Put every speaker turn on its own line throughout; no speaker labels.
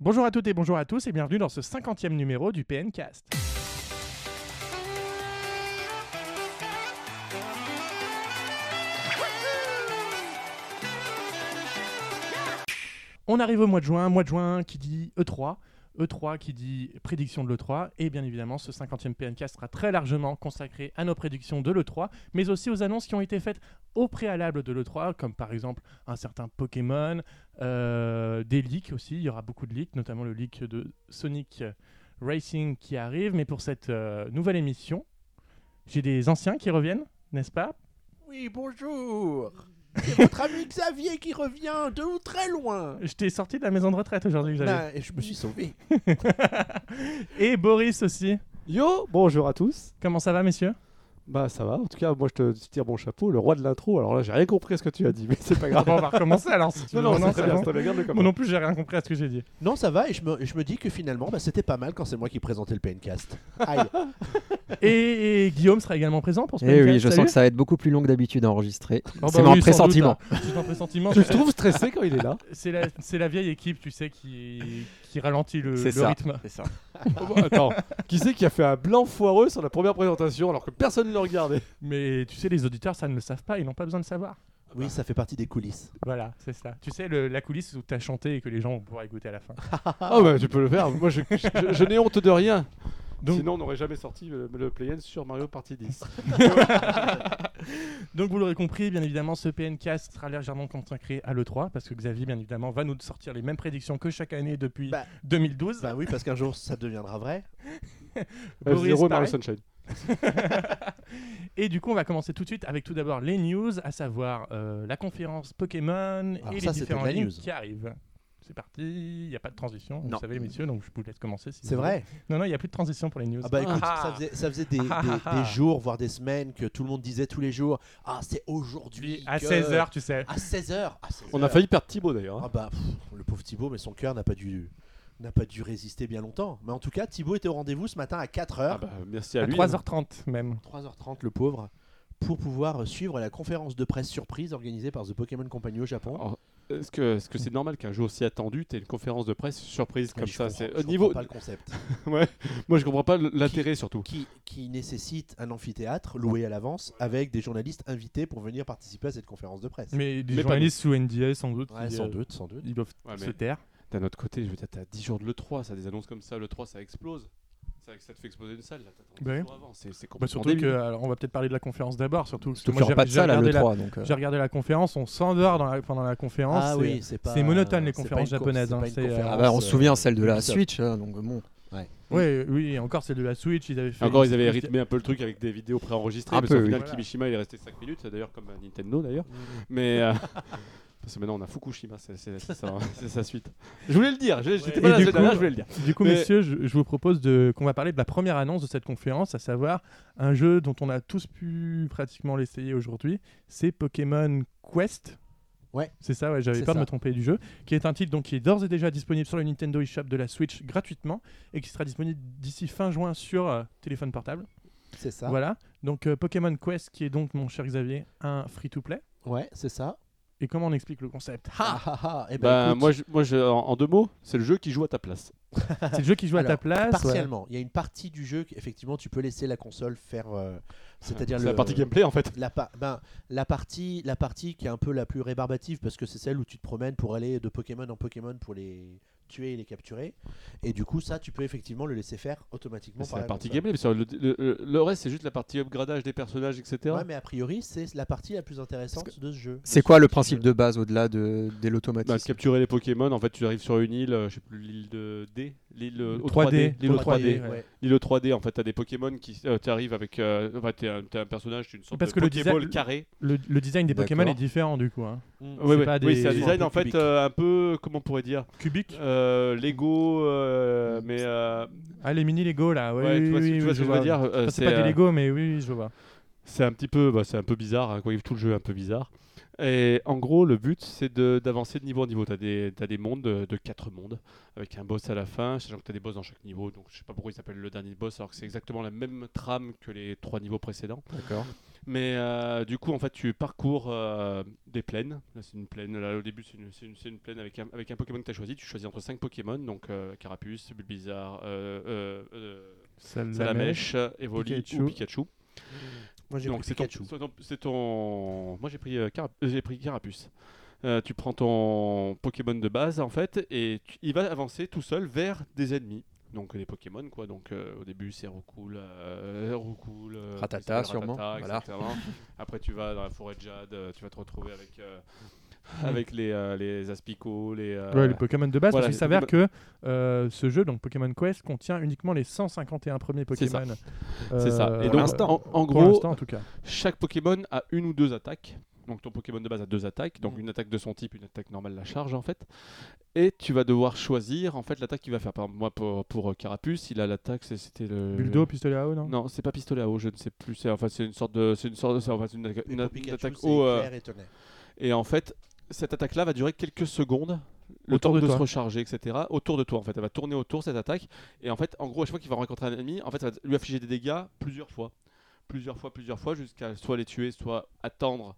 Bonjour à toutes et bonjour à tous et bienvenue dans ce 50e numéro du PNcast. On arrive au mois de juin, mois de juin qui dit E E3, E3 qui dit prédiction de l'E3, et bien évidemment ce 50e PNcast sera très largement consacré à nos prédictions de l'E3, mais aussi aux annonces qui ont été faites au préalable de l'E3, comme par exemple un certain Pokémon, euh, des leaks aussi, il y aura beaucoup de leaks, notamment le leak de Sonic Racing qui arrive, mais pour cette euh, nouvelle émission, j'ai des anciens qui reviennent, n'est-ce pas
Oui, bonjour C'est votre ami Xavier qui revient de très loin
Je t'ai sorti de la maison de retraite aujourd'hui, Xavier.
Ben, et je me suis sauvé.
Et Boris aussi.
Yo, bonjour à tous.
Comment ça va, messieurs
Bah ça va, en tout cas moi je te je tire mon chapeau, le roi de l'intro. Alors là j'ai rien compris à ce que tu as dit, mais c'est pas
Ah
grave.
bah, On va recommencer alors. si tu
non
veux.
non,
c'est
c'est très bien,
bon.
c'est très bien, garde-le comme
Moi non plus, j'ai rien compris à ce que j'ai dit.
Non, ça va, et je me, je me dis que finalement, bah, c'était pas mal quand c'est moi qui présentais le PNcast. Aïe
Et, et Guillaume sera également présent pour ce
Eh oui,
podcast,
je
salut.
sens que ça va être beaucoup plus long que d'habitude à enregistrer.
Oh
c'est
bah
mon
oui, sans
pressentiment.
doute, hein. C'est mon pressentiment.
Tu le trouves stressé quand il est là
C'est la, c'est la vieille équipe, tu sais, qui, qui ralentit le,
C'est
le
ça.
rythme.
C'est ça.
Oh, bah, Attends, qui c'est qui a fait un blanc foireux sur la première présentation alors que personne ne le regardait
Mais tu sais, les auditeurs, ça ne le savent pas, ils n'ont pas besoin de savoir.
Oui, ça fait partie des coulisses.
Voilà, c'est ça. Tu sais, le- la coulisse où t'as chanté et que les gens vont pouvoir écouter à la fin.
Ah bah tu peux le faire, moi je, je- je n'ai honte de rien.
Donc-
Sinon on n'aurait jamais sorti le, le play-in sur Mario Party 10.
Donc vous l'aurez compris, bien évidemment, ce PNcast sera légèrement consacré à l'E3, parce que Xavier, bien évidemment, va nous sortir les mêmes prédictions que chaque année depuis
Bah.
2012.
Bah oui, parce qu'un jour, ça deviendra vrai.
Boris,
F-Zero et Euh, Mario
pareil.
Sunshine.
Et du coup, on va commencer tout de suite avec tout d'abord les news, à savoir euh, la conférence Pokémon
Alors
et
ça,
les
c'était
différents
de la
lignes
news.
qui arrivent. C'est parti, il n'y a pas de transition, vous
Non.
savez, messieurs, donc je vous laisse commencer. si
C'est
vous
vrai
voulez. Non, non, il n'y a plus de transition pour les news.
Ah bah écoute,
Ah.
ça faisait, ça faisait des,
Ah,
des-
ah,
des
ah.
jours, voire des semaines, que tout le monde disait tous les jours « Ah, c'est aujourd'hui
à
que- Ah,
16h, tu sais.
À 16h
On a failli perdre Thibaut d'ailleurs.
Ah
hein.
bah, pff, le pauvre Thibaut, mais son cœur n'a pas dû... N'a pas dû résister bien longtemps. Mais en tout cas, Thibaut était au rendez-vous ce matin à 4h.
Ah bah merci à,
à
lui.
hein.
3h30 même.
3h30 le pauvre pour pouvoir suivre la conférence de presse surprise organisée par The Pokémon Company au Japon.
Alors, Est-ce que est-ce que c'est normal qu'un jeu aussi attendu, t'aies une conférence de presse surprise
Mais
comme
je
ça
comprends-
C'est
je
au niveau.
comprends pas le concept
Ouais. Moi, je comprends pas l- l'intérêt surtout.
qui, qui nécessite un amphithéâtre loué à l'avance avec des journalistes invités pour venir participer à cette conférence de presse.
Mais des
Mais pas
journalistes sous NDA sans doute.
Ouais,
qui,
sans
euh,
doute, sans doute.
Ils doivent
Ouais,
se
mais-
taire.
D'un autre côté, je veux dire, t'as 10 jours de l'E3, ça des annonces comme ça, l'E3 ça explose. Ça, ça te fait exploser une salle, là, t'attends 10
Ouais.
jours avant, c'est c'est
Bah,
complètement
surtout que,
débile.
alors, on va peut-être parler de la conférence d'abord, surtout. parce que
Surtout qu'il
moi,
n'y aura
j'ai-
pas de
j'ai
salle à
regardé la-
l'E3. Donc, euh,
J'ai regardé la conférence, on s'endort dans la- pendant la conférence.
Ah
c'est-
oui, c'est pas-
c'est monotone, les
c'est pas
conférences
une co-
japonaises,
c'est
hein,
pas une
c'est, euh,
conférence,
ah bah, on se
euh,
souvient celle de la
Ubisoft.
Switch, hein, donc bon.
Ouais, oui, encore c'est de la Switch, ils avaient fait.
Encore,
une-
ils avaient rythmé un peu le truc avec des vidéos préenregistrées,
Un
parce
peu,
qu'au
oui.
final,
Voilà.
Kimishima il est resté 5 minutes, d'ailleurs, comme à Nintendo d'ailleurs. Mais. euh, Parce que maintenant on a Fukushima, c'est c'est- c'est sa, c'est sa suite. Je voulais le dire, je- j'étais
Et
pas là la
du
semaine
coup-
dernière, je voulais le dire.
Du coup,
Mais-
messieurs, je, je vous propose de qu'on va parler de la première annonce de cette conférence, à savoir un jeu dont on a tous pu pratiquement l'essayer aujourd'hui. C'est Pokémon Quest.
Ouais.
C'est ça, ouais, j'avais
C'est
peur de
ça.
me tromper du jeu, qui est un titre donc qui est d'ores et déjà disponible sur le Nintendo eShop de la Switch gratuitement et qui sera disponible d'ici fin juin sur euh, téléphone portable.
C'est ça.
Voilà. Donc euh, Pokémon Quest qui est donc mon cher Xavier un free to play.
Ouais, c'est ça.
Et comment on explique le concept
Ah, ah, ah, eh ben,
Bah,
écoute,
moi, je- moi je- en, en deux mots, c'est le jeu qui joue à ta place.
C'est le jeu qui joue à
Alors,
ta place.
partiellement, il y a une partie du jeu qu'effectivement tu peux laisser la console faire. euh, C'est-à-dire
C'est
le-
la partie gameplay en fait.
La, pa- ben, la, partie, la partie qui est un peu la plus rébarbative parce que c'est celle où tu te promènes pour aller de Pokémon en Pokémon pour les tuer et les capturer. Et du coup, ça, tu peux effectivement le laisser faire automatiquement.
C'est
par
la partie
console.
gameplay, mais sur le, le- le- le reste c'est juste la partie upgradage des personnages, etc.
Ouais, mais a priori, c'est la partie la plus intéressante de ce jeu.
C'est quoi le principe de base au-delà de, de
Bah,
l'automatisme
capturer les Pokémon, en fait tu arrives sur une île, euh, je sais plus, l'île de D, l'île euh, au
3D,
3D, l'île au
3D,
3D,
ouais.
l'île au 3D, en fait t'as des Pokémon qui, euh, t'arrives avec, euh, enfin, t'es un, t'es un personnage, t'es une sorte
Parce
de
que le
Pokéball
design-
carré.
Le, le design des Pokémon est
D'accord.
différent du coup. hein.
Mm.
Ouais, ouais.
pas des-
Oui, c'est un
c'est un
design
peu
en fait
cubique.
euh, un peu, comment on pourrait dire,
Cubique.
euh, Lego, euh, mais euh,
Ah, les mini Lego là, ouais,
ouais,
oui,
tu vois,
oui,
tu
oui,
vois ce que je
vois.
veux dire. euh,
Enfin, c'est pas
euh,
des Lego, mais oui, oui, je vois.
C'est un petit peu, bah, c'est un peu bizarre, hein, quoi, tout le jeu est un peu bizarre. Et en gros, le but, c'est de- d'avancer de niveau en niveau. Tu as, des mondes de, de quatre mondes, avec un boss à la fin, sachant que tu as des boss dans chaque niveau. Donc, je sais pas pourquoi ils s'appellent le dernier boss, alors que c'est exactement la même trame que les trois niveaux précédents.
Bah,
D'accord.
Mais euh, du coup, en fait, tu parcours euh, des plaines. Là, c'est une plaine. Là, au début, c'est une, c'est une- c'est une plaine avec un, avec un Pokémon que tu as choisi. Tu choisis entre cinq Pokémon, donc euh, Carapuce, Bulbizarre, euh, euh, euh, Salamèche, Evoli
Pikachu.
ou Pikachu.
Moi j'ai
Donc
pris
c'est ton,
Pikachu.
c'est ton- c'est ton- Moi j'ai pris, euh, Cara- euh, j'ai pris Carapuce. Euh, tu prends ton Pokémon de base en fait et tu- il va avancer tout seul vers des ennemis. Donc euh, des Pokémon quoi. Donc euh, au début c'est Rocool, euh, Rocool, euh,
Rattata,
Crystal
sûrement.
Rattata,
Voilà.
exactement. Après tu vas dans la forêt de Jade, euh, tu vas te retrouver avec euh, avec les euh, les Aspicots, les euh,
Ouais, les Pokémon de base,
voilà,
parce
les
qu'il s'avère que euh, ce jeu, donc Pokémon Quest, contient uniquement les 151 premiers
C'est ça.
Pokémon.
c'est ça.
Euh,
Et
pour
donc
l'instant.
en, en
pour
gros,
l'instant, en tout cas.
Chaque Pokémon a une ou deux attaques. Donc ton Pokémon de base a deux attaques, donc une attaque de son type, une attaque normale, la charge en fait. Et tu vas devoir choisir en fait l'attaque qu'il va faire. Par exemple, moi pour, pour euh, Carapuce, il a l'attaque, c'est- c'était le.
Buldo, pistolet à eau, non
euh, Non, c'est pas pistolet à eau, je ne sais plus. C'est enfin c'est une sorte de, c'est une sorte de, c'est enfin, c'est une,
Et
une-
pour
une
Pikachu,
attaque
c'est
eau. euh,
éclair et tonnerre.
et en fait, cette attaque-là va durer quelques secondes, le
Autour
temps
de
de,
toi.
se recharger, etc. Autour de toi, en fait, elle va tourner autour cette attaque. Et en fait, en gros, à chaque fois qu'il va rencontrer un ennemi, en fait, ça va lui infliger des dégâts plusieurs fois, plusieurs fois, plusieurs fois, jusqu'à soit les tuer, soit attendre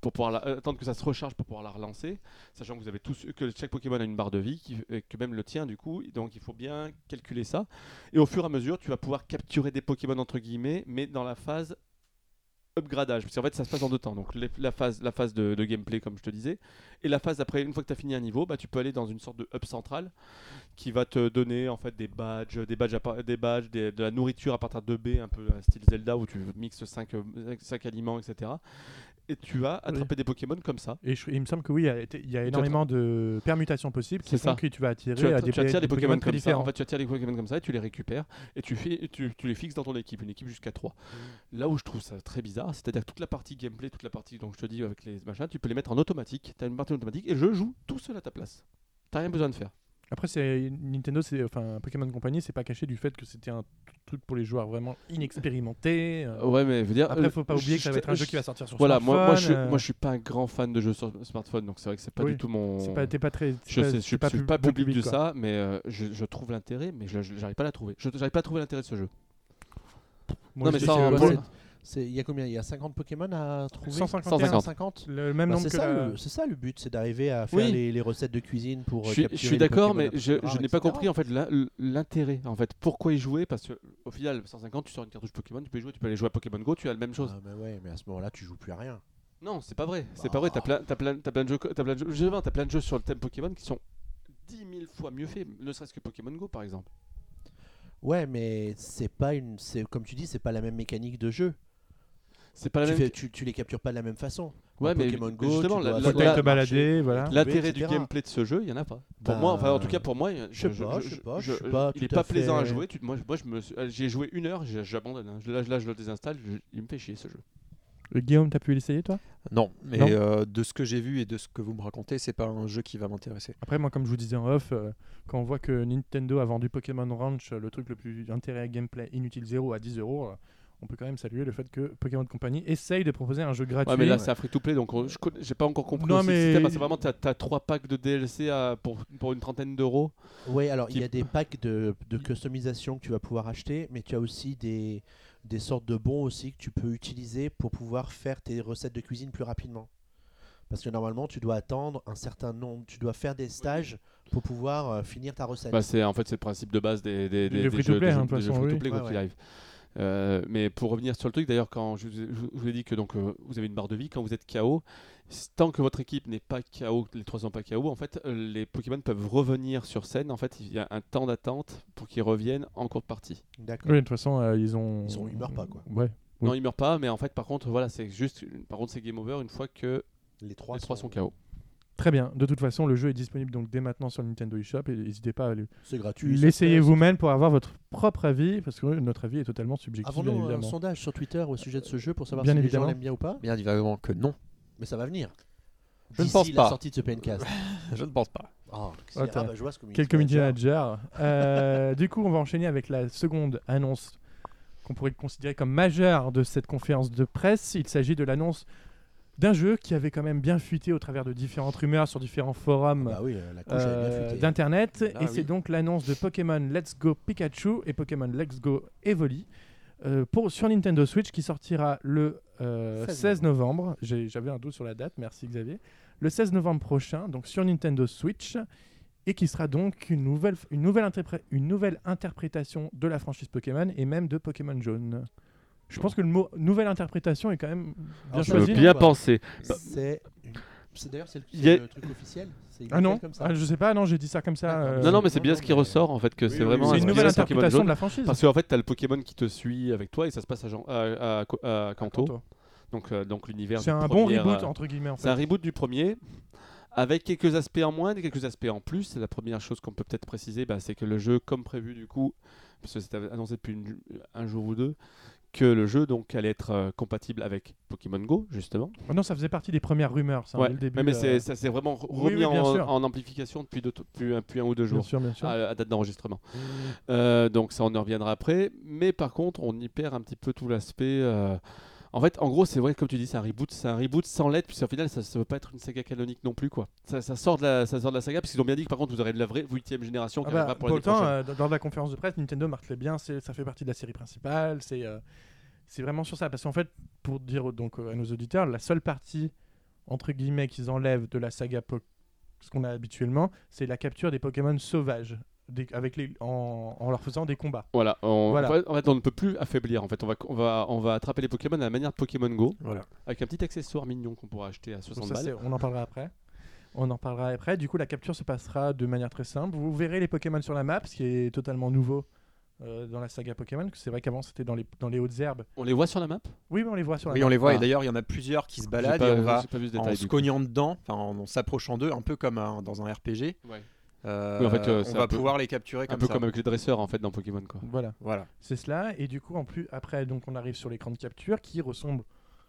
pour pouvoir la- euh, attendre que ça se recharge pour pouvoir la relancer, sachant que vous avez tous que chaque Pokémon a une barre de vie, qui- et que même le tien du coup, donc il faut bien calculer ça. Et au fur et à mesure, tu vas pouvoir capturer des Pokémon entre guillemets, mais dans la phase upgradage. Parce qu'en fait, ça se passe en deux temps. Donc les- la phase, la phase de, de gameplay, comme je te disais, et la phase après, une fois que tu as fini un niveau, bah, tu peux aller dans une sorte de hub central qui va te donner en fait des badges, des badges, à par- des badges, des- de la nourriture à partir de B, un peu un style Zelda où tu mixes 5 aliments, etc. Et tu vas attraper des Pokémon comme ça.
Et je- il me semble que oui, il y a, été- il y a énormément de permutations possibles qui
C'est
font
ça.
que tu vas attirer
Tu,
à
att-
des,
tu attires
des
des Pokémon,
très
comme ça.
différents.
En fait, tu attires des Pokémon comme ça et tu les récupères et tu, fais, tu, tu les fixes dans ton équipe, une équipe jusqu'à 3. Là où je trouve ça très bizarre, c'est-à-dire que toute la partie gameplay, toute la partie donc je te dis avec les machins, tu peux les mettre en automatique. Tu as une partie en automatique et je joue tout seul à ta place. T'as rien besoin de faire.
Après, c'est Nintendo, c'est enfin Pokémon Company, c'est pas caché du fait que c'était un truc pour les joueurs vraiment inexpérimentés. euh.
Ouais, mais je veux dire.
Après, faut pas oublier que ça va être un jeu qui va sortir sur
Voilà,
smartphone.
moi, moi, je, suis-
euh,
moi je suis pas un grand fan de jeux sur smartphone, donc c'est vrai que c'est pas
Oui.
du tout mon.
c'est pas, t'es pas très.
Je
pas-
sais, je
t'es
suis pas,
pub-
pas
bon
public, de
quoi.
ça, mais euh, je, je trouve l'intérêt, mais je je- j'arrive pas à la trouver. Je j'arrive pas à trouver l'intérêt de ce jeu.
Moi,
non, mais
je euh,
ça,
sais
on-
pas.
pour-
c'est- c'est- Il y a combien Il y a 50 Pokémon à trouver
151.
150.
150.
Le même
Bah,
nombre
c'est
que
ça,
la-
le- c'est ça le but, c'est d'arriver à faire
Oui.
les, les recettes de cuisine pour. euh,
Je suis, je
capturer
suis
les
d'accord,
Pokémon
mais je,
un peu plus
je
rares,
n'ai pas
etc.
compris en fait la- l'intérêt, en fait, pourquoi y jouer Parce que au final, 150, tu sors une cartouche Pokémon, tu peux y jouer, tu peux aller jouer à Pokémon Go, tu as la même chose.
Ah, mais ouais, mais à ce moment-là, tu joues plus à rien.
Non, c'est pas vrai, c'est
Bah.
pas vrai. T'as plein, t'as plein, t'as plein de jeux, t'as plein de jeux, justement, t'as plein de jeux sur le thème Pokémon qui sont 10 000 fois mieux faits, ne serait-ce que Pokémon Go par exemple.
Ouais, mais c'est pas une. c'est- Comme tu dis, c'est pas la même mécanique de jeu.
C'est pas la
Tu,
même.
fais- tu, tu les captures pas de la même façon.
Ouais,
Dans
mais
Pokémon Go,
justement,
tu dois
la- la-
Faut
faire
que t'ailles te
la-
balader, voilà.
L'intérêt du
etc.
gameplay de ce jeu, il y en a pas. Pour
Bah,
moi, enfin, en tout cas, pour moi, je
sais pas, je sais pas, je suis pas
il est
tout à
pas plaisant à
fait-
jouer. Tu- moi, je- moi, je me, suis- j'ai joué une heure, j'ai- j'abandonne. hein. Là, je- là, je le désinstalle. je- il me fait chier ce jeu.
Euh, Guillaume, t'as pu l'essayer toi
Non, mais
Non.
euh, de ce que j'ai vu et de ce que vous me racontez, c'est pas un jeu qui va m'intéresser.
Après, moi, comme je vous disais en off, euh, quand on voit que Nintendo a vendu Pokémon Ranch, euh, le truc le plus intérêt à gameplay inutile 0 à 10 euros, euh, on peut quand même saluer le fait que Pokémon Company essaye de proposer un jeu gratuit.
Ouais, mais là, c'est un free to play, donc on- je connais- j'ai pas encore compris
Non,
aussi le
mais-
système. hein. C'est vraiment, t'as as trois packs de DLC à- pour, pour une trentaine d'euros.
Ouais, alors il y a des packs de, de customisation que tu vas pouvoir acheter, mais tu as aussi des, des sortes de bons aussi que tu peux utiliser pour pouvoir faire tes recettes de cuisine plus rapidement. Parce que normalement, tu dois attendre un certain nombre, tu dois faire des stages pour pouvoir euh, finir ta recette.
Bah, c'est en fait c'est le principe de base des,
Des
des, des, des
free to
jeux,
play,
des
hein,
jeux-
de toute
des jeux
façon,
free
oui.
to play quoi
Ouais,
qu'il
ouais.
arrive. Euh, mais pour revenir sur le truc, d'ailleurs, quand je, vous ai- je vous ai dit que donc euh, vous avez une barre de vie, quand vous êtes KO, s- tant que votre équipe n'est pas KO, que les trois sont pas KO, en fait, euh, les Pokémon peuvent revenir sur scène. En fait, il y a un temps d'attente pour qu'ils reviennent en cours de partie.
D'accord.
Oui, de toute façon, euh, ils ont.
Ils ont- ils meurent pas, quoi.
Ouais. Oui.
Non, ils meurent pas, mais en fait, par contre, voilà, c'est juste, par contre, c'est game over une fois que
Les trois,
les trois sont KO.
Très bien. De toute façon, le jeu est disponible donc dès maintenant sur le Nintendo eShop et n'hésitez pas à le-
C'est gratuit. ça se
l'essayer
teste.
vous-même pour avoir votre propre avis parce que euh, notre avis est totalement subjectif. bien
Avons-nous un
évidemment.
sondage sur Twitter au sujet de ce jeu pour savoir
Bien
si
évidemment.
les gens l'aiment bien ou pas
Bien évidemment que non.
Mais ça va venir.
Je ne
D'ici
pense
la
pas.
sortie de ce PNcast.
Je ne pense pas.
Oh, c'est-
Attends.
ah, bah, je vois ce community
Quelques minutes
manager.
manager. Euh, du coup, on va enchaîner avec la seconde annonce qu'on pourrait considérer comme majeure de cette conférence de presse. Il s'agit de l'annonce d'un jeu qui avait quand même bien fuité au travers de différentes rumeurs sur différents forums
Bah oui, euh, la couche elle est bien
euh,
futée.
d'internet
Ah
et
oui.
c'est donc l'annonce de Pokémon Let's Go Pikachu et Pokémon Let's Go Evoli euh, pour, sur Nintendo Switch qui sortira le euh,
16
16 novembre. J'ai- J'avais un doute sur la date, merci Xavier. Le 16 novembre prochain, donc sur Nintendo Switch et qui sera donc une nouvelle, une nouvelle, interpré- une nouvelle interprétation de la franchise Pokémon et même de Pokémon Jaune. Je pense que le mot nouvelle interprétation est quand même bien
Alors, ça
Je veux
choisi.
veut
bien
Bah,
penser.
C'est une- c'est d'ailleurs c'est le,
Il y a-
c'est le truc officiel. c'est
Ah non,
écrit comme ça.
ah, je sais pas, non, j'ai dit ça comme ça.
D'accord.
euh,
Non, non, mais c'est
non,
bien
non,
ce qui
mais-
ressort en fait, que
Oui,
c'est
oui,
vraiment
oui,
c'est une
c'est
nouvelle
bien ça,
Pokémon
interprétation
jaune.
de la franchise.
Parce qu'en fait, t'as le Pokémon qui te suit avec toi et ça se passe à, Jean- euh, à- à- à- à Kanto.
Kanto.
Donc, euh, donc l'univers.
C'est
du
un bon
premier,
reboot
euh,
entre guillemets. En fait.
C'est un reboot du premier, avec quelques aspects en moins et quelques aspects en plus. Et la première chose qu'on peut peut-être préciser, bah, c'est que le jeu, comme prévu du coup, parce que c'était annoncé depuis une- un jour ou deux, que le jeu donc allait être euh, compatible avec Pokémon Go justement.
Oh non, ça faisait partie des premières rumeurs, ça,
Ouais.
dès le début.
Mais, mais c'est-
euh,
ça s'est vraiment re-
oui,
remis
oui, bien
en,
sûr.
en amplification depuis, deux- depuis un, depuis un ou deux
bien
jours.
sûr, bien sûr.
À, à date d'enregistrement.
Mmh.
Euh, donc ça, on en reviendra après. Mais par contre, on y perd un petit peu tout l'aspect. euh, En fait, en gros, c'est vrai, comme tu dis, c'est un reboot, c'est un reboot sans l'aide, puisque au final, ça ne veut pas être une saga canonique non plus, quoi. Ça, ça sort, de la, ça sort de la saga, puisqu'ils ont bien dit que par contre, vous aurez de la vraie huitième génération qui
Ah bah,
arrivera pour l'année
pourtant,
prochaine.
euh, dans- lors de la conférence de presse, Nintendo martelait bien, c'est- ça fait partie de la série principale, c'est euh, c'est vraiment sur ça. Parce qu'en fait, pour dire donc, euh, à nos auditeurs, la seule partie, entre guillemets, qu'ils enlèvent de la saga Po- ce qu'on a habituellement, c'est la capture des Pokémon sauvages, des- avec les, en, en leur faisant des combats.
euh,
Voilà, on,
voilà.
en fait- En fait, on ne peut plus affaiblir. En fait, on va, on va, on va attraper les Pokémon à la manière de Pokémon Go,
Voilà.
avec un petit accessoire mignon qu'on pourra acheter à 60
Donc ça,
balles.
c'est- on en parlera après. On en parlera après. Du coup, la capture se passera de manière très simple. Vous verrez les Pokémon sur la map, ce qui est totalement nouveau euh, dans la saga Pokémon. parce que C'est vrai qu'avant, c'était dans les, dans les hautes herbes.
On les voit sur la map
Oui, mais on les voit sur la
Oui,
map.
on les voit,
Ah.
et d'ailleurs, il y en a plusieurs qui se
J'ai
baladent,
pas-
et on va
j'ai pas vu ce
en
détail,
se
du coup.
cognant dedans, enfin, en, en s'approchant d'eux, un peu comme un- dans un RPG.
Ouais.
euh,
Oui, en fait, euh, c'est
on
un
va
peu-
pouvoir les capturer
Un
comme
peu
ça.
comme avec les dresseurs, en fait, dans Pokémon, quoi.
Voilà,
Voilà.
c'est cela. Et du coup, en plus, après, donc, on arrive sur l'écran de capture qui ressemble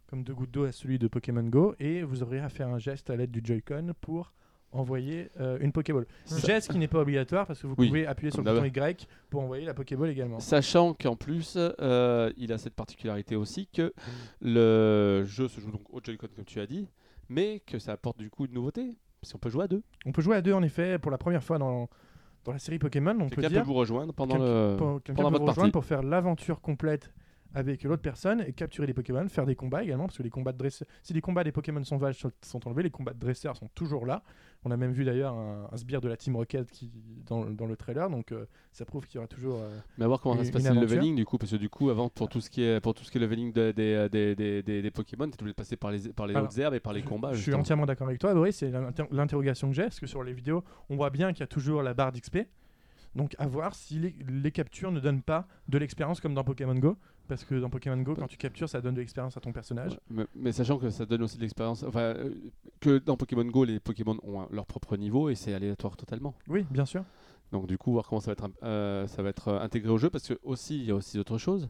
comme deux gouttes d'eau à celui de Pokémon Go. Et vous aurez à faire un geste à l'aide du Joy-Con pour envoyer euh, une Pokéball.
Ça-
Geste qui n'est pas obligatoire parce que vous
Oui, Bah
pouvez appuyer sur le
comme
bouton Y pour envoyer la Pokéball également.
Sachant qu'en plus, euh, il a cette particularité aussi que le jeu se joue donc au Joy-Con comme tu as dit, mais que ça apporte du coup une nouveauté. Si on peut jouer à deux,
On peut jouer à deux en effet pour la première fois dans, dans la série Pokémon. On peut
quelqu'un
dire
peut vous rejoindre pendant
Quelqu'un-
le.
pour- quelqu'un
pendant
peut
votre
vous rejoindre
partie.
pour faire l'aventure complète avec l'autre personne et capturer des Pokémon, faire des combats également parce que les combats de dresseurs, si les combats des Pokémon sauvages sont, sont enlevés, les combats de dresseurs sont toujours là. On a même vu d'ailleurs un, un sbire de la Team Rocket qui dans, dans le trailer, donc euh, ça prouve qu'il y aura toujours. euh,
Mais à voir comment va
Une-
se passer
une
le
aventure.
leveling du coup, parce que du coup, avant pour tout ce qui est pour tout ce qui est leveling de- des euh, des des des, des Pokémon, t'es obligé de passer par les par les
Alors,
hautes herbes et par les
je-
combats.
Je suis
justement.
entièrement d'accord avec toi, Boris. C'est l'inter- l'interrogation que j'ai, parce que sur les vidéos, on voit bien qu'il y a toujours la barre d'XP. Donc, à voir si les, les captures ne donnent pas de l'expérience comme dans Pokémon Go. Parce que dans Pokémon Go, quand tu captures, ça donne de l'expérience à ton personnage.
Ouais, mais, mais sachant que ça donne aussi de l'expérience, enfin euh, que dans Pokémon Go, les Pokémon ont un- leur propre niveau et c'est aléatoire totalement.
Oui, bien sûr.
Donc du coup, voir comment ça va être, imp- euh, ça va être euh, intégré au jeu, parce que aussi, il y a aussi autre chose,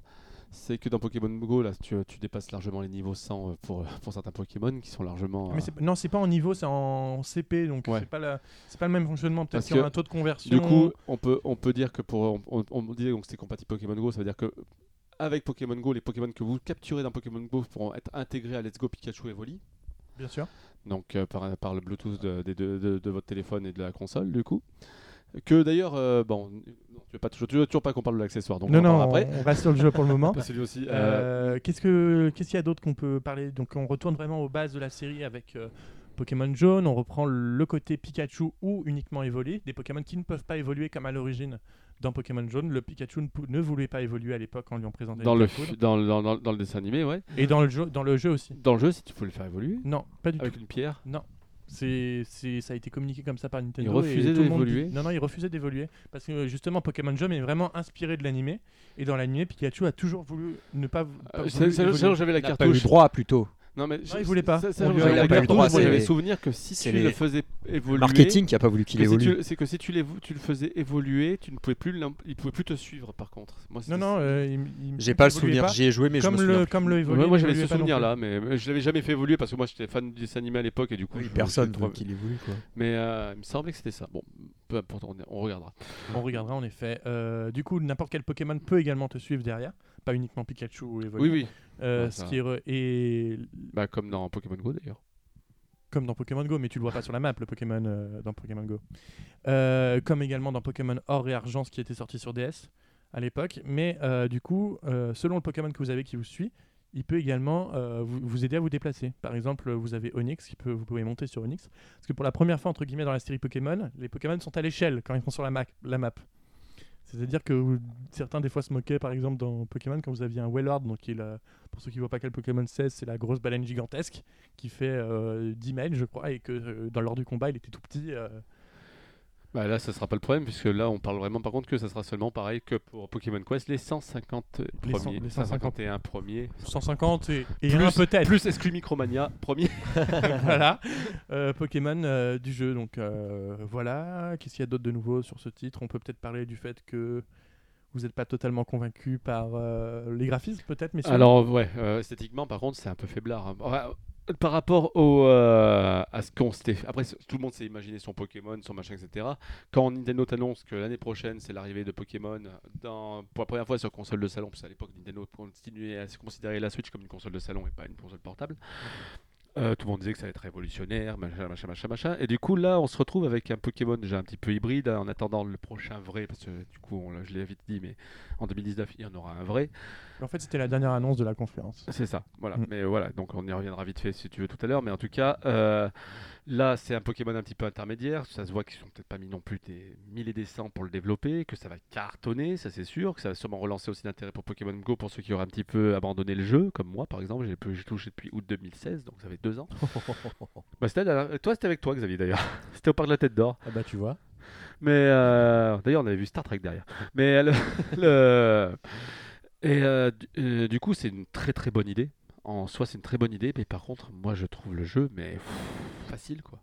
c'est que dans Pokémon Go, là, tu, euh, tu dépasses largement les niveaux 100 euh, pour, euh, pour certains Pokémon qui sont largement...
Ah, Mais
euh,
c'est- non, c'est pas en niveau, c'est en CP. Donc,
Ouais.
c'est pas, la- c'est pas le même fonctionnement. Peut-être
Parce
qu'il y a
que,
un taux de conversion.
Du coup, on peut, on peut dire que pour... On, on, on disait donc que c'était compatible Pokémon Go, ça veut dire que avec Pokémon Go, les Pokémon que vous capturez dans Pokémon Go pourront être intégrés à Let's Go Pikachu et Voli,
bien sûr.
donc euh, par, par le Bluetooth de, des deux- de- de votre téléphone et de la console, du coup. Que d'ailleurs, euh, bon, non, tu veux, pas toujours, tu veux toujours pas qu'on parle de l'accessoire, donc on
non,
en parlera
non,
après.
on, on reste sur le jeu pour le moment.
Parce que lui aussi, euh,
Euh, qu'est-ce que qu'est-ce qu'il y a d'autre qu'on peut parler Donc on retourne vraiment aux bases de la série avec euh, Pokémon Jaune, on reprend le côté Pikachu ou uniquement évoluer, des Pokémon qui ne peuvent pas évoluer comme à l'origine dans Pokémon Jaune. Le Pikachu ne, pou- ne voulait pas évoluer à l'époque quand on lui en présentait
dans
une
le,
capsule.
fi- dans, le- dans, dans- dans le dessin animé, ouais.
et dans le jeu dans le jeu aussi.
Dans le jeu, si tu peux le faire évoluer,
Non, pas du
avec
tout.
une pierre.
C'est, c'est- ça a été communiqué comme ça par Nintendo.
Ils refusaient
et tout le monde
d'évoluer.
dit- Non, non, ils refusaient d'évoluer. Parce que justement, Pokémon Jaune est vraiment inspiré de l'animé. Et dans l'animé, Pikachu a toujours voulu ne pas. pas
Euh,
voulu
C'est c'est- c'est
évoluer.
là où j'avais la
N'a pas eu le
cartouche.
droit plutôt.
Non, mais
il voulait pas.
c'est- c'est
On
là où
lui a-
j'avais
il a
la
pas eu le droit,
cartouche. Moi,
c'est
j'avais
les-
souvenir que si tu
c'est
le
les-
faisais évoluer.
Marketing qui a pas voulu qu'il
que si
évolue.
tu, c'est que si tu, l'évo- tu le faisais évoluer, tu ne pouvais plus, l'im- il pouvait plus te suivre par contre. Moi, c'était-
Non, non, euh, il- il-
J'ai pas le
il évoluait
souvenir,
pas.
j'y ai joué, mais je me
comme
souviens.
le,
plus.
comme le
Ouais,
Evoli,
moi
il
j'avais ce
évoluait pas non
souvenir
plus.
là, mais mais je l'avais jamais fait évoluer parce que moi j'étais fan du dessin animé à l'époque et du coup.
Oui,
je-
personne
je-
veut qu'il évolue quoi.
Mais euh, il me semblait que c'était ça. Bon, peu importe, on, on regardera.
On regardera en effet. Euh, du coup, n'importe quel Pokémon peut également te suivre derrière, pas uniquement Pikachu ou Eevee.
Oui, oui,
Euh,
Ouais,
ce
ça.
qui est re- et
bah, comme dans Pokémon Go d'ailleurs.
comme dans Pokémon Go, mais tu le vois pas sur la map, le Pokémon euh, dans Pokémon Go. Euh, comme également dans Pokémon Or et Argent, ce qui était sorti sur DS à l'époque. Mais euh, du coup, euh, selon le Pokémon que vous avez qui vous suit, il peut également euh, vous, vous aider à vous déplacer. Par exemple, vous avez Onyx, qui peut, vous pouvez monter sur Onyx. Parce que pour la première fois, entre guillemets, dans la série Pokémon, les Pokémon sont à l'échelle quand ils sont sur la, ma- la map. C'est-à-dire que vous- certains, des fois, se moquaient, par exemple, dans Pokémon, quand vous aviez un Wailord, donc il, euh, pour ceux qui ne voient pas quel Pokémon c'est, c'est la grosse baleine gigantesque qui fait euh, 10 mètres, je crois, et que euh, dans l'heure du combat, il était tout petit. euh,
Bah, là, ça sera pas le problème, puisque là, on parle vraiment par contre que ça sera seulement pareil que pour Pokémon Quest, les 150
Les cent-
premiers.
les
151 premiers.
150 et, et un peut-être.
Plus Exclu Micromania, premier.
voilà. Euh, Pokémon euh, du jeu. Donc euh, voilà. Qu'est-ce qu'il y a d'autre de nouveau sur ce titre On peut peut-être parler du fait que vous n'êtes pas totalement convaincu par euh, les graphismes, peut-être, mais
Alors, ouais, euh, esthétiquement, par contre, c'est un peu faiblard. hein. Ouais, par rapport au, euh, à ce qu'on s'était. Après, c- tout le monde s'est imaginé son Pokémon, son machin, etc. Quand Nintendo t'annonce que l'année prochaine, c'est l'arrivée de Pokémon dans, pour la première fois sur console de salon, parce qu'à l'époque, Nintendo continuait à se considérer la Switch comme une console de salon et pas une console portable. Euh, tout le monde disait que ça allait être révolutionnaire, machin, machin, machin, machin. Et du coup, là, on se retrouve avec un Pokémon déjà un petit peu hybride, hein, en attendant le prochain vrai, parce que du coup, on l'a- je l'ai vite dit, mais en 2019, il y en aura un vrai.
en fait, c'était la dernière annonce de la conférence.
C'est ça, voilà.
Mm.
Mais voilà, donc on y reviendra vite fait si tu veux tout à l'heure. Mais en tout cas, euh, là, c'est un Pokémon un petit peu intermédiaire. Ça se voit qu'ils sont peut-être pas mis non plus des milliers et des cents pour le développer, que ça va cartonner, ça c'est sûr, que ça va sûrement relancer aussi l'intérêt pour Pokémon Go pour ceux qui auraient un petit peu abandonné le jeu, comme moi par exemple. J'ai peu- J'ai touché depuis août 2016, donc ça fait deux ans. Bah, c'était la dernière- toi, c'était avec toi, Xavier d'ailleurs. C'était au parc de la Tête d'Or.
Ah bah tu vois.
Mais euh, d'ailleurs, on avait vu Star Trek derrière. Mais euh, le, le- et euh, du, euh, du coup, c'est une très très bonne idée. En soi, c'est une très bonne idée, mais par contre, moi, je trouve le jeu mais pff, facile quoi.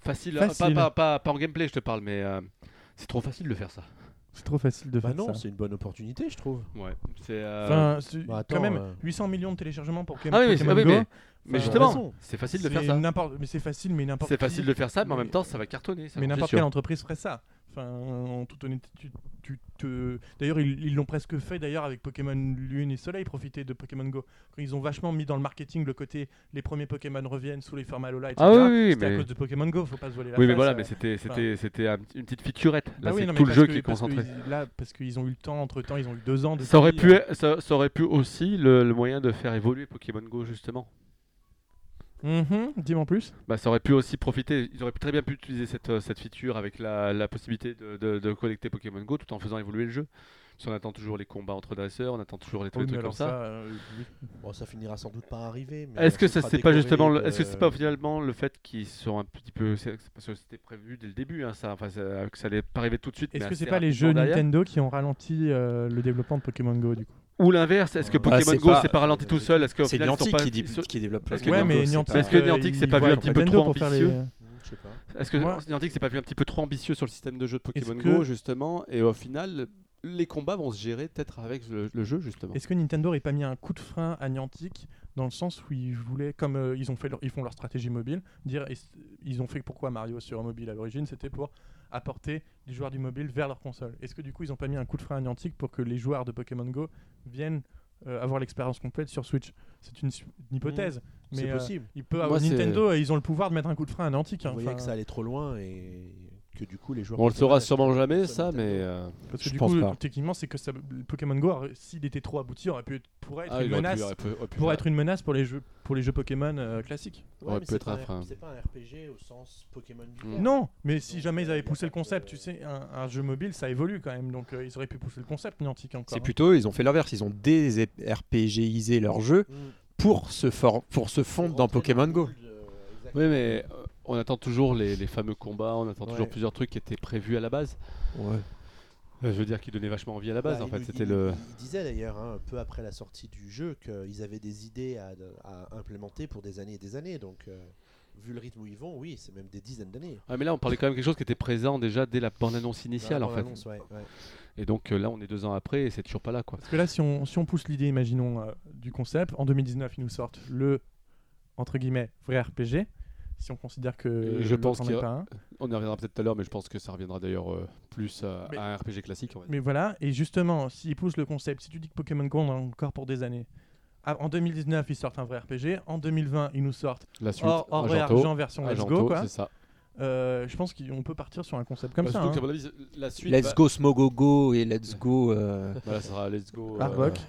Facile, euh,
Facile.
Pas, pas, pas, pas en gameplay, je te parle, mais euh, c'est trop facile de faire ça.
C'est trop facile de
Bah
faire
non,
ça.
c'est une bonne opportunité, je trouve.
Ouais. C'est. euh,
Enfin, c'est-
bah attends,
quand même,
euh.
800 millions de téléchargements pour Pokémon
ah oui, mais,
Pokémon
ah oui,
Go.
mais, mais
Enfin,
justement,
raison.
c'est facile de
C'est
faire ça.
n'importe- Mais c'est facile, mais n'importe
C'est
qui-
facile de faire ça, mais en
mais-
même temps, ça va cartonner. ça,
Mais
j'en suis
n'importe
sûr.
quelle entreprise ferait ça. Enfin, en toute honnêteté, tu, tu te... D'ailleurs, ils ils l'ont presque fait d'ailleurs avec Pokémon Lune et Soleil, profiter de Pokémon Go. Quand ils ont vachement mis dans le marketing le côté les premiers Pokémon reviennent sous les formats Lola, etc.
Ah oui, oui,
C'était à
mais-
cause de Pokémon Go, faut pas se voler la
Oui, mais
face,
voilà,
euh.
mais c'était,
enfin-
c'était, c'était un- une petite featurette. Là,
Bah oui,
c'est
non, mais
tout le
parce
jeu
que-
qui est
parce que
concentré.
ils- là, parce qu'ils ont eu le temps, entre temps, ils ont eu deux ans.
Ça aurait,
depuis,
pu,
euh,
être- ça, ça aurait pu aussi le, le moyen de faire évoluer Pokémon Go justement.
mhm, Dis-moi en plus.
Bah, ça aurait pu aussi profiter, ils auraient très bien pu utiliser cette, euh, cette feature avec la, la possibilité de, de, de collecter Pokémon Go tout en faisant évoluer le jeu. Parce qu'on attend toujours les combats entre dresseurs, on attend toujours les, tous les
Oui, mais
trucs comme
alors
ça.
euh, oui.
Bon, ça finira sans doute par arriver. mais
Est-ce que
ce
ça
sera
c'est pas
décoré
justement, le-
de-
est-ce que
euh,
c'est pas finalement le fait qu'ils sont un petit peu, c'est- c'est parce que c'était prévu dès le début, hein, ça, enfin ça- que ça allait pas arriver tout de suite.
Est-ce
mais
que c'est
assez
pas les
rapidement
jeux
derrière.
Nintendo qui ont ralenti euh, le développement de Pokémon Go du coup
Ou l'inverse, est-ce que
Ah,
Pokémon
c'est
Go
pas- euh,
s'est pas ralenti tout seul Est-ce que
C'est Niantic qui, dit- qui développe
Parce
parce
que
que
Ouais,
mais Niantic,
Est-ce que
euh,
Niantic
ils
s'est pas vu
voient
un petit peu
Nintendo
trop
pour faire les-
ambitieux
Hmm, Je sais pas.
Est-ce que
Ouais.
Niantic c'est pas vu un petit peu trop ambitieux sur le système de jeu de
Est-ce
Pokémon
que-
Go justement et au final les combats vont se gérer peut-être avec le, le jeu justement.
Est-ce que Nintendo n'aurait pas mis un coup de frein à Niantic dans le sens où ils voulaient, comme euh, ils ont fait, leur- ils font leur stratégie mobile, dire est-ce- ils ont fait pourquoi Mario sur mobile à l'origine, c'était pour apporter les joueurs du mobile vers leur console. Est-ce que du coup ils n'ont pas mis un coup de frein à Niantic pour que les joueurs de Pokémon Go viennent euh, avoir l'expérience complète sur Switch C'est une, su- une hypothèse, mais
C'est
euh,
possible.
il peut
Mmh. Moi,
avoir
c'est-
Nintendo, euh, ils ont le pouvoir de mettre un coup de frein à Niantic.
Vous
hein,
voyez
enfin,
que ça allait trop loin et que du coup les joueurs.
On le saura
sur
sûrement jamais
sur
ça
Nintendo.
mais euh,
parce que
Je
du
pense
coup,
pas.
techniquement, c'est que ça- Pokémon Go, aurait- s'il était trop abouti, aurait pu être, pourrait être
ah,
une
il aurait pu-
menace
aurait pu- aurait pu
pour
faire-
être une menace pour les jeux pour les jeux Pokémon euh, classiques.
aurait pu être un frein.
C'est pas un RPG au sens Pokémon. du terme.
Hmm. Non, mais si
Donc,
jamais ils
euh,
avaient
y a
poussé
pas
le concept,
de-
tu sais, un, un jeu mobile, ça évolue quand même, donc euh, ils auraient pu pousser le concept Niantic encore.
C'est
hein.
plutôt, ils ont fait l'inverse, ils ont dé-RPGisé leur jeu
Hmm.
pour se, for- pour se fondre dans
Rentrer
Pokémon
le
Go.
moule de- euh, exactement.
Oui mais euh, on attend toujours les, les fameux combats, on attend toujours
Ouais.
plusieurs trucs qui étaient prévus à la base. Euh, je veux dire qui donnaient vachement envie à la base
Bah,
en
il
fait,
nous-
c'était
il-
le
Il disait d'ailleurs, hein, peu après la sortie du jeu, qu'ils avaient des idées à, à implémenter pour des années et des années. Donc, euh, vu le rythme où ils vont, oui, c'est même des dizaines d'années.
Ah mais là on parlait quand même quelque chose qui était présent déjà dès la bande-annonce initiale
Dans
en
la
fait.
bande-annonce, ouais, ouais.
Et donc euh, là on est deux ans après et c'est toujours pas là quoi.
Parce que là, si on, si on pousse l'idée, imaginons, euh, du concept, en 2019, ils nous sortent le, entre guillemets, vrai RPG. si on considère que
Je
l'autre
pense
en est
qu'il y a-
pas un.
On y reviendra peut-être tout à l'heure, mais je pense que ça reviendra d'ailleurs euh, plus à,
Mais-
à un RPG classique. en fait.
Mais voilà, et justement, s'ils poussent le concept, si tu dis que Pokémon Go, on en a encore pour des années. Ah, En 2019, ils sortent un vrai RPG. En 2020, ils nous sortent
La suite,
Or, Or et
Argento,
Argent version Let's Go.
Argento,
Quoi.
c'est ça.
Euh, je pense qu'on peut partir sur un concept comme
Bah,
ça.
surtout qu'à
hein.
mon avis, la suite.
Let's
bah-
go Smogogo et Let's go. euh,
bah, là, ça sera Let's Go.
Arbok.
euh,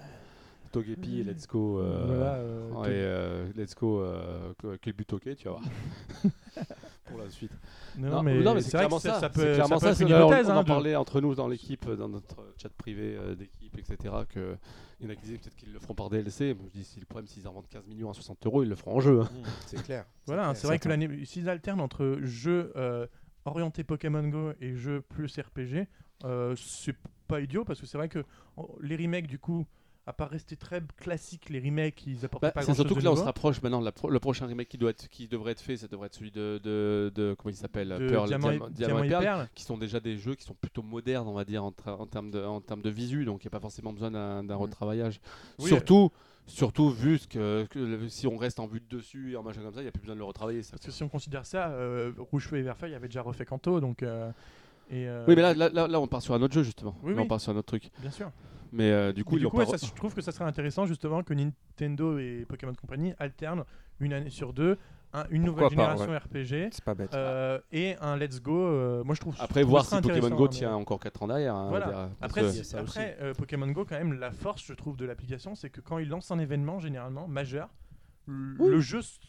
Togepi, Let's Go. euh,
Voilà, euh,
et euh, Let's Go. euh, que- quel but ok, tu vas voir. Pour la suite.
Non, non, mais, c'est vrai que
clairement
ça, ça peut,
C'est
ça
clairement
peut
ça,
être une
c'est- on-
hypothèse.
On
hein,
en
de-
parlait entre nous dans l'équipe, euh, dans notre chat privé euh, d'équipe, etc. Que il y en a qui disaient peut-être qu'ils le feront par DLC. Moi, je dis, c'est le problème, s'ils en vendent 15 millions à 60 euros, ils le feront en jeu. hein.
C'est clair.
Mm. Voilà, c'est
clair.
vrai que l'année- s'ils alternent entre jeux euh, orientés Pokémon Go et jeux plus RPG, euh, c'est pas idiot parce que c'est vrai que oh, les remakes, du coup, à part rester très classiques, les remakes, ils apportent
Bah,
pas
c'est
grand-chose
surtout
de
que là, on se
nouveau.
rapproche maintenant. la pro- le prochain remake qui, doit être, qui devrait être fait, ça devrait être celui de. de, de- comment il s'appelle
de
Pearl,
Diamant, et,
Diamant- Diamant
Diamant
et
et
Perle,
Perle.
Qui sont déjà des jeux qui sont plutôt modernes, on va dire, en, tra- en termes, de, en termes de visu. Donc, il n'y a pas forcément besoin d'un
Mm.
d'un retravaillage.
Oui, euh,
surtout. Surtout vu ce que, que le- si on reste en vue de dessus et en machin comme ça, il n'y a plus besoin de le retravailler. Ça,
Parce que si on considère ça, euh, Rouge Feu et Vert Feu, il y avait déjà refait Kanto, donc. euh, et, euh,
Oui, mais là, là, là, là, on part sur un autre jeu, justement.
Oui,
Là,
oui.
on part sur un autre truc.
Bien sûr.
Mais euh, du
Du
coup,
coup,
ils l'ont
ouais,
pas
ça,
re-
je trouve que ça serait intéressant justement que Nintendo et Pokémon Company alternent une année sur deux un- une nouvelle
Pourquoi pas,
génération RPG
C'est pas bête.
euh, et un Let's Go. euh, moi, je trouve.
Après,
je trouve
voir
ça
si Pokémon
intéressant,
Go
hein, mais-
tient encore 4 ans derrière. hein, on
Voilà.
va dire, parce
Après,
que-
Il y a
si-
ça aussi.
après, euh, Pokémon Go, quand même, la force, je trouve, de l'application, c'est que quand ils lancent un événement généralement majeur, l- le jeu s-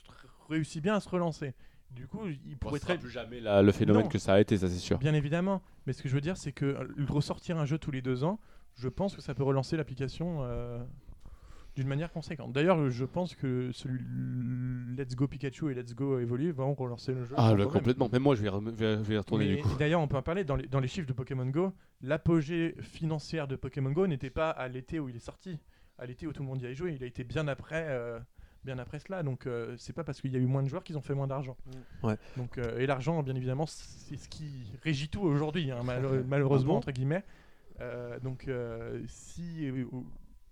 réussit bien à se relancer. Du coup, ils
Bon,
pourraient
ce Bah, sera
très
plus jamais la- le phénomène
Non.
que ça a été, ça c'est sûr.
bien évidemment. Mais ce que je veux dire, c'est que euh, ressortir un jeu tous les deux ans, je pense que ça peut relancer l'application euh, d'une manière conséquente. D'ailleurs, je pense que celui Let's Go Pikachu et Let's Go Eevee vont relancer le jeu.
Ah,
sans
là,
problème.
complètement. Même moi, je vais y, rem- je vais- je vais y retourner
Mais
du coup.
D'ailleurs, on peut en parler. Dans les, dans les chiffres de Pokémon Go, l'apogée financière de Pokémon Go n'était pas à l'été où il est sorti, à l'été où tout le monde y a joué. Il a été bien après, euh, bien après cela. Donc, euh, c'est pas parce qu'il y a eu moins de joueurs qu'ils ont fait moins d'argent.
Ouais.
Donc, euh, et l'argent, bien évidemment, c'est ce qui régit tout aujourd'hui, hein, malheure- malheureusement
Ah bon
entre guillemets. Euh, donc, euh, si euh,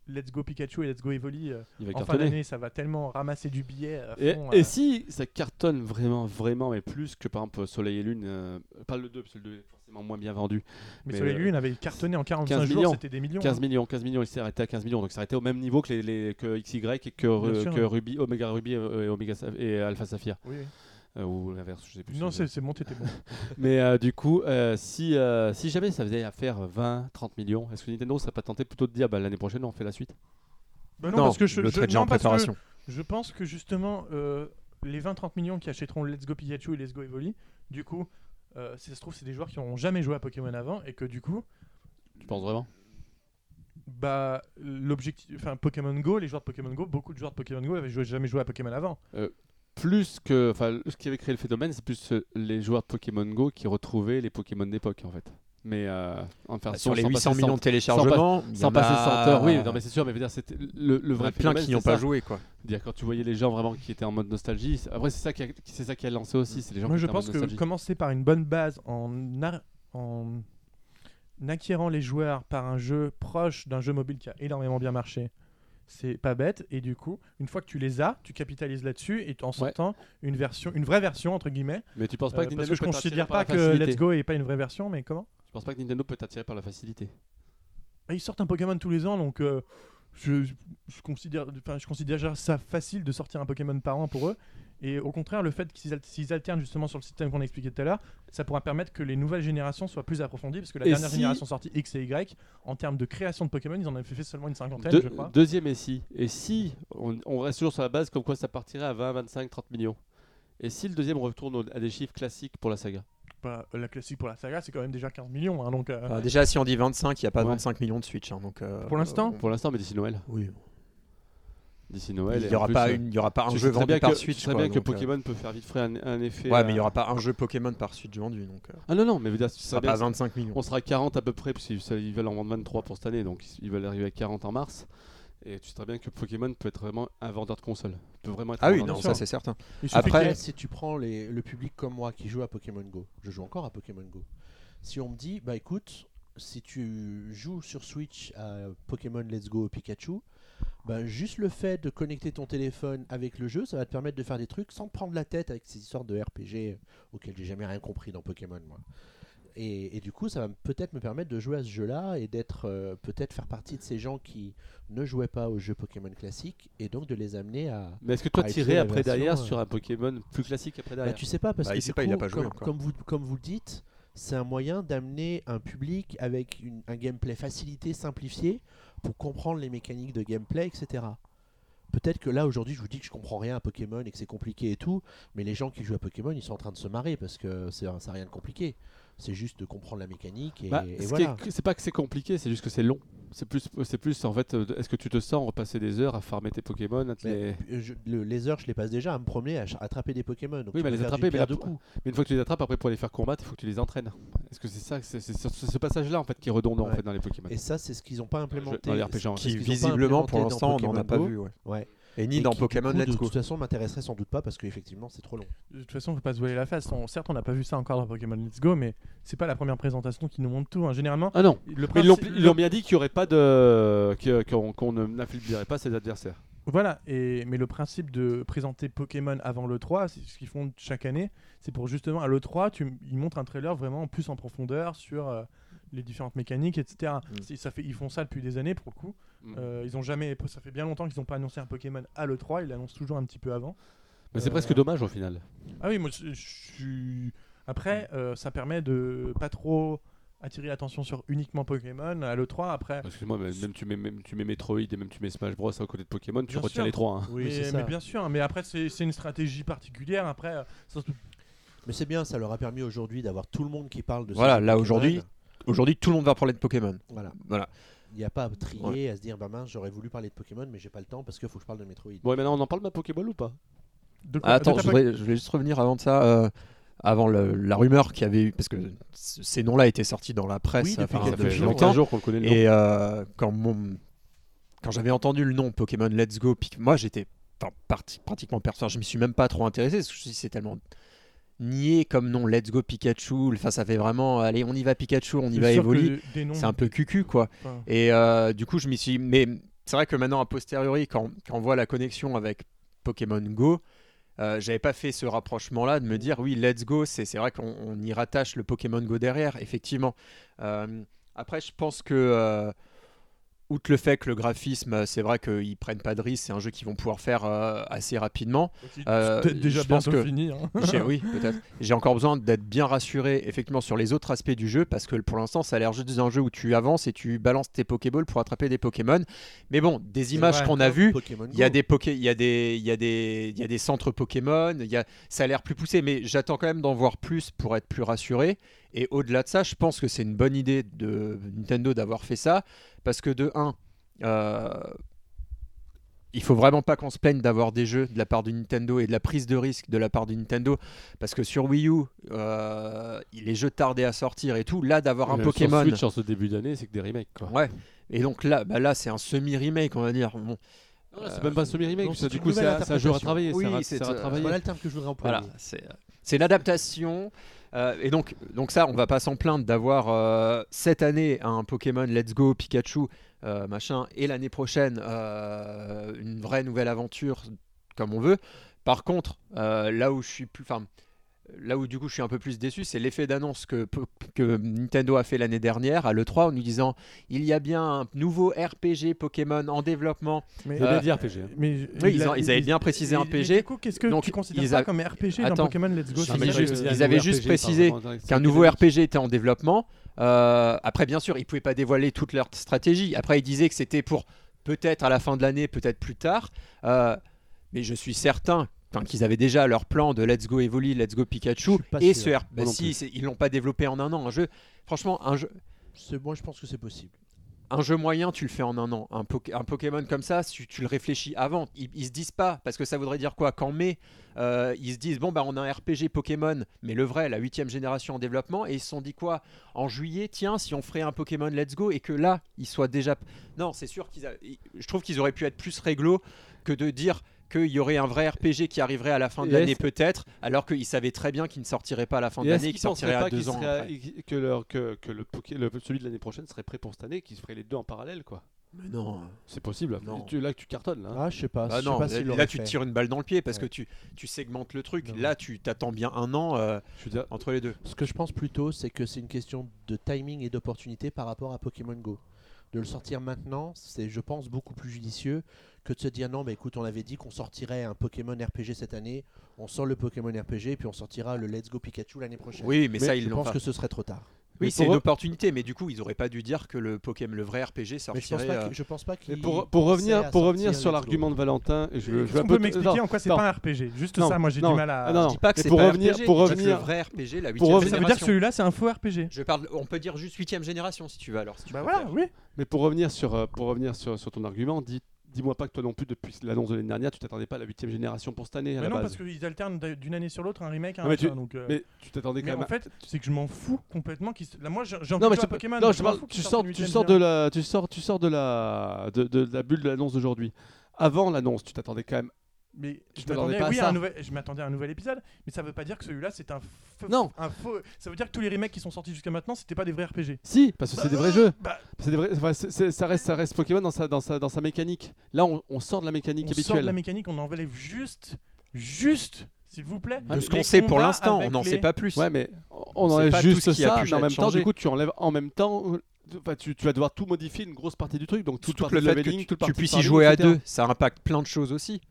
Let's Go Pikachu et Let's Go Evoli euh,
Il va
en fin
cartonner.
d'année, ça va tellement ramasser du billet. à
Et,
fond,
et
euh,
si ça cartonne vraiment, vraiment, mais plus que par exemple Soleil et Lune, euh, pas le 2, parce que le 2 est forcément moins bien vendu.
mais
mais,
Soleil
euh,
Lune avait cartonné en 45
15
jours,
millions.
c'était des millions. hein.
15 millions, 15 millions, il s'est arrêté à 15 millions, donc ça arrêté au même niveau que, les, les- que XY et que,
Bien
euh,
sûr. hein.
que Ruby, Omega Ruby et, euh, et Omega Saph- et Alpha Saphir,
Oui, oui.
Euh, ou l'inverse, je sais plus.
Non,
si-
c'est c'est bon, t'étais bon.
Mais euh, du coup, euh, si, euh, si jamais ça faisait affaire 20, 30 millions, est-ce que Nintendo serait pas tenté plutôt de dire bah, l'année prochaine on fait la suite Ah
Bah
Non,
non, parce que je,
le
je-
trade
non,
en
parce que
préparation.
je pense que justement, euh, les 20-30 millions qui achèteront le Let's Go Pikachu et Let's Go Evoli, du coup, euh, si ça se trouve, c'est des joueurs qui n'ont jamais joué à Pokémon avant et que du coup,
Tu penses vraiment
bah, l'objectif, enfin, Pokémon Go, les joueurs de Pokémon Go, beaucoup de joueurs de Pokémon Go avaient joué- jamais joué à Pokémon avant.
Plus que. Enfin, ce qui avait créé le phénomène, c'est plus euh, les joueurs de Pokémon Go qui retrouvaient les Pokémon d'époque en fait. Mais euh, en faire
Bah, Sur
sans-
les
sans
800
passer
millions de téléchargements,
cent-
il y
Sans
en
passer
a-
100 heures, oui, non, mais c'est sûr, mais je veux dire, c'était le, le
il y en a
vrai
plein qui n'y ont pas
joué.
joué quoi.
Dire, quand tu voyais les gens vraiment qui étaient en mode nostalgie, c'est- après, c'est ça qui a, c'est ça qui a lancé aussi, c'est les gens
Moi,
qui
je
étaient en
pense
mode
que
nostalgie.
commencer par une bonne base en, ar- en acquérant les joueurs par un jeu proche d'un jeu mobile qui a énormément bien marché, c'est pas bête. Et du coup, une fois que tu les as, tu capitalises là-dessus et en sortant une version, une vraie version entre guillemets.
Mais tu penses pas
Euh,
que
parce
Nintendo
que je
peut t'attirer
considère
par
pas
la
que
facilité
Let's Go est pas une vraie version, mais comment
Je pense pas que Nintendo peut t'attirer par la facilité.
Ah, Ils sortent un Pokémon tous les ans, donc euh, je, je considère, enfin, je considère déjà ça facile de sortir un Pokémon par an pour eux. Et au contraire, le fait qu'ils al- s'ils alternent justement sur le système qu'on expliquait tout à l'heure, ça pourra permettre que les nouvelles générations soient plus approfondies, parce que la
Et
dernière
si-
génération sortie X et Y, en termes de création de Pokémon, ils en avaient fait seulement une cinquantaine,
Deux-
je crois.
Deuxième et si. Et si, on, on reste toujours sur la base comme quoi ça partirait à 20, 25, 30 millions. Et si le deuxième retourne au- à des chiffres classiques pour la saga
Bah, la classique pour la saga, c'est quand même déjà 15 millions, hein, donc.
Ah.
euh,
Euh, déjà, si on dit 25, il n'y a pas
Ouais.
25 millions de Switch. hein, donc, euh,
Pour l'instant
euh,
Pour l'instant, mais d'ici Noël.
oui.
D'ici Noël.
il
et
n'y
en
aura,
plus,
pas
euh,
une- il y aura pas un
tu sais
jeu
très
vendu
bien
par
que,
Switch.
Tu sais
quoi,
bien que
donc, euh,
Pokémon peut faire vite frais un, un effet.
Ouais, mais il n'y
euh,
aura pas un jeu Pokémon par Switch vendu. Donc, euh,
Ah non, non, mais je veux dire, ce
ce
serait
sera
bien-
pas 25 millions.
on sera 40 à peu près, parce qu'ils ça- ils veulent en vendre 23 pour cette année, donc ils- ils veulent arriver à 40 en mars. Et tu sais très bien que Pokémon peut être vraiment un vendeur de console. Peut vraiment être
Ah
un
oui,
vendeur
non,
de
sûr.
ça c'est certain.
il suffit
après-
qu'il y
Après,
ait-
si tu prends les- le public comme moi qui joue à Pokémon Go, je joue encore à Pokémon Go. Si on me dit, bah écoute, si tu joues sur Switch à Pokémon Let's Go Pikachu, ben, juste le fait de connecter ton téléphone avec le jeu, ça va te permettre de faire des trucs sans te prendre la tête avec ces histoires de RPG auxquelles j'ai jamais rien compris dans Pokémon, moi. Et, et du coup, ça va me- peut-être me permettre de jouer à ce jeu-là et d'être euh, peut-être faire partie de ces gens qui ne jouaient pas aux jeux Pokémon classiques et donc de les amener à,
Mais est-ce que toi
Ah, et puis
tirer
la
après
version,
derrière
euh,
sur un Pokémon plus classique après
Bah,
derrière
tu sais pas parce
Bah,
que
il sait
du
pas, il a
coup,
pas joué
comme,
encore.
comme vous comme vous le dites, c'est un moyen d'amener un public avec une- un gameplay facilité, simplifié, pour comprendre les mécaniques de gameplay, etc. Peut-être que là aujourd'hui, je vous dis que je comprends rien à Pokémon et que c'est compliqué et tout, mais les gens qui jouent à Pokémon, ils sont en train de se marrer parce que c'est un- ça n'a rien de compliqué. C'est juste de comprendre la mécanique et,
Bah,
et
ce qui est-
voilà.
C'est pas que c'est compliqué, c'est juste que c'est long. C'est plus, c'est plus en fait, euh, est-ce que tu te sens repasser des heures à farmer tes Pokémon à te les-
Mais, euh, je- le- les heures, je les passe déjà à me promener, à ch- attraper des Pokémon. Donc
Oui,
tu peux
bah, les
faire du
attraper, mais
pair
la-
de coups.
Mais une fois que tu les attrapes, après pour les faire combattre, il faut que tu les entraînes. Est-ce que c'est ça, c'est c'est ce- ce passage-là en fait qui est redondant en
Ouais.
fait dans les Pokémon
Et ça, c'est ce qu'ils n'ont pas
les
implémenté.
RPG en-
c'est ce qu'ils
Qui
ont pas
visiblement pour
implémenté dans
l'instant on n'en
Pokémon
a pas
Go.
vu. ouais.
Ouais.
Et ni
Et
dans
qui, du
Pokémon
coup, de,
Let's Go.
toute façon, m'intéresserait sans doute pas parce qu'effectivement, c'est trop long.
De toute façon, faut pas se voiler la face. On- certes, on n'a pas vu ça encore dans Pokémon Let's Go, mais c'est pas la première présentation qui nous montre tout. hein. Généralement,
Ah non
le
mais ils l'ont-
principe-
ils l'ont bien dit qu'il y aurait pas de que- qu'on qu'on ne n'affligerait pas ses adversaires.
Voilà, et, mais le principe de présenter Pokémon avant l'E3, c'est ce qu'ils font chaque année, c'est pour justement à l'E3, tu, ils montrent un trailer vraiment plus en profondeur sur euh, les différentes mécaniques, etc.
Mm.
C'est- Ça fait, ils font ça depuis des années pour le coup.
Mm.
Euh, ils ont jamais, ça fait bien longtemps qu'ils n'ont pas annoncé un Pokémon à l'E3, ils l'annoncent toujours un petit peu avant.
Mais c'est
Euh,
presque dommage au final.
Mm.
Ah oui, moi je je suis. Après, euh, ça permet de pas trop attirer l'attention sur uniquement Pokémon à l'E3. Après,
Excuse-moi, mais même tu mets même tu mets Metroid et même tu mets Smash Bros à côté de Pokémon, tu
Bien
retiens
sûr.
les trois. hein.
Ah, Oui,
mais-
c'est
mais,
ça.
bien sûr, hein, mais après, c'est c'est une stratégie particulière. Après, euh, ça se-
Mais c'est bien, ça leur a permis aujourd'hui d'avoir tout le monde qui parle de ce
Voilà,
jeu
là,
Pokémon.
aujourd'hui. Aujourd'hui tout le monde va parler de Pokémon.
Voilà.
Voilà.
Il n'y a pas à trier, à se dire, bah mince, j'aurais voulu parler de Pokémon, mais j'ai pas le temps parce qu'il faut que je parle de Metroid.
Bon, et maintenant on en parle de ma Pokéball ou pas
de quoi-
Ah, attends,
de
je
ta
voudrais, je voulais juste revenir avant de ça. euh, Avant le- la rumeur qu'il y avait eu, parce que c- ces noms-là étaient sortis dans la presse
Oui, depuis
enfin,
quelques
Ah, Ça fait
jours,
longtemps
ouais.
jours qu'on le connaît le nom.
Et euh, quand, mon- quand j'avais entendu le nom Pokémon Let's Go, Pic- moi j'étais enfin, parti- pratiquement personne. Je me suis même pas trop intéressé parce que je me suis dit, c'est tellement nié comme nom Let's Go Pikachu. Enfin, ça fait vraiment allez, on y va Pikachu, on y
C'est
va
sûr que
Evoli.
des noms-
C'est un peu cucu quoi.
enfin,
Et euh, du coup, je m'y suis. Mais c'est vrai que maintenant, a posteriori, quand, quand on voit la connexion avec Pokémon Go, euh, j'avais pas fait ce rapprochement-là de me dire oui, let's go, c'est c'est vrai qu'on on y rattache le Pokémon Go derrière, effectivement. Euh, après, je pense que. euh, Outre le fait que le graphisme, euh, c'est vrai qu'ils prennent pas de risque, c'est un jeu qu'ils vont pouvoir faire euh, assez rapidement. euh,
peut-être déjà
je pense
bientôt
que-
fini. hein.
J'ai- oui, peut-être. J'ai encore besoin d'être bien rassuré, effectivement, sur les autres aspects du jeu, parce que pour l'instant, ça a l'air juste un jeu où tu avances et tu balances tes Pokéballs pour attraper des Pokémon. Mais bon, des images
vrai.
qu'on a vues,
Pokémon
il y a
Go.
des Poké, il y a des, il y a des, il y a des centres Pokémon. Il y a, ça a l'air plus poussé, mais j'attends quand même d'en voir plus pour être plus rassuré. Et au-delà de ça, je pense que c'est une bonne idée de Nintendo d'avoir fait ça, parce que de 1 il faut vraiment pas qu'on se plaigne d'avoir des jeux de la part de Nintendo et de la prise de risque de la part de Nintendo, parce que sur Wii U, euh, les jeux tardaient à sortir et tout. Là, d'avoir un
Même
Pokémon.
Sur Switch hein. en ce début d'année, c'est que des remakes quoi.
Ouais. Et donc là, bah là, c'est un semi-remake, on va dire. Bon,
Non, là, c'est
Euh,
même pas un semi-remake,
non,
ça,
c'est
du
une
coup c'est
nouvelle
un c'est un jeu à
interprétation.
travailler.
Oui,
c'est un-
c'est,
c'est un
euh,
retravaillé.
Voilà le terme que je voudrais employer.
Voilà, c'est, c'est l'adaptation. Euh, et donc, donc ça, on va pas s'en plaindre d'avoir euh, cette année un Pokémon Let's Go Pikachu, euh, machin, et l'année prochaine euh, une vraie nouvelle aventure comme on veut. Par contre, euh, là où je suis plus, enfin, là où du coup je suis un peu plus déçu, c'est l'effet d'annonce que, peu- que Nintendo a fait l'année dernière à l'E3 en nous disant il y a bien un nouveau RPG Pokémon en développement.
Mais,
Ils ont bien
Euh,
dit RPG. hein.
mais-
Oui,
il
ils,
a-
ont- ils avaient
il-
bien précisé
il-
un
mais
PG.
Du coup, qu'est-ce que
Donc,
tu considères
ils
ça
a-
comme RPG dans
Attends.
Pokémon Let's Go
Non,
c'est
mais
ça
juste-
que-
ils avaient juste précisé qu'un nouveau RPG était en développement. Euh, après, bien sûr, ils pouvaient pas dévoiler toute leur stratégie. Après, ils disaient que c'était pour peut-être à la fin de l'année, peut-être plus tard. Euh, mais je suis certain enfin, qu'ils avaient déjà leur plan de Let's Go Evoli, Let's Go Pikachu.
Je suis pas
Et
sûr.
ce RP-
Moi non
Bah, si,
plus.
c'est- ils l'ont pas développé en un an. Un jeu, franchement, un jeu,
C'est- Moi, je pense que c'est possible.
un jeu moyen, tu le fais en un an. Un, Poké- un Pokémon comme ça, tu, tu le réfléchis avant. Ils, ils se disent pas, parce que ça voudrait dire quoi Qu'en mai, euh, ils se disent, bon, bah, on a un RPG Pokémon, mais le vrai, la huitième génération en développement, et ils se sont dit quoi En juillet, tiens, si on ferait un Pokémon Let's Go, et que là, il soit déjà... Non, c'est sûr qu'ils... a- ils- Je trouve qu'ils auraient pu être plus réglo que de dire... qu'il y aurait un vrai RPG qui arriverait à la fin de
Et
l'année
est-ce-
peut-être, alors qu'ils savaient très bien qu'il ne sortirait pas à la fin de
Et est-ce
l'année, qu'il
qu'ils penseraient
sortirait à
pas
deux
qu'ils
ans.
seraient-
après.
que, leur, que, que le, poké- le- celui de l'année prochaine serait prêt pour cette année, qu'ils se feraient les deux en parallèle quoi
Mais non.
C'est possible.
Non.
Tu, là que tu cartonnes là.
Ah, je sais pas.
Bah
je sais
non,
pas
là,
s'ils
là,
l'auraient
tu te
fait.
tires une balle dans le pied parce
Ouais.
que tu, tu segmentes le truc.
Non.
Là, tu t'attends bien un an euh,
Je veux dire,
entre les deux.
Ce que je pense plutôt, c'est que c'est une question de timing et d'opportunité par rapport à Pokémon Go. De le sortir maintenant, c'est, je pense, beaucoup plus judicieux que de se dire non, mais écoute, on avait dit qu'on sortirait un Pokémon RPG cette année, on sort le Pokémon RPG et puis on sortira le Let's Go Pikachu l'année prochaine.
Oui,
Mais
mais, ça, ils
je
l'ont
pense
pas.
que ce serait trop tard.
Mais
Oui, c'est
pour
une
eux-
opportunité, mais du coup, ils auraient pas dû dire que le Pokémon, le vrai RPG
Mais je pense
sortirait.
pas,
euh,
que- je pense pas
mais
qu'il.
pour, pour
pensait
revenir,
à
pour
sortir
revenir sur
Let's
l'argument
Go.
de Valentin, et je,
Est-ce
je vais un
qu'on
peu
peut
te-
m'expliquer
non,
en quoi c'est
non.
pas un RPG Juste
Non,
ça, moi j'ai
non,
du mal à.
ah, non.
Je dis pas que
mais
c'est
pour
pas un
revenir-
RPG,
pour
je dis que
revenir-
le vrai RPG, la 8
revenir-
Mais ça veut dire que celui-là c'est un faux RPG.
Je parle, on peut dire juste 8 génération si tu veux alors. Si tu
Bah
préfères.
voilà, oui.
Mais pour revenir sur, euh, pour revenir sur, sur ton argument, dis, dis-moi pas que toi non plus, depuis l'annonce de l'année dernière, tu t'attendais pas à la 8 génération pour cette année. à
Mais
la
non, parce
base.
qu'ils alternent d'a- d'une année sur l'autre un remake, à un
Non, mais tu-
machin, donc. euh,
Mais tu t'attendais
Mais
quand même.
en
à-
fait, c'est que je m'en fous complètement. qu'ils se- Là, moi, j'ai j'ai envie de
Non mais
jouer
je
à
te-
Pokémon.
non,
donc
je
je m'en
parle-
fous qu'ils
tu
sortent
sors,
une
tu
huitième
sors
bien.
de la, tu sors, tu sors de la, de, de- de la bulle de l'annonce d'aujourd'hui. Avant l'annonce, tu t'attendais quand même.
Mais
Tu
je
t'attendais
m'attendais
pas à
oui,
ça.
à un nouvel- je m'attendais à un nouvel épisode, mais ça veut pas dire que celui-là c'est un faux.
Non.
un faux- Ça veut dire que tous les remakes qui sont sortis jusqu'à maintenant, c'était pas des vrais RPG.
Si, parce que c'est des vrais jeux.
Bah,
C'est des vrais- enfin, c'est- c'est- ça reste, ça reste Pokémon dans sa, dans sa, dans sa mécanique. Là, on, on sort de la mécanique
on
habituelle.
sort de la mécanique, on enlève juste, juste, s'il vous plaît.
De ce
Ah, les
qu'on sait pour
combats
l'instant, on
avec
n'en
les-
sait pas plus.
Ouais, mais on
C'est
enlève
pas tout
juste
ce qui a
ça,
pu
mais en même temps,
changer.
du coup, tu enlèves en même temps. euh, enfin, tu, tu vas devoir tout modifier une grosse partie du truc, donc tout,
Surtout
le
que le
parti de
fait que
leveling,
tu,
tout le
tu
parti de
puisses y
farming,
jouer à
etc.
deux, ça impacte plein de choses aussi.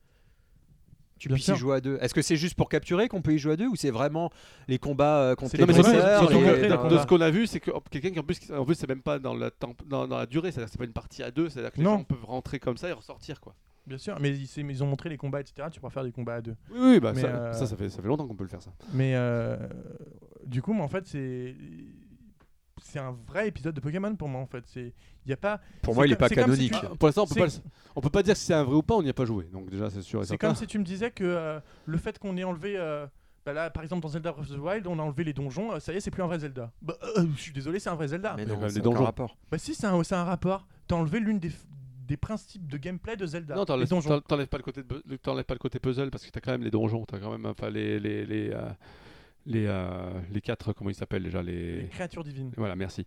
Tu
Bien
puisses
sûr.
y jouer à deux. Est-ce que c'est juste pour capturer qu'on peut y jouer à deux ou c'est vraiment les combats euh, contre
C'est-
les euh,
non, mais c'est-
dresseurs,
c'est- c'est-
les-
c'est-
dans-
De ce qu'on a vu, c'est que oh, quelqu'un qui en plus, en plus c'est même pas dans la, temp- dans, dans la durée, c'est-à-dire que c'est pas une partie à deux, c'est-à-dire que les
Non.
gens peuvent rentrer comme ça et ressortir quoi.
Bien sûr, mais ils, c'est- mais ils ont montré les combats, etc. Tu pourras faire des combats à deux.
Oui, oui, bah
Mais,
ça,
euh,
ça, ça fait, ça fait longtemps qu'on peut le faire ça.
Mais euh, du coup, moi, en fait, c'est c'est un vrai épisode de Pokémon pour moi. En fait, c'est il y a pas.
Pour
c'est
moi, il est
comme-
pas
c'est comme si tu-
canonique.
Ah,
Pour l'instant, on, peut
C'est-
pas le- on peut pas dire si c'est un vrai ou pas, on n'y a pas joué, donc déjà c'est sûr et
C'est
certain.
comme si tu me disais que euh, le fait qu'on ait enlevé. euh, bah là, par exemple, dans Zelda Breath of the Wild, on a enlevé les donjons. euh, ça y est, c'est plus un vrai Zelda. Bah, euh, je suis désolé, c'est un vrai Zelda.
Mais
Mais
non,
même les
ça a aucun
donjons.
rapport.
Ah, Bah si, c'est un, c'est un rapport. T'as enlevé l'une des, f- des principes de gameplay de Zelda.
Non,
les
t'enlèves
donjons.
t'en- t'enlèves pas le côté de bu- le- t'enlèves pas le côté puzzle parce que t'as quand même les donjons, t'as quand même enfin les les les euh, les, euh, les quatre comment ils s'appellent déjà les...
Les créatures divines.
voilà merci.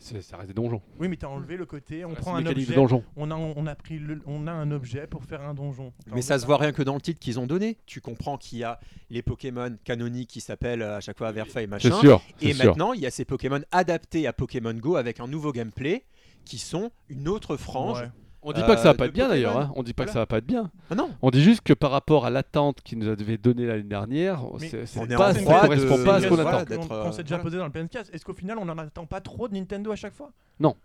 C'est- Ça reste des donjons.
Oui, mais t'as enlevé le côté. On
Ça reste
prend
une
un
mécanique
objet.
de donjon.
On a, on a pris le- on a un objet pour faire un donjon. T'as
Mais
enlevé
ça se voit rien que dans le titre qu'ils ont donné. Tu comprends qu'il y a les Pokémon canoniques qui s'appellent euh, à chaque fois Verfa et
C'est
machin.
sûr. c'est
Et
sûr.
maintenant, il y a ces Pokémon adaptés à Pokémon Go avec un nouveau gameplay qui sont une autre frange.
Ouais.
On dit pas que ça va
euh,
pas
de
être bien
Pokémon.
d'ailleurs. hein. On dit pas que
Voilà.
ça va pas être bien.
Ah non,
On dit juste que par rapport à l'attente qu'ils nous avaient donnée l'année dernière,
Mais
c'est
on
c'est
est
pas
Bah,
en
ça
droit
correspond
de-
pas à ce
de-
qu'on
voilà,
attend.
Qu'on-
d'être, euh,
qu'on s'est déjà
voilà.
posé dans le PNCast. Est-ce qu'au final, on n'en attend pas trop de Nintendo à chaque fois
Non.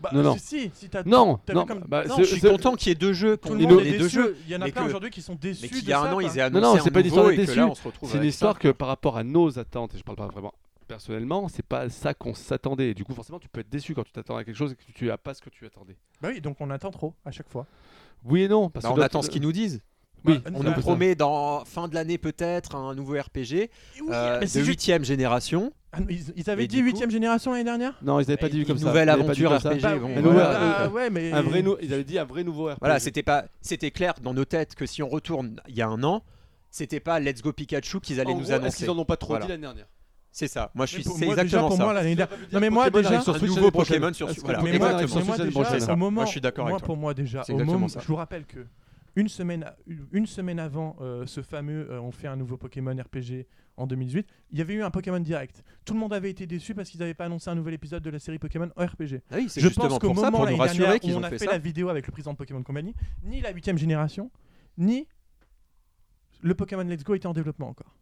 Bah,
Non, non.
Si, si t'as-
Non,
t'as vu
non.
comme-
bah,
non,
c'est-
je suis
c'est-
content qu'il y ait deux jeux,
Tout
qu'on
le
ait
monde
les
est
deux
déçu.
jeux,
Il y en a
mais
plein
que-
aujourd'hui qui sont déçus.
mais qu'il
de
y a
ça,
un an
quoi.
ils aient
Non,
annoncé
non, c'est
un
pas une histoire
nouveau et
d'être
que là
déçu.
on se retrouve.
C'est une
avec ça.
histoire que par rapport à nos attentes, et je parle pas vraiment personnellement, c'est pas ça qu'on s'attendait. Et Du coup, forcément, tu peux être déçu quand tu t'attends à quelque chose et que tu n'as pas ce que tu attendais.
Bah oui, donc on attend trop à chaque fois.
Oui et non. Parce
Bah,
que
on
d'autres-
attend ce qu'ils nous disent.
Oui,
Bah,
On
Bah,
nous
ça.
promet dans fin de l'année peut-être un nouveau RPG euh,
mais
de
c'est juste-
huitième génération.
Ah, mais ils, ils avaient
Et
dit
du coup-
8ème génération l'année dernière
Non, ils n'avaient pas
Bah, Une
dit comme ça.
nouvelle
Ils avaient pas dit
aventure
comme ça.
Bah,
RPG. bon,
oui,
un nouveau
voilà.
RPG.
Ah, ouais, mais...
Un vrai nou- Ils avaient dit un vrai nouveau RPG.
Voilà, c'était pas, c'était clair dans nos têtes que si on retourne il y a un an, c'était pas Let's Go Pikachu qu'ils allaient
En
nous
gros, Est-ce
annoncer.
qu'ils en ont pas trop
Voilà.
dit l'année dernière
C'est ça. Moi, je
Mais
suis,
pour
c'est
moi, déjà,
exactement
pour
ça.
moi, l'année dernière. Non, mais moi, déjà-
un
Switch
nouveau
l'année prochaine.
Pokémon sur-
Est-ce que
voilà.
Pokémon
Mais moi,
arrive sur
moi,
Switch l'année
déjà,
prochaine
c'est
au
ça.
moment,
Moi, je suis d'accord
moi,
avec toi.
pour moi déjà,
C'est
au
exactement
moment,
ça.
je vous rappelle que une semaine, une semaine avant euh, ce fameux, euh, on fait un nouveau Pokémon RPG en 2018, il y avait eu un Pokémon direct. Tout le monde avait été déçu parce qu'ils n'avaient pas annoncé un nouvel épisode de la série Pokémon RPG.
Ah oui, c'est
Je
justement
pense qu'au
pour
moment
ça, pour nous
l'année
rassurer
dernière,
qu'ils
où on
ont
a
fait
fait,
ça.
la vidéo avec le président de Pokémon Company, ni la huitième génération, ni le Pokémon Let's Go était en développement encore.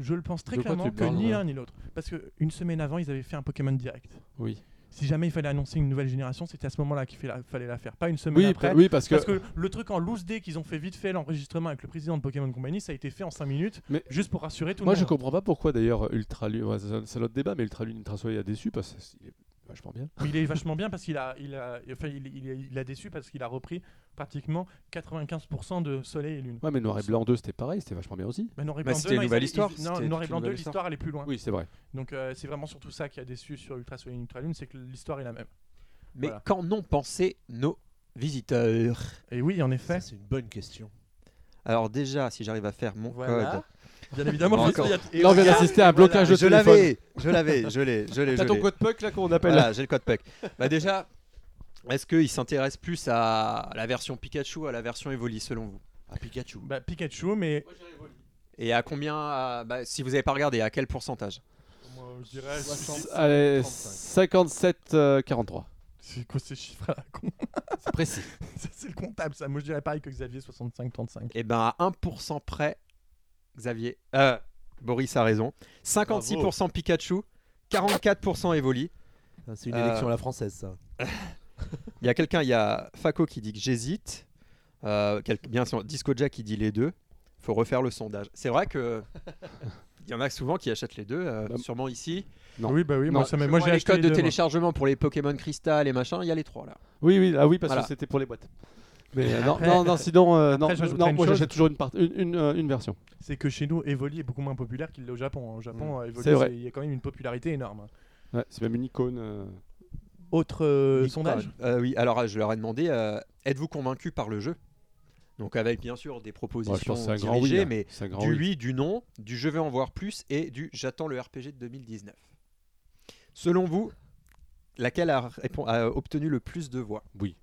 Je le pense très
De quoi
clairement
tu
que
parles,
ni
ouais.
l'un ni l'autre, parce que une semaine avant, ils avaient fait un Pokémon direct.
Oui.
Si jamais il fallait annoncer une nouvelle génération, c'était à ce moment-là qu'il fallait la- fallait la faire, pas une semaine
Oui,
après.
pa- oui, parce que.
Parce que le truc en loose day qu'ils ont fait vite fait l'enregistrement avec le président de Pokémon Company, ça a été fait en 5 minutes,
Mais-
juste pour rassurer tout
Moi,
le
je
monde.
comprends pas pourquoi d'ailleurs Ultra Lune. ouais, c'est c'est un autre débat, mais Ultra Lune, Ultra Soleil a déçu parce qu'il est vachement bien.
Mais Il est vachement bien parce qu'il a, il a, enfin, il, il, il a déçu parce qu'il a repris pratiquement 95% de Soleil et Lune.
Ouais, mais Noir et Blanc 2, c'était pareil, c'était vachement bien aussi.
Bah, Noir et
Bah,
Blanc
c'était
2, non,
une
ils
nouvelle
avaient-
histoire,
ils- non,
c'était
Noir et
toute
Blanc
une
2,
nouvelle
l'histoire allait plus loin.
Oui, c'est vrai.
Donc euh, c'est vraiment surtout ça qui a déçu sur Ultra Soleil et Ultra Lune, c'est que l'histoire est la même.
Mais
Voilà.
qu'en ont pensé nos visiteurs
Et oui, en effet.
Ça, c'est une bonne question.
Alors déjà, si j'arrive à faire mon code.
Voilà. Bien évidemment,
Bon,
parce qu'il y a- et
Là, on vient
regarde,
d'assister à un
voilà,
blocage
Je,
de téléphone.
l'avais, je l'avais, je l'ai, je l'ai.
T'as
je
ton
l'ai.
code puck là qu'on appelle.
Voilà, j'ai le code PEC. bah déjà, est-ce qu'il s'intéresse plus à la version Pikachu ou à la version Evoli selon vous
Ah, Pikachu.
Bah, Pikachu, mais
Et à combien, à- bah, si vous n'avez pas regardé, à quel pourcentage
Moi, je dirais,
S-
c'est-
Allez, 57 euh, 43.
c'est quoi ces chiffres à la con
C'est précis.
Ça, C'est le comptable, ça. Moi, je dirais pareil que Xavier, 65-35.
Et ben à 1% près, Xavier, euh, Boris a raison. 56% Pikachu, 44% Evoli.
Ah, C'est une
Euh,
élection à la française, ça.
Il y a quelqu'un, il y a Faco qui dit que j'hésite. Euh, quel- bien sûr, Disco Jack qui dit les deux. Faut refaire le sondage. C'est vrai que il y en a souvent qui achètent les deux, euh,
Bah,
sûrement ici.
Non.
Oui, bah oui, moi,
Non,
ça m'est-
Je
moi
vois
j'ai
les
acheté
codes
les
de
deux, moi.
téléchargement pour les Pokémon Cristal et machin. Il y a les trois là.
Oui, oui, ah oui, parce
Voilà.
que c'était pour les boîtes. Mais euh,
Après-
non, non, non, sinon, euh, non,
j'ajouterais
non,
une
moi
chose.
j'achète toujours une, part- une, une, euh, une version.
C'est que chez nous, Evoli est beaucoup moins populaire qu'il l'est au Japon. Au Japon, euh, Evoli,
C'est vrai.
c'est- il y a quand même une popularité énorme.
Ouais, c'est même une icône. euh.
Autre euh,
Nicolas.
sondage
Euh, Oui. Alors je leur ai demandé euh, êtes-vous convaincu par le jeu Donc avec bien sûr des
Ouais, je
propositions
pense que c'est un grand oui.
dirigées,
hein.
mais
C'est un grand
du
oui.
oui, du non, du je veux en voir plus et du j'attends le RPG de 2019. Selon vous, laquelle a, répon- a obtenu le plus de voix
Oui.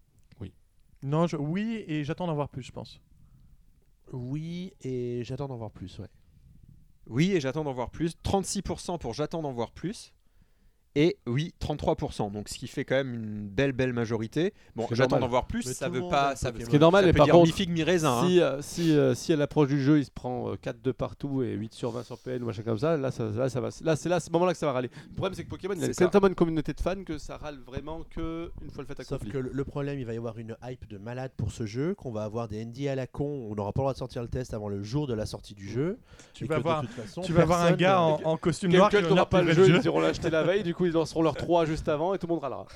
Non, je- oui, et j'attends d'en voir plus, je pense.
Oui, et j'attends d'en voir plus, ouais.
Oui et j'attends d'en voir plus. 36% pour j'attends d'en voir plus. Et oui, 33%. Donc ce qui fait quand même une belle, belle majorité. Bon,
Ce qui est
j'attends
normal.
d'en voir plus,
Mais
ça
tout le
veut
monde
pas...
aime
Ça veut,
Pokémon.
ça
Ce qui est normal,
peut
et par
dire
contre,
mi figue, mi raisin, hein.
Si, euh, si, euh, si à l'approche du jeu il se prend euh, 4 de partout et 8 sur 20 sur PN ou machin comme ça, là, ça, là, ça va. Là, c'est là, ce moment-là que ça va râler. Le problème, c'est que Pokémon, il a
C'est
une
ça.
tellement une communauté de fans que ça râle vraiment que une fois le fait
Sauf
accompli.
que le le problème, il va y avoir une hype de malade pour ce jeu, qu'on va avoir des ND à la con, on n'aura pas le droit de sortir le test avant le jour de la sortie du jeu.
Tu
et
vas
que de
voir,
toute façon,
tu vas voir un
personne-
gars en, en costume noir euh, qui
Quelqu'un
va
qui
venir
n'aura pas
te
le
lever
jeu, ils iront l'acheter la veille, du coup ils lanceront leurs 3 juste avant et tout le monde râlera.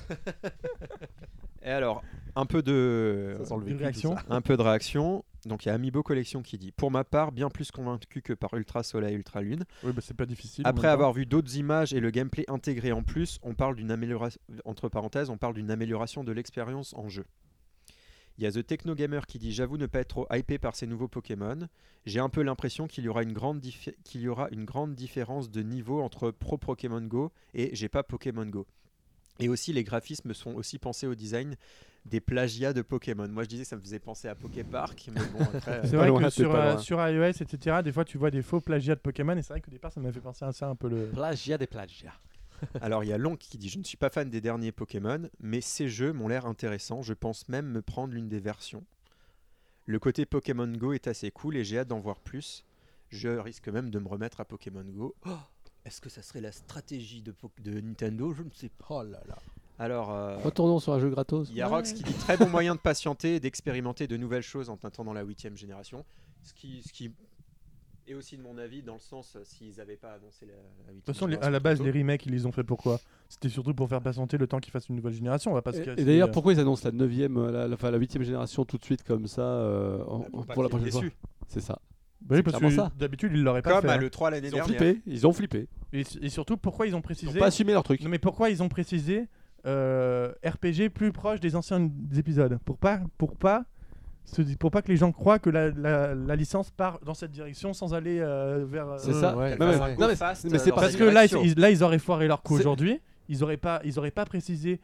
Et alors, un peu de...
Ça sent le
Une
vécu, tout
réaction
ça.
Un peu de réaction. Donc il y a Amiibo Collection qui dit Pour ma part, bien plus convaincu que par Ultra Soleil et Ultra Lune.
Oui, bah, c'est pas difficile. en
Après
même
avoir vu d'autres images et le gameplay intégré en plus, on parle d'une amélioration entre parenthèses, on parle d'une amélioration de l'expérience en jeu. Il y a The Techno Gamer qui dit j'avoue ne pas être trop hypé par ces nouveaux Pokémon. J'ai un peu l'impression qu'il y aura une grande diffé- qu'il y aura une grande différence de niveau entre Pro Pokémon Go et j'ai pas Pokémon Go. Et aussi les graphismes sont aussi pensés au design des plagiats de Pokémon. Moi je disais que ça me faisait penser à Poképark, mais bon
temps.
après.
C'est
Pas
vrai
loin,
que
c'est
sur,
pas
euh,
loin.
sur iOS, etc., des fois tu vois des faux plagiats de Pokémon, et c'est vrai qu'au départ ça m'a fait penser à ça un peu le.
Plagiat des plagiats.
Alors il y a Long qui dit je ne suis pas fan des derniers Pokémon, mais ces jeux m'ont l'air intéressants, je pense même me prendre l'une des versions. Le côté Pokémon Go est assez cool et j'ai hâte d'en voir plus. Je risque même de me remettre à Pokémon Go. Oh, Est-ce que ça serait la stratégie de, Po- de Nintendo Je ne sais pas.
Oh là là.
Alors, euh,
Oh,
Retournons sur un jeu gratos.
il y a Rox qui dit très bon moyen de patienter et d'expérimenter de nouvelles choses en attendant la huitième génération. Ce qui, ce qui est aussi de mon avis dans le sens euh, s'ils n'avaient pas annoncé la, la
De
8
toute façon, les- à la base, les remakes, ils les ont fait pourquoi C'était surtout pour faire patienter le temps qu'ils fassent une nouvelle génération. On va pas se
Et-
casser,
Et d'ailleurs,
euh,
pourquoi ils annoncent la 9ème, euh, la, la, enfin, la 8ème génération tout de suite comme ça euh,
Bah,
en- en- pour la prochaine fois C'est ça.
bah oui, parce
clairement ça.
que d'habitude, ils l'auraient pas
Comme
fait.
à
hein.
l'E3 l'année
Ils ont
dernière.
flippé, ils ont flippé.
Et, et surtout, pourquoi ils ont
Ils n'ont
précisé
pas assumé leur truc.
Non, mais pourquoi ils ont précisé euh, RPG plus proche des anciens épisodes pour pas, pour pas se di- pour pas que les gens croient que la, la- la licence part dans cette direction sans aller euh, vers. euh,
C'est ça.
ouais.
Non, mais-
Qu'elle fasse un
non,
go
mais-
fast,
mais
euh,
c'est
dans
Parce
sa
que là, ils,
direction.
ils- là, ils auraient foiré leur coup
C'est-
aujourd'hui. Ils auraient pas, ils auraient pas précisé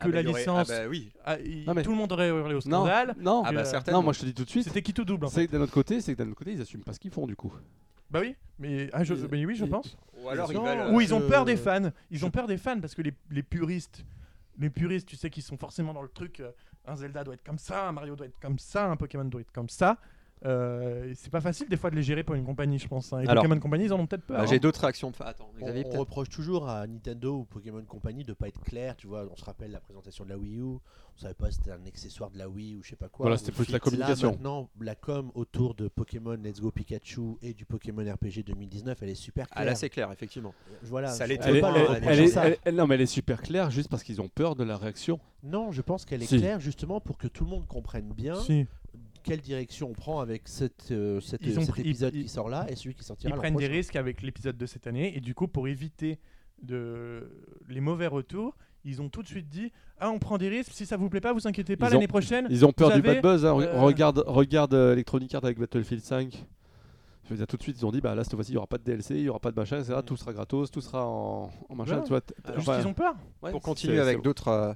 que la
Améliorer-
licence.
Ah bah oui.
Ah, ils-
Non, mais-
Tout le monde aurait hurlé au
Non,
scandale.
non,
Ah bah
euh,
certainement.
non, moi je te dis tout de suite.
C'était qui tout double. en fait.
C'est que d'un autre côté, c'est que d'un autre côté, ils assument pas ce qu'ils font du coup.
Bah oui, mais, ah, je-
Ils-
mais oui, je
ils-
pense.
Ou alors ils
Non,
veulent.
Ou
Euh,
ils ont
je-
peur des fans. Ils ont peur des fans parce que les, les puristes, les puristes, tu sais qu'ils sont forcément dans le truc. euh, un Zelda doit être comme ça, un Mario doit être comme ça, un Pokémon doit être comme ça. Euh, et c'est pas facile des fois de les gérer pour une compagnie, je pense. hein. Et
Alors.
Pokémon Company, ils en ont peut-être peur.
Bah,
hein.
J'ai d'autres réactions de fa- Attends,
On,
Xavier
on
peut-être.
reproche toujours à Nintendo ou Pokémon Company de pas être clair, tu vois. On se rappelle la présentation de la Wii U, on savait pas si c'était un accessoire de la Wii ou je sais pas quoi.
Voilà, c'était
Au
plus la
fit, là,
communication.
maintenant, la com autour de Pokémon Let's Go Pikachu et du Pokémon RPG 2019, elle est super
Ah
clair.
là c'est clair, effectivement.
Voilà,
ça
je-
l'était
on
Elle
peut
est,
pas
Ah, pas
l'année
leur
elle- elle
reprocher
est-
ça.
elle- elle- non, mais elle est super claire juste parce qu'ils ont peur de la réaction.
Non, je pense qu'elle est
Si.
claire justement pour que tout le monde comprenne bien
Si.
quelle direction on prend avec cette, euh, cette-
Ils ont
cet
pris-
épisode
ils-
qui sort là et celui qui sortira
Ils
l'an
prennent des
prochain.
risques avec l'épisode de cette année et du coup pour éviter de les mauvais retours, ils ont tout de suite dit Ah, on prend des risques, si ça vous plaît pas, vous inquiétez pas,
Ils ont-
l'année prochaine.
Ils ont peur
Vous
du
avez,
bad buzz. hein. Re-
euh,
Regarde, regarde euh, Electronic Arts avec Battlefield 5. Je veux dire, tout de suite, ils ont dit bah là, cette fois-ci, il n'y aura pas de DLC, il n'y aura pas de machin, etc. Tout sera gratos, tout sera en, en machin.
Mm. Ouais.
Tu vois, t-
Juste
enfin,
qu'ils ont peur.
ouais,
Pour
c'est-
continuer
c'est-
avec d'autres, euh,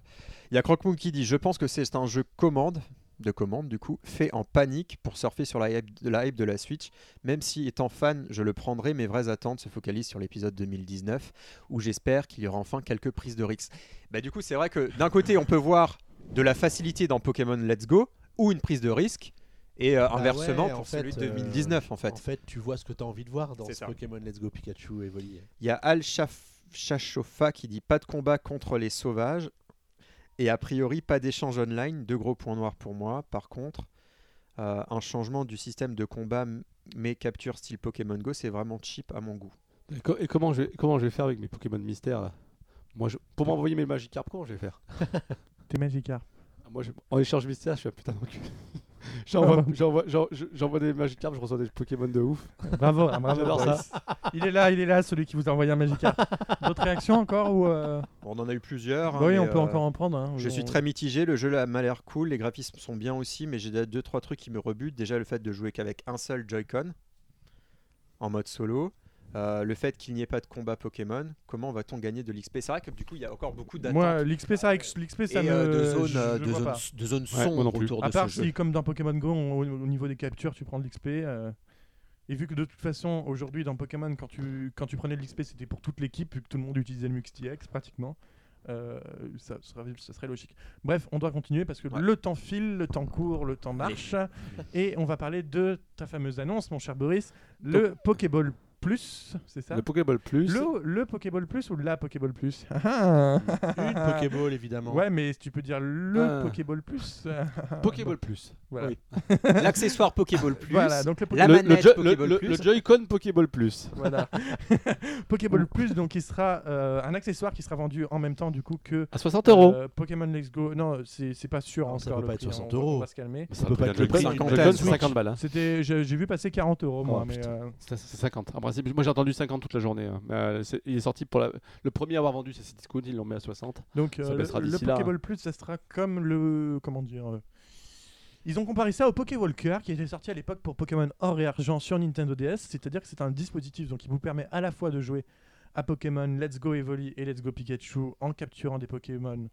il y a Croque-Moon qui dit Je pense que c'est un jeu commande, de commande du coup, fait en panique pour surfer sur la hype, de la hype de la Switch. Même si, étant fan, je le prendrai, mes vraies attentes se focalisent sur l'épisode 2019, où j'espère qu'il y aura enfin quelques prises de risques. Bah, du coup, c'est vrai que d'un côté, on peut voir de la facilité dans Pokémon Let's Go, ou une prise de risque, et euh,
Bah
inversement
ouais, en
pour
fait,
celui de
euh,
2019, en fait.
En fait, tu vois ce que tu as envie de voir dans
C'est
ce
ça.
Pokémon Let's Go Pikachu Evoli.
Il y a Al Chaf- Chachofa qui dit pas de combat contre les sauvages et a priori pas d'échange online. Deux gros points noirs pour moi. Par contre, euh, un changement du système de combat m- mais capture style Pokémon Go, c'est vraiment cheap à mon goût.
Et, co- et comment, je vais, comment je vais faire avec mes Pokémon mystères là Moi, je- Pour m'envoyer mes Magikarp, comment je vais faire
T'es Magikarp.
Moi, je- en échange mystère, je suis un putain d'enculé.
Ah
J'envoie
bah.
j'envoie- j'en- je- j'envoie des Magikarp, je reçois des Pokémon de ouf.
Bravo, ah, bravo.
J'adore
Boris. Il est là, il est là, celui qui vous a envoyé un Magikarp. D'autres réactions encore ou euh,
On en a eu plusieurs. hein,
bah Oui,
mais,
on peut
euh,
encore en prendre. hein.
Je
On-
suis très mitigé, le jeu a- m'a l'air cool, les graphismes sont bien aussi, mais j'ai déjà deux trois trucs qui me rebutent. Déjà le fait de jouer qu'avec un seul Joy-Con en mode solo, euh, le fait qu'il n'y ait pas de combat Pokémon. Comment va-t-on gagner de l'XP C'est vrai que du coup il y a encore beaucoup d'attentes
Moi, l'XP, ça, ex- l'XP, ça
et
me.
euh, de zones
je-
euh,
je
de
vois
zones-
pas.
de zones
Ouais, moi non
sombres
plus.
autour
À
de
part
ce
si,
jeu.
comme dans Pokémon Go, on- au, au niveau des captures, tu prends de l'XP. euh, et vu que de toute façon, aujourd'hui, dans Pokémon, quand tu, quand tu prenais de l'XP, c'était pour toute l'équipe, vu que tout le monde utilisait le MuxTX pratiquement. euh, ça, serait, ça serait logique. Bref, on doit continuer parce que
Ouais.
le temps file, le temps court, le temps marche. Et on va parler de ta fameuse annonce, mon cher Boris. Le Pokéball Plus, c'est ça
Le Pokéball Plus.
le, le Pokéball Plus ou la Pokéball Plus Ah, ah.
Une Pokéball évidemment.
Ouais, mais tu peux dire le
Euh.
Ah.
Pokéball Plus.
Pokéball Plus.
Voilà.
Oui.
L'accessoire Pokéball Plus.
Voilà, donc le
La
Pokéball,
le, le,
manette
jo- le-
Pokéball
le-
Plus.
le Joy-Con Pokéball Plus.
voilà. Pokéball Plus, donc, il sera euh, un accessoire qui sera vendu en même temps, du coup, que
À 60
euh, Pokémon Let's Go. Non, c'est c'est pas sûr
Non, ça
encore
peut
le
pas être
prix,
60
on va- On
euros.
va se calmer.
Ça
peut
peut
pas
être
être le prix
d'une
Joy-Con,
Nintendo
c'est
Switch.
50 balles. hein.
C'était, j'ai j'ai vu passer 40 euros, moi,
Oh,
mais
putain.
euh,
C'est c'est 50. En principe, moi j'ai entendu 50 toute la journée. hein. Mais, euh, c'est- il est sorti pour la... le premier à avoir vendu, c'est Cdiscount, ils l'ont mis à 60.
donc euh,
baissera
le, le
d'ici là,
Pokéball Plus, ça sera comme le, comment dire. euh, ils ont comparé ça au Pokéwalker qui était sorti à l'époque pour Pokémon Or et Argent sur Nintendo DS, c'est-à-dire que c'est un dispositif donc qui vous permet à la fois de jouer à Pokémon Let's Go Evoli et Let's Go Pikachu en capturant des Pokémon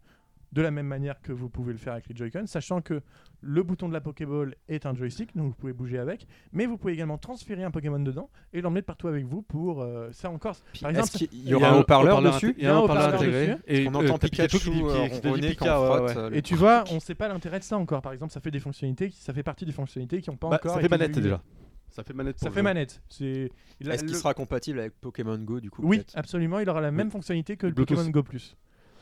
de la même manière que vous pouvez le faire avec les Joy-Con, sachant que le bouton de la Pokéball est un joystick, donc vous pouvez bouger avec, mais vous pouvez également transférer un Pokémon dedans et l'emmener de partout avec vous pour euh, ça encore. Par exemple,
Est-ce qu'il y aura un haut-parleur dessus
Il y a un haut-parleur
haut-parleur
intégré.
dessus.
Et
On
euh,
entend
t'as
Pikachu
qui dit-
euh,
qui dit
ronronner
Pika,
quand on
ouais,
frotte,
ouais.
euh, le-
Et tu vois, on sait pas l'intérêt de ça encore. Par exemple, ça fait des fonctionnalités, qui- ça fait partie des fonctionnalités qui n'ont pas
Bah,
encore.
ça fait
été
manette
vues.
déjà. Ça fait manette.
Ça
pour
fait
le-
manette. C'est. il a-
Est-ce qu'il
le-
sera compatible avec Pokémon Go du coup
Oui,
peut-être
absolument. Il aura la même fonctionnalité que le
Bluetooth.
Pokémon Go Plus.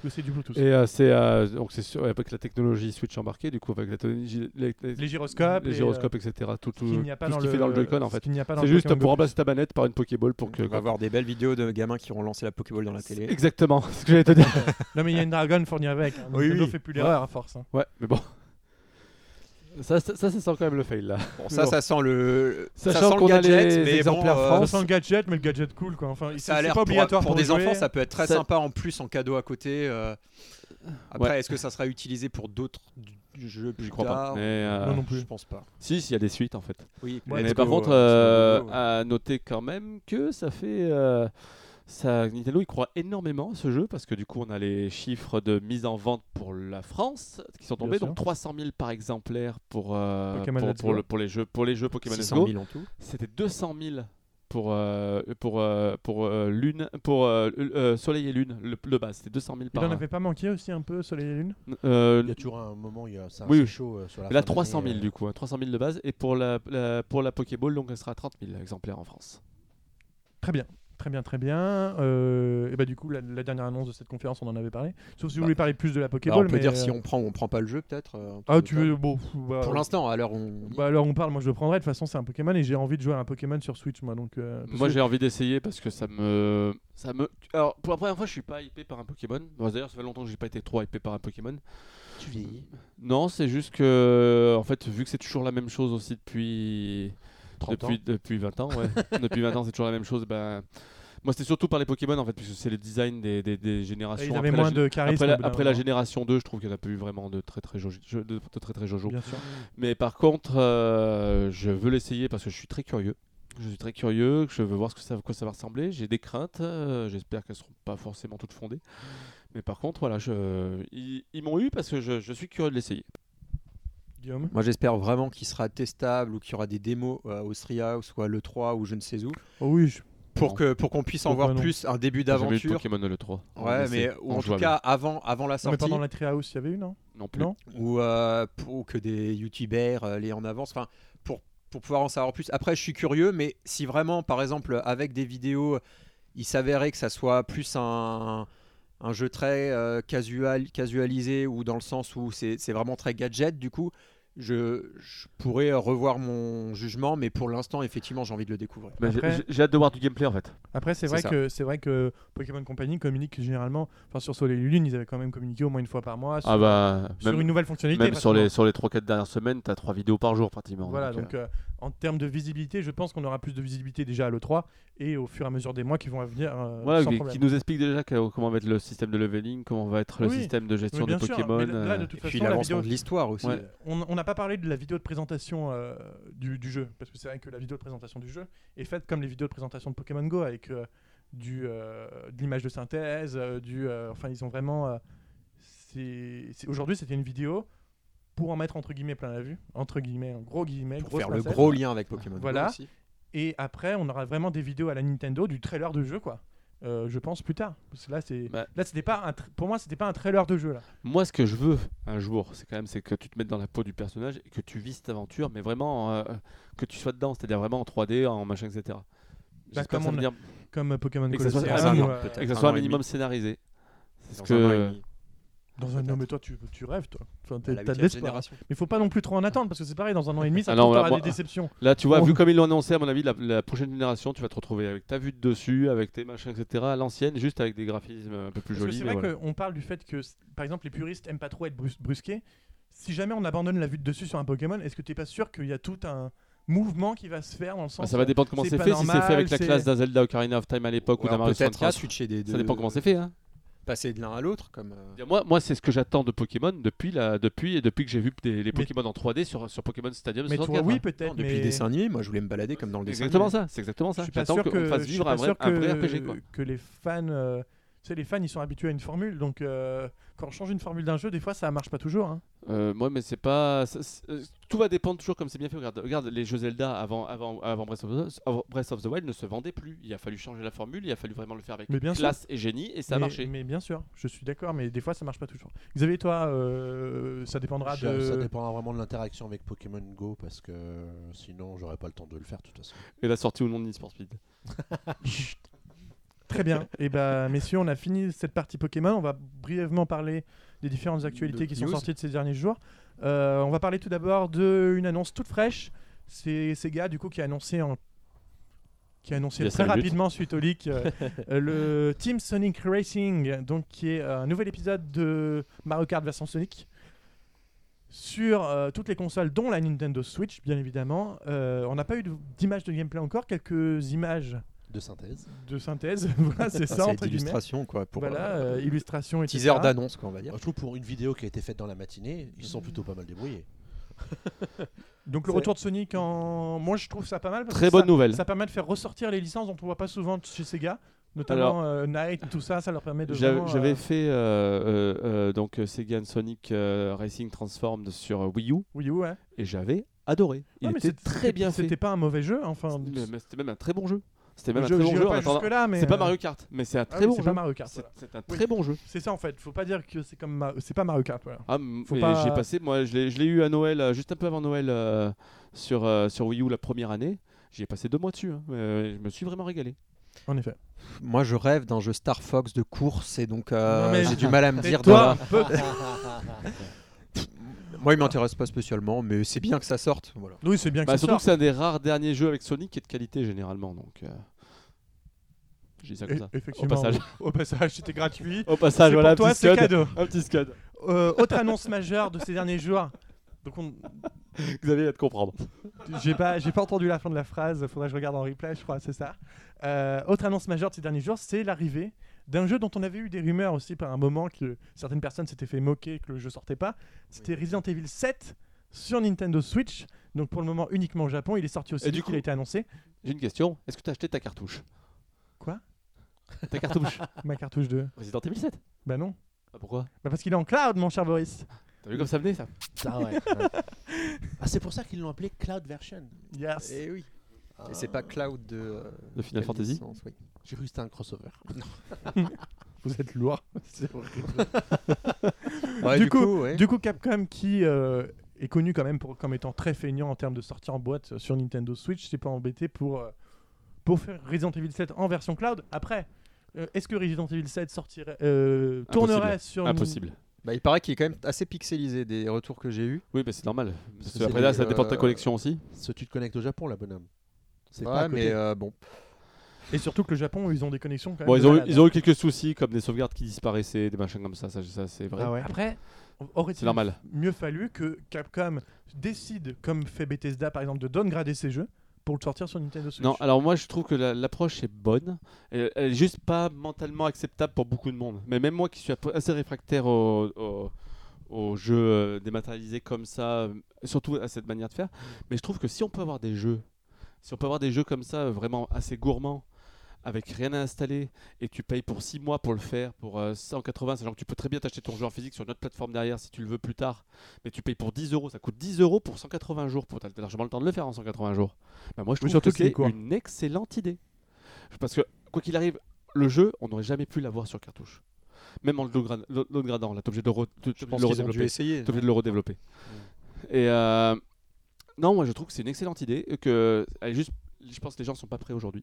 Que c'est du Bluetooth.
Et euh, c'est euh, donc c'est sûr, avec la technologie Switch embarquée, du coup avec la technologie- les, les-
les gyroscopes.
les
et, euh,
gyroscopes, etc. Tout, tout,
ce qu'il n'y a pas
tout ce
dans
qui
le
fait dans le Joy-Con en
ce
fait.
qu'il n'y a pas dans
C'est
le
juste
Pokémon
pour
Go
remplacer ta manette par une Pokéball pour que.
On va voir des belles vidéos de gamins qui vont lancer la Pokéball dans la
C'est
télé.
Exactement, c'est ce que j'allais te dire.
Plus. Non, mais il y a une Dragon fournie avec. hein.
Oui,
Nintendo
oui.
fait plus l'erreur à force. hein.
Ouais, mais bon. Ça, ça, ça, ça sent quand même le fail là.
Bon, ça, ça sent le, ça
Sachant
sent le
qu'on a
gadget,
les
mais bon,
exemplaires
euh,
France,
Ça sent le gadget, mais le gadget cool quoi. Enfin, c'est-
ça a
c'est
l'air
pas
pour,
obligatoire
pour
pour
des
jouer.
enfants, ça peut être très
Ça-
sympa en plus en cadeau à côté. euh. Après, est-ce que ça sera utilisé pour d'autres jeux plus
Je crois pas.
tard
Mais, euh,
Non, non plus.
Je pense pas.
Si, s'il y a des suites en fait.
Oui,
Ouais,
mais
let's
par
go,
contre,
euh,
euh,
let's go, ouais.
à noter quand même que ça fait. euh, ça, Nintendo, il croit énormément à ce jeu parce que du coup, on a les chiffres de mise en vente pour la France qui sont tombés.
sûr.
Donc 300 000 par exemplaire pour, euh,
Pokémon
pour,
Let's
pour
Go.
le- pour les jeux, pour les jeux Pokémon Let's
600
Go.
000 en tout.
C'était 200 000 pour, euh, pour, euh, pour, euh, lune, pour euh, euh, Soleil et Lune, le, le bas. C'était 200 000
Il
par.
en avait pas manqué aussi un peu, Soleil et Lune
euh,
Il y a toujours un moment, il y a c'est un
Oui,
peu
oui.
chaud euh, sur la.
Mais Ah, là,
fin de
300
l'année,
000
euh.
du coup, hein. 300 000 de base. Et pour la, la- pour la Pokéball, donc elle sera à 30 000 exemplaires en France.
Très bien, très bien, très bien. Euh, et bah du coup, la, la dernière annonce de cette conférence, on en avait parlé. Sauf si vous
Bah.
voulez parler plus de la
Bah,
Pokéball.
on peut
mais,
dire
euh,
si on prend ou on prend pas le jeu peut-être. euh, en
Ah,
tout
tu
cas.
veux. Bon, pff, bah,
Pour l'instant, alors on.
Bah alors on parle, moi je le prendrais, de toute façon c'est un Pokémon et j'ai envie de jouer à un Pokémon sur Switch moi donc... euh, parce
Moi
que-
j'ai envie d'essayer parce que ça me. ça me. Alors pour la première fois je suis pas hypé par un Pokémon. Bon, D'ailleurs ça fait longtemps que j'ai pas été trop hypé par un Pokémon.
Tu vieillis.
Non c'est juste que en fait vu que c'est toujours la même chose aussi depuis
30
depuis, depuis 20 ans ouais. depuis 20 ans c'est toujours la même chose ben Moi, c'était surtout par les Pokémon en fait, puisque c'est le design des, des- des générations.
Ils avaient
après la
moins
gé-
de charisme.
Après, la,
au bout d'un
après la
moment.
génération 2, je trouve qu'il n'y en a pas eu vraiment de très très, jo- jo- de, de très, très jojo.
Bien sûr.
Mais par contre, euh, je veux l'essayer parce que je suis très curieux. Je suis très curieux, je veux voir ce que ça, à quoi ça va ressembler. J'ai des craintes, euh, j'espère qu'elles ne seront pas forcément toutes fondées.
Mm.
Mais par contre, voilà, je, ils, ils m'ont eu parce que je, je suis curieux de l'essayer.
Guillaume
Moi, j'espère vraiment qu'il sera testable ou qu'il y aura des démos euh, au SRIA ou soit le 3 ou je ne sais où
Oh oui, je-
pour
Non.
que pour qu'on puisse en
Pourquoi
voir
non
plus un début
J'ai jamais eu de
d'aventure.
Pokémon le 3.
Ouais, mais ou en tout cas avant avant la
mais
sortie
pendant la Treehouse, il y avait une, non
non plus.
non.
ou euh, pour que des youtubeurs euh, l'aient en avance. Enfin, pour pour pouvoir en savoir plus. Après, je suis curieux, mais si vraiment, par exemple, avec des vidéos, il s'avérait que ça soit plus un un jeu très euh, casual, casualisé ou dans le sens où c'est c'est vraiment très gadget, du coup, je, je pourrais euh, revoir mon jugement, mais pour l'instant, effectivement, j'ai envie de le découvrir.
Mais j'ai-
Après-
J'ai hâte de voir du gameplay en fait.
Après, c'est
C'est
vrai,
ça.
que- c'est vrai que Pokémon Company communique généralement. Enfin, sur Soleil et Lune, ils avaient quand même communiqué au moins une fois par mois sur,
Ah bah,
sur
même,
une nouvelle fonctionnalité.
même
parce
sur,
qu'on-
les, sur les 3-4 dernières semaines, t'as 3 vidéos par jour pratiquement.
Voilà,
euh,
donc euh, en termes de visibilité, je pense qu'on aura plus de visibilité déjà à l'E3 et au fur et à mesure des mois qui vont à venir. euh,
Voilà,
sans
qui-
problème.
qui nous explique déjà que- comment va être le système de leveling, comment va être le
Oui.
système de gestion
Oui, bien
des
sûr,
Pokémon.
mais là, là,
euh,
de toute
Et puis
façon, la
l'avancement
vidéo,
de l'histoire aussi. euh,
Ouais.
On on n'a pas parlé de la vidéo de présentation euh, du, du jeu, parce que c'est vrai que la vidéo de présentation du jeu est faite comme les vidéos de présentation de Pokémon Go, avec euh, du, euh, de l'image de synthèse, euh, du, euh, enfin ils ont vraiment... euh, c'est- c'est- Aujourd'hui c'était une vidéo pour en mettre entre guillemets plein la vue, entre guillemets, en gros guillemets,
Pour
grosse
faire le
pincette.
gros lien avec Pokémon. Go
Voilà.
aussi.
Et après on aura vraiment des vidéos à la Nintendo du trailer de jeu, quoi. Euh, je pense plus tard. Parce que là, c'est
Bah.
là, c'était pas un tra- pour moi, c'était pas un trailer de jeu là.
Moi, ce que je veux un jour, c'est quand même c'est que tu te mettes dans la peau du personnage et que tu vis cette aventure, mais vraiment euh, que tu sois dedans, c'est-à-dire vraiment en 3D, en machin, etc. J'espère
comme
que ça
on
veut dire-
Comme euh, Pokémon
Et que ça soit-
Colosseum.
ah, non,
ou, euh,
et que
Un
ça soit
an
un
et demi.
minimum scénarisé. C'est ce
Dans un an et
que
demi,
Dans un... Non,
Peut-être.
mais toi, tu, tu rêves, toi. Enfin,
à
Bah,
t'as
la
t'as de
huitième
l'espoir.
génération.
Mais faut pas non plus trop en attendre parce que c'est pareil, dans un an et demi, ça
Ah
te
non,
t'auras
là, moi-
des déceptions.
là, tu vois,
Bon.
vu comme ils l'ont annoncé, à mon avis, la, la prochaine génération, tu vas te retrouver avec ta vue de dessus, avec tes machins, etc. à L'ancienne, juste avec des graphismes un peu plus
Parce que
jolis.
c'est
mais
vrai
voilà.
qu'on parle du fait que, c- par exemple, les puristes aiment pas trop être brus- brusqués. Si jamais on abandonne la vue de dessus sur un Pokémon, est-ce que t'es pas sûr qu'il y a tout un mouvement qui va se faire dans le
Bah,
sens
ça va dépendre comment
c'est
c'est
pas
fait, si c'est
normal,
fait avec la
c'est-
classe d'un Zelda Ocarina of Time à l'époque
Ou
ou d'un
alors
Mario
peut-être à
64.
switcher des deux.
Ça dépend comment c'est fait. Hein.
Passer de l'un à l'autre comme. euh,
Dire, Moi, moi c'est ce que j'attends de Pokémon depuis, la, depuis, depuis que j'ai vu des- les
Mais-
Pokémon en 3D sur, sur Pokémon Stadium.
Mais toi,
64,
oui,
hein.
peut-être.
Non, depuis
mais...
le dessin animé, moi je voulais me balader comme dans le
C'est
dessin
exactement
animé.
ça, c'est exactement
Je
ça.
suis pas
J'attends
sûr
qu'on
que,
fasse
je suis
vivre
pas
un vrai,
sûr
un vrai
que-
RPG. Quoi.
que les fans, euh, tu sais, les fans, ils sont habitués à une formule, donc euh, quand on change une formule d'un jeu, des fois, ça marche pas toujours. hein.
Euh, ouais, mais c'est pas. ça- c'est- euh, tout va dépendre toujours comme c'est bien fait. Regarde, regarde les jeux Zelda avant, avant, avant, Breath of the, avant Breath of the Wild ne se vendaient plus. Il a fallu changer la formule, il a fallu vraiment le faire avec
Mais bien sûr.
classe et génie et ça a
mais,
marché.
Mais bien sûr, je suis d'accord, mais des fois ça marche pas toujours. Xavier, toi, euh, ça dépendra
Je-
de.
Ça dépendra vraiment de l'interaction avec Pokémon Go parce que euh, sinon j'aurais pas le temps de le faire de toute façon.
Et la sortie ou non de Nesport
Ah,
Speed.
Très bien. Et ben, messieurs, on a fini cette partie Pokémon. On va brièvement parler des différentes actualités
D'autres
qui sont
news.
sorties de ces derniers jours. Euh, on va parler tout d'abord d'une annonce toute fraîche. C'est Sega, du coup, qui a annoncé en qui a
Il y
annoncé
a
très
cinq minutes.
rapidement suite au leak euh, euh, le Team Sonic Racing, donc qui est un nouvel épisode de Mario Kart version Sonic sur euh, toutes les consoles, dont la Nintendo Switch, bien évidemment. Euh, on n'a pas eu de- d'image de gameplay encore, quelques images
De synthèse.
de synthèse, voilà,
Ah,
c'est
Ça,
ça,
c'est
entre guillemets.
l'illustration quoi. Pour
voilà,
euh,
euh, illustration, etc.
teaser d'annonce quoi, on va dire.
Je trouve pour une vidéo qui a été faite dans la matinée, ils sont plutôt pas mal débrouillés.
Donc le
C'est-
retour de Sonic en. Moi, je trouve ça pas mal. Parce
Très
que
bonne
ça,
nouvelle.
Ça permet de faire ressortir les licences dont on voit pas souvent chez Sega, notamment euh, Night, tout ça, ça leur permet de.
J'avais
vraiment, euh,
j'avais fait euh, euh, euh, donc euh, Sega and Sonic euh, Racing Transformed sur euh, Wii U
Oui, ouais.
et j'avais adoré. Il
Non, mais
était
c'était-
très bien fait.
C'était pas un mauvais jeu, enfin.
C'était mais- mais c'était même un très bon jeu. C'était même un
je-
très bon
j'irai
jeu. en
pas
attendant-
jusque-là, mais.
C'est pas
euh,
Mario Kart, mais c'est un
ah
très
oui,
bon
c'est
jeu.
pas Mario Kart.
C'est
voilà.
c'est un
Oui.
très bon jeu.
C'est ça en fait. Faut pas dire que c'est comme Ma- c'est pas Mario Kart. voilà.
Ah, m-
Faut
mais
pas-
j'ai passé, moi je l'ai je l'ai eu à Noël, euh, juste un peu avant Noël, euh, sur, euh, sur Wii U la première année. J'y ai passé deux mois dessus. hein. Euh, je me suis vraiment régalé.
En effet.
Moi je rêve d'un jeu Star Fox de course et donc euh,
Non, mais-
j'ai du mal à me dire.
Tais-toi
dans
un peu.
la- Moi il m'intéresse pas spécialement, mais c'est bien que ça sorte. Voilà.
Oui, c'est bien que
Bah,
ça
surtout
sorte.
que c'est un des rares derniers jeux avec Sonic qui est de qualité généralement. Donc, euh, je dis ça comme
Et-
ça. Au
Effectivement.
passage,
Au passage, c'était gratuit.
au passage
C'est
voilà,
pour toi,
un petit
c'est
scud.
cadeau.
Un petit scud.
Euh, autre annonce majeure de ces derniers jours. Donc on-
Xavier va te comprendre.
J'ai pas, j'ai pas entendu la fin de la phrase, faudra que je regarde en replay, je crois, c'est ça. Euh, autre annonce majeure de ces derniers jours, c'est l'arrivée d'un jeu dont on avait eu des rumeurs aussi par un moment que certaines personnes s'étaient fait moquer que le jeu sortait pas. C'était Resident Evil 7 sur Nintendo Switch. Donc pour le moment uniquement au Japon, il est sorti aussi,
Et du
il
coup-
a été annoncé.
J'ai une question. Est-ce que t'as acheté ta cartouche
Quoi
Ta cartouche
Ma cartouche de
Resident Evil 7
Bah non.
Ah, Pourquoi
Bah parce qu'il est en cloud, mon cher Boris.
T'as vu comme ça venait ça
Ah ouais. ouais. Ah, c'est pour ça qu'ils l'ont appelé Cloud Version.
Yes.
Eh
Et oui.
Ah,
Et c'est pas Cloud de, euh,
De Final
quelle
Fantasy
licence, oui.
J'ai cru que c'était un crossover.
Vous êtes lourd.
Ouais,
Du
du,
coup-
coup, ouais.
Du coup, Capcom, qui euh, est connu quand même pour, comme étant très feignant en termes de sortie en boîte euh, sur Nintendo Switch, s'est pas embêté pour, euh, pour faire Resident Evil 7 en version cloud. Après, euh, est-ce que Resident Evil 7 sortirait, euh, tournerait sur. une-
Impossible.
Bah, il paraît qu'il est quand même assez pixelisé des retours que j'ai eu.
Oui, bah c'est normal. Parce
Parce que
que
c'est
après là,
des,
ça dépend de ta
euh,
collection aussi.
Ce, tu te connectes au Japon, là, bonhomme. C'est
Ouais,
pas à côté.
mais euh, bon.
Et surtout que le Japon, ils ont des connexions quand même.
Bon,
de
ils ont, eu,
malade.
ils ont eu quelques soucis comme des sauvegardes qui disparaissaient, des machins comme ça. Ça, ça, c'est vrai.
Ah ouais.
Après, aurait
C'est normal.
mieux fallu que Capcom décide, comme fait Bethesda par exemple, de downgrader ses jeux pour le sortir sur Nintendo Switch
Non, alors moi je trouve que la- l'approche est bonne. Elle, elle est juste pas mentalement acceptable pour beaucoup de monde. Mais même moi qui suis app- assez réfractaire au- au- aux jeux euh, dématérialisés comme ça, euh, surtout à cette manière de faire. Mais je trouve que si on peut avoir des jeux, si on peut avoir des jeux comme ça euh, vraiment assez gourmands, avec rien à installer, et tu payes pour 6 mois pour le faire, pour euh, 180, sachant que tu peux très bien t'acheter ton jeu en physique sur une autre plateforme derrière si tu le veux plus tard, mais tu payes pour 10 euros, ça coûte 10 euros pour 180 jours, pour t'as t'as largement le temps de le faire en 180 jours. Bah, moi je
Oui,
trouve
surtout
que
qu'il est
c'est
court.
une excellente idée. Parce que quoi qu'il arrive, le jeu, on n'aurait jamais pu l'avoir sur cartouche. Même en le downgrad- le le downgradant, là, t'es obligé de le, re- t'es obligé de le redévelopper.
essayer.
T'es obligé de le redévelopper. Et euh, non, moi je trouve que c'est une excellente idée. et Que, elle est juste, je pense que les gens sont pas prêts aujourd'hui.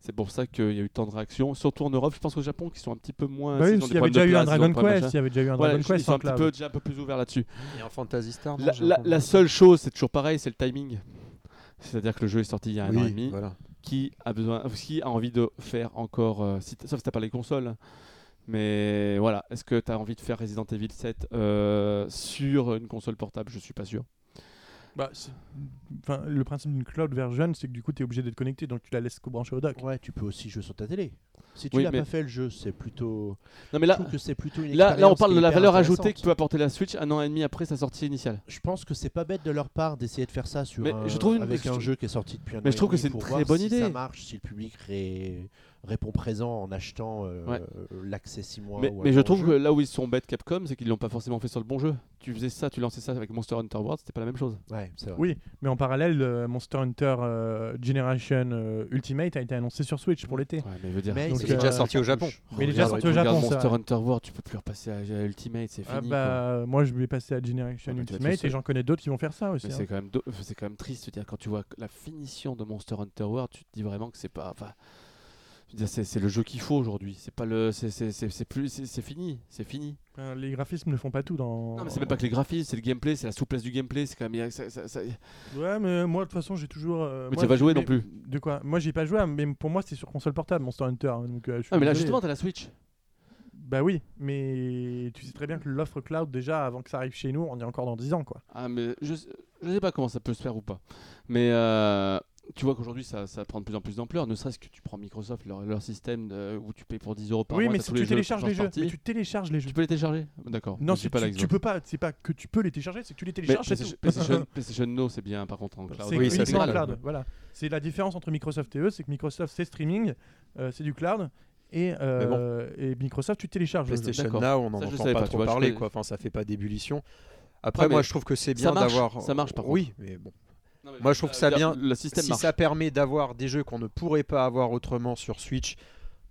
C'est pour ça qu'il y a eu tant de réactions, surtout en Europe. Je pense au Japon qui sont un petit peu moins.
Bah oui,
ils ont
parce qu'il
des
y avait
problèmes
déjà
de
eu un Dragon
place, ils ont des problèmes
Quest,
machin.
il y avait déjà eu un
Voilà,
Dragon
je- ils
Quest
sont
en
un petit
cloud.
peu, déjà un peu plus ouverts là-dessus.
Et en Fantasy Star, non,
La,
j'ai
la-
entendu.
la seule chose, c'est toujours pareil, c'est le timing. C'est-à-dire que le jeu est sorti il y a un an et
Oui,
demi
voilà.
qui a besoin, qui a envie de faire encore, euh, si t- sauf si t'as pas les consoles. hein. Mais voilà, est-ce que t'as envie de faire Resident Evil 7 euh, sur une console portable Je suis pas sûr.
Bah, c'est- enfin, le principe d'une cloud version, c'est que du coup, tu es obligé d'être connecté, donc tu la laisses brancher au dock.
Ouais, tu peux aussi jouer sur ta télé. Si tu
Oui,
l'as
mais-
pas fait le jeu, c'est plutôt.
Non mais
Je
là,
trouve que c'est plutôt une
là, là, on
expérience
parle
qui
de
est
la
hyper
valeur ajoutée que
intéressante.
peut apporter la Switch un an et demi après sa sortie initiale.
Je pense que c'est pas bête de leur part d'essayer de faire ça sur
Mais
un,
je trouve une-
avec
je
un
trouve-
jeu qui est sorti depuis un an
Mais je
et
trouve que
demi
c'est une
pour
très
voir
bonne
si
idée.
ça marche, si le public ré- répond présent en achetant euh,
Ouais.
euh, l'accès 6 mois.
Mais,
ou un
mais je
an au
trouve
jeu.
que là où ils sont bêtes Capcom, c'est qu'ils l'ont pas forcément fait sur le bon jeu. Tu faisais ça, tu lançais ça avec Monster Hunter World, c'était pas la même chose.
Ouais, c'est vrai.
Oui, mais en parallèle, euh, Monster Hunter euh, Generation euh, Ultimate a été annoncé sur Switch pour l'été.
mais je veux dire.
Donc,
c'est
il est
pas
déjà
la
sorti au Japon.
cartouche.
Mais il est déjà
Regarde,
sorti
tu
au
regarde.
Japon,
regardes
ça,
Monster
ouais.
Hunter World, tu peux plus repasser à, à Ultimate, c'est
Ah
fini. quoi.
bah, moi, je vais passer à Generation
Ah bah, tu vas tout
Ultimate et
seul.
j'en connais d'autres qui vont faire ça aussi.
Mais
hein.
c'est quand même do- c'est quand même triste, je veux dire quand tu vois la finition de Monster Hunter World, tu te dis vraiment que c'est pas enfin je veux dire, c'est c'est le jeu qu'il faut aujourd'hui, c'est pas le c'est- c'est c'est- c'est plus c'est- c'est fini, c'est fini.
Enfin, les graphismes ne font pas tout dans.
Non mais c'est même pas que les graphismes, c'est le gameplay, c'est la souplesse du gameplay, c'est quand même il y a- ça- ça- ça-
Ouais, mais moi, de toute façon, j'ai toujours. euh, Bah,
Mais
moi,
t'as pas
j'ai-
joué non
mais-
plus.
De quoi Moi, j'ai pas joué, hein, mais pour moi, c'est sur console portable, Monster Hunter. hein, Donc, euh, je suis
Ah mais là
désolé.
justement t'as la Switch.
Bah oui, mais tu sais très bien que l'offre cloud, déjà, avant que ça arrive chez nous, on est encore dans 10 ans, quoi.
Ah mais je sais- je sais pas comment ça peut se faire ou pas. Mais euh, tu vois qu'aujourd'hui ça, ça prend de plus en plus d'ampleur, ne serait-ce que tu prends Microsoft, leur, leur système de- où tu payes pour 10 euros par
oui,
mois.
mais
t'as
si
tous
tu
jeux
télécharges
qui
les
sont
jeux, mais
sortis.
tu télécharges les jeux.
Tu peux les télécharger D'accord.
Non,
Mais j'ai
c'est-
pas
tu,
l'exemple.
tu peux pas, c'est pas que tu peux les télécharger, c'est que tu les
Mais
télécharges, c'est
PlayStation,
tout.
PlayStation- PlayStation No, c'est bien par contre en cloud.
C'est
Oui, ça,
uniquement
c'est
cloud.
cloud.
Voilà. C'est la différence entre Microsoft et eux, c'est que Microsoft c'est streaming, euh, c'est du cloud, et, euh, et Microsoft tu télécharges. le jeu.
PlayStation
d'accord.
Now, on n'en
Ça, je le
entend
savais
pas,
pas, tu
trop
vois, je
parler,
connais-
quoi. Enfin, ça fait pas d'ébullition. Après,
Ouais, mais
moi, je trouve que c'est
ça
bien
marche,
d'avoir.
ça marche, par
Oui, mais bon. Moi, je trouve que ça vient-
Le système
si
marche.
ça permet d'avoir des jeux qu'on ne pourrait pas avoir autrement sur Switch,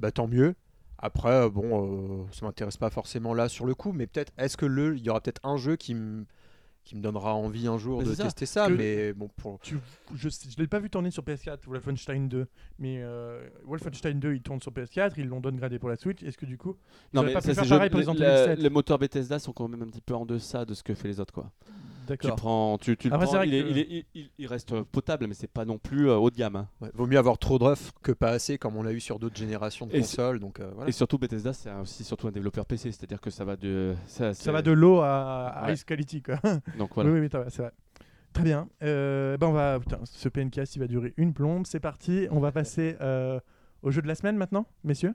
bah tant mieux. Après, euh, bon, euh, ça m'intéresse pas forcément là sur le coup, mais peut-être est-ce que le, il y aura peut-être un jeu qui me qui me donnera envie un jour
Mais
de
c'est ça,
tester ça,
que-
mais bon pour
Tu- je sais- je l'ai pas vu tourner sur PS4 Wolfenstein 2, mais euh, Wolfenstein 2 il tourne sur PS4, ils l'ont downgradé pour la Switch. Est-ce que du coup,
Non,
Ils auraient
mais
pas pu
ça,
faire
c'est
pareil
jeu-
pour les
le-
Anthem
la-
7.
les moteurs Bethesda sont quand même un petit peu en deçà de ce que fait les autres. Quoi. Tu
d'accord.
prends, tu, tu le
Après, c'est
prends,
vrai
il, est-
que-
il est- il- il- il reste euh, potable, mais c'est pas non plus euh, haut de gamme. hein.
Ouais, vaut mieux avoir trop de refs que pas assez, comme on l'a eu sur d'autres générations de
Et c'est-
consoles. Donc euh, voilà.
Et surtout, Bethesda, c'est un- aussi surtout un développeur PC, c'est-à-dire que ça va de. Ça, c'est-
Ça va de l'eau à, à
Ouais.
Ice Quality quoi.
Donc voilà.
Oui, oui, mais t'as- c'est vrai. Très bien. Euh, ben on va... Putain, ce PNcast, il va durer une plombe. C'est parti. On va passer euh, au jeu de la semaine maintenant, messieurs.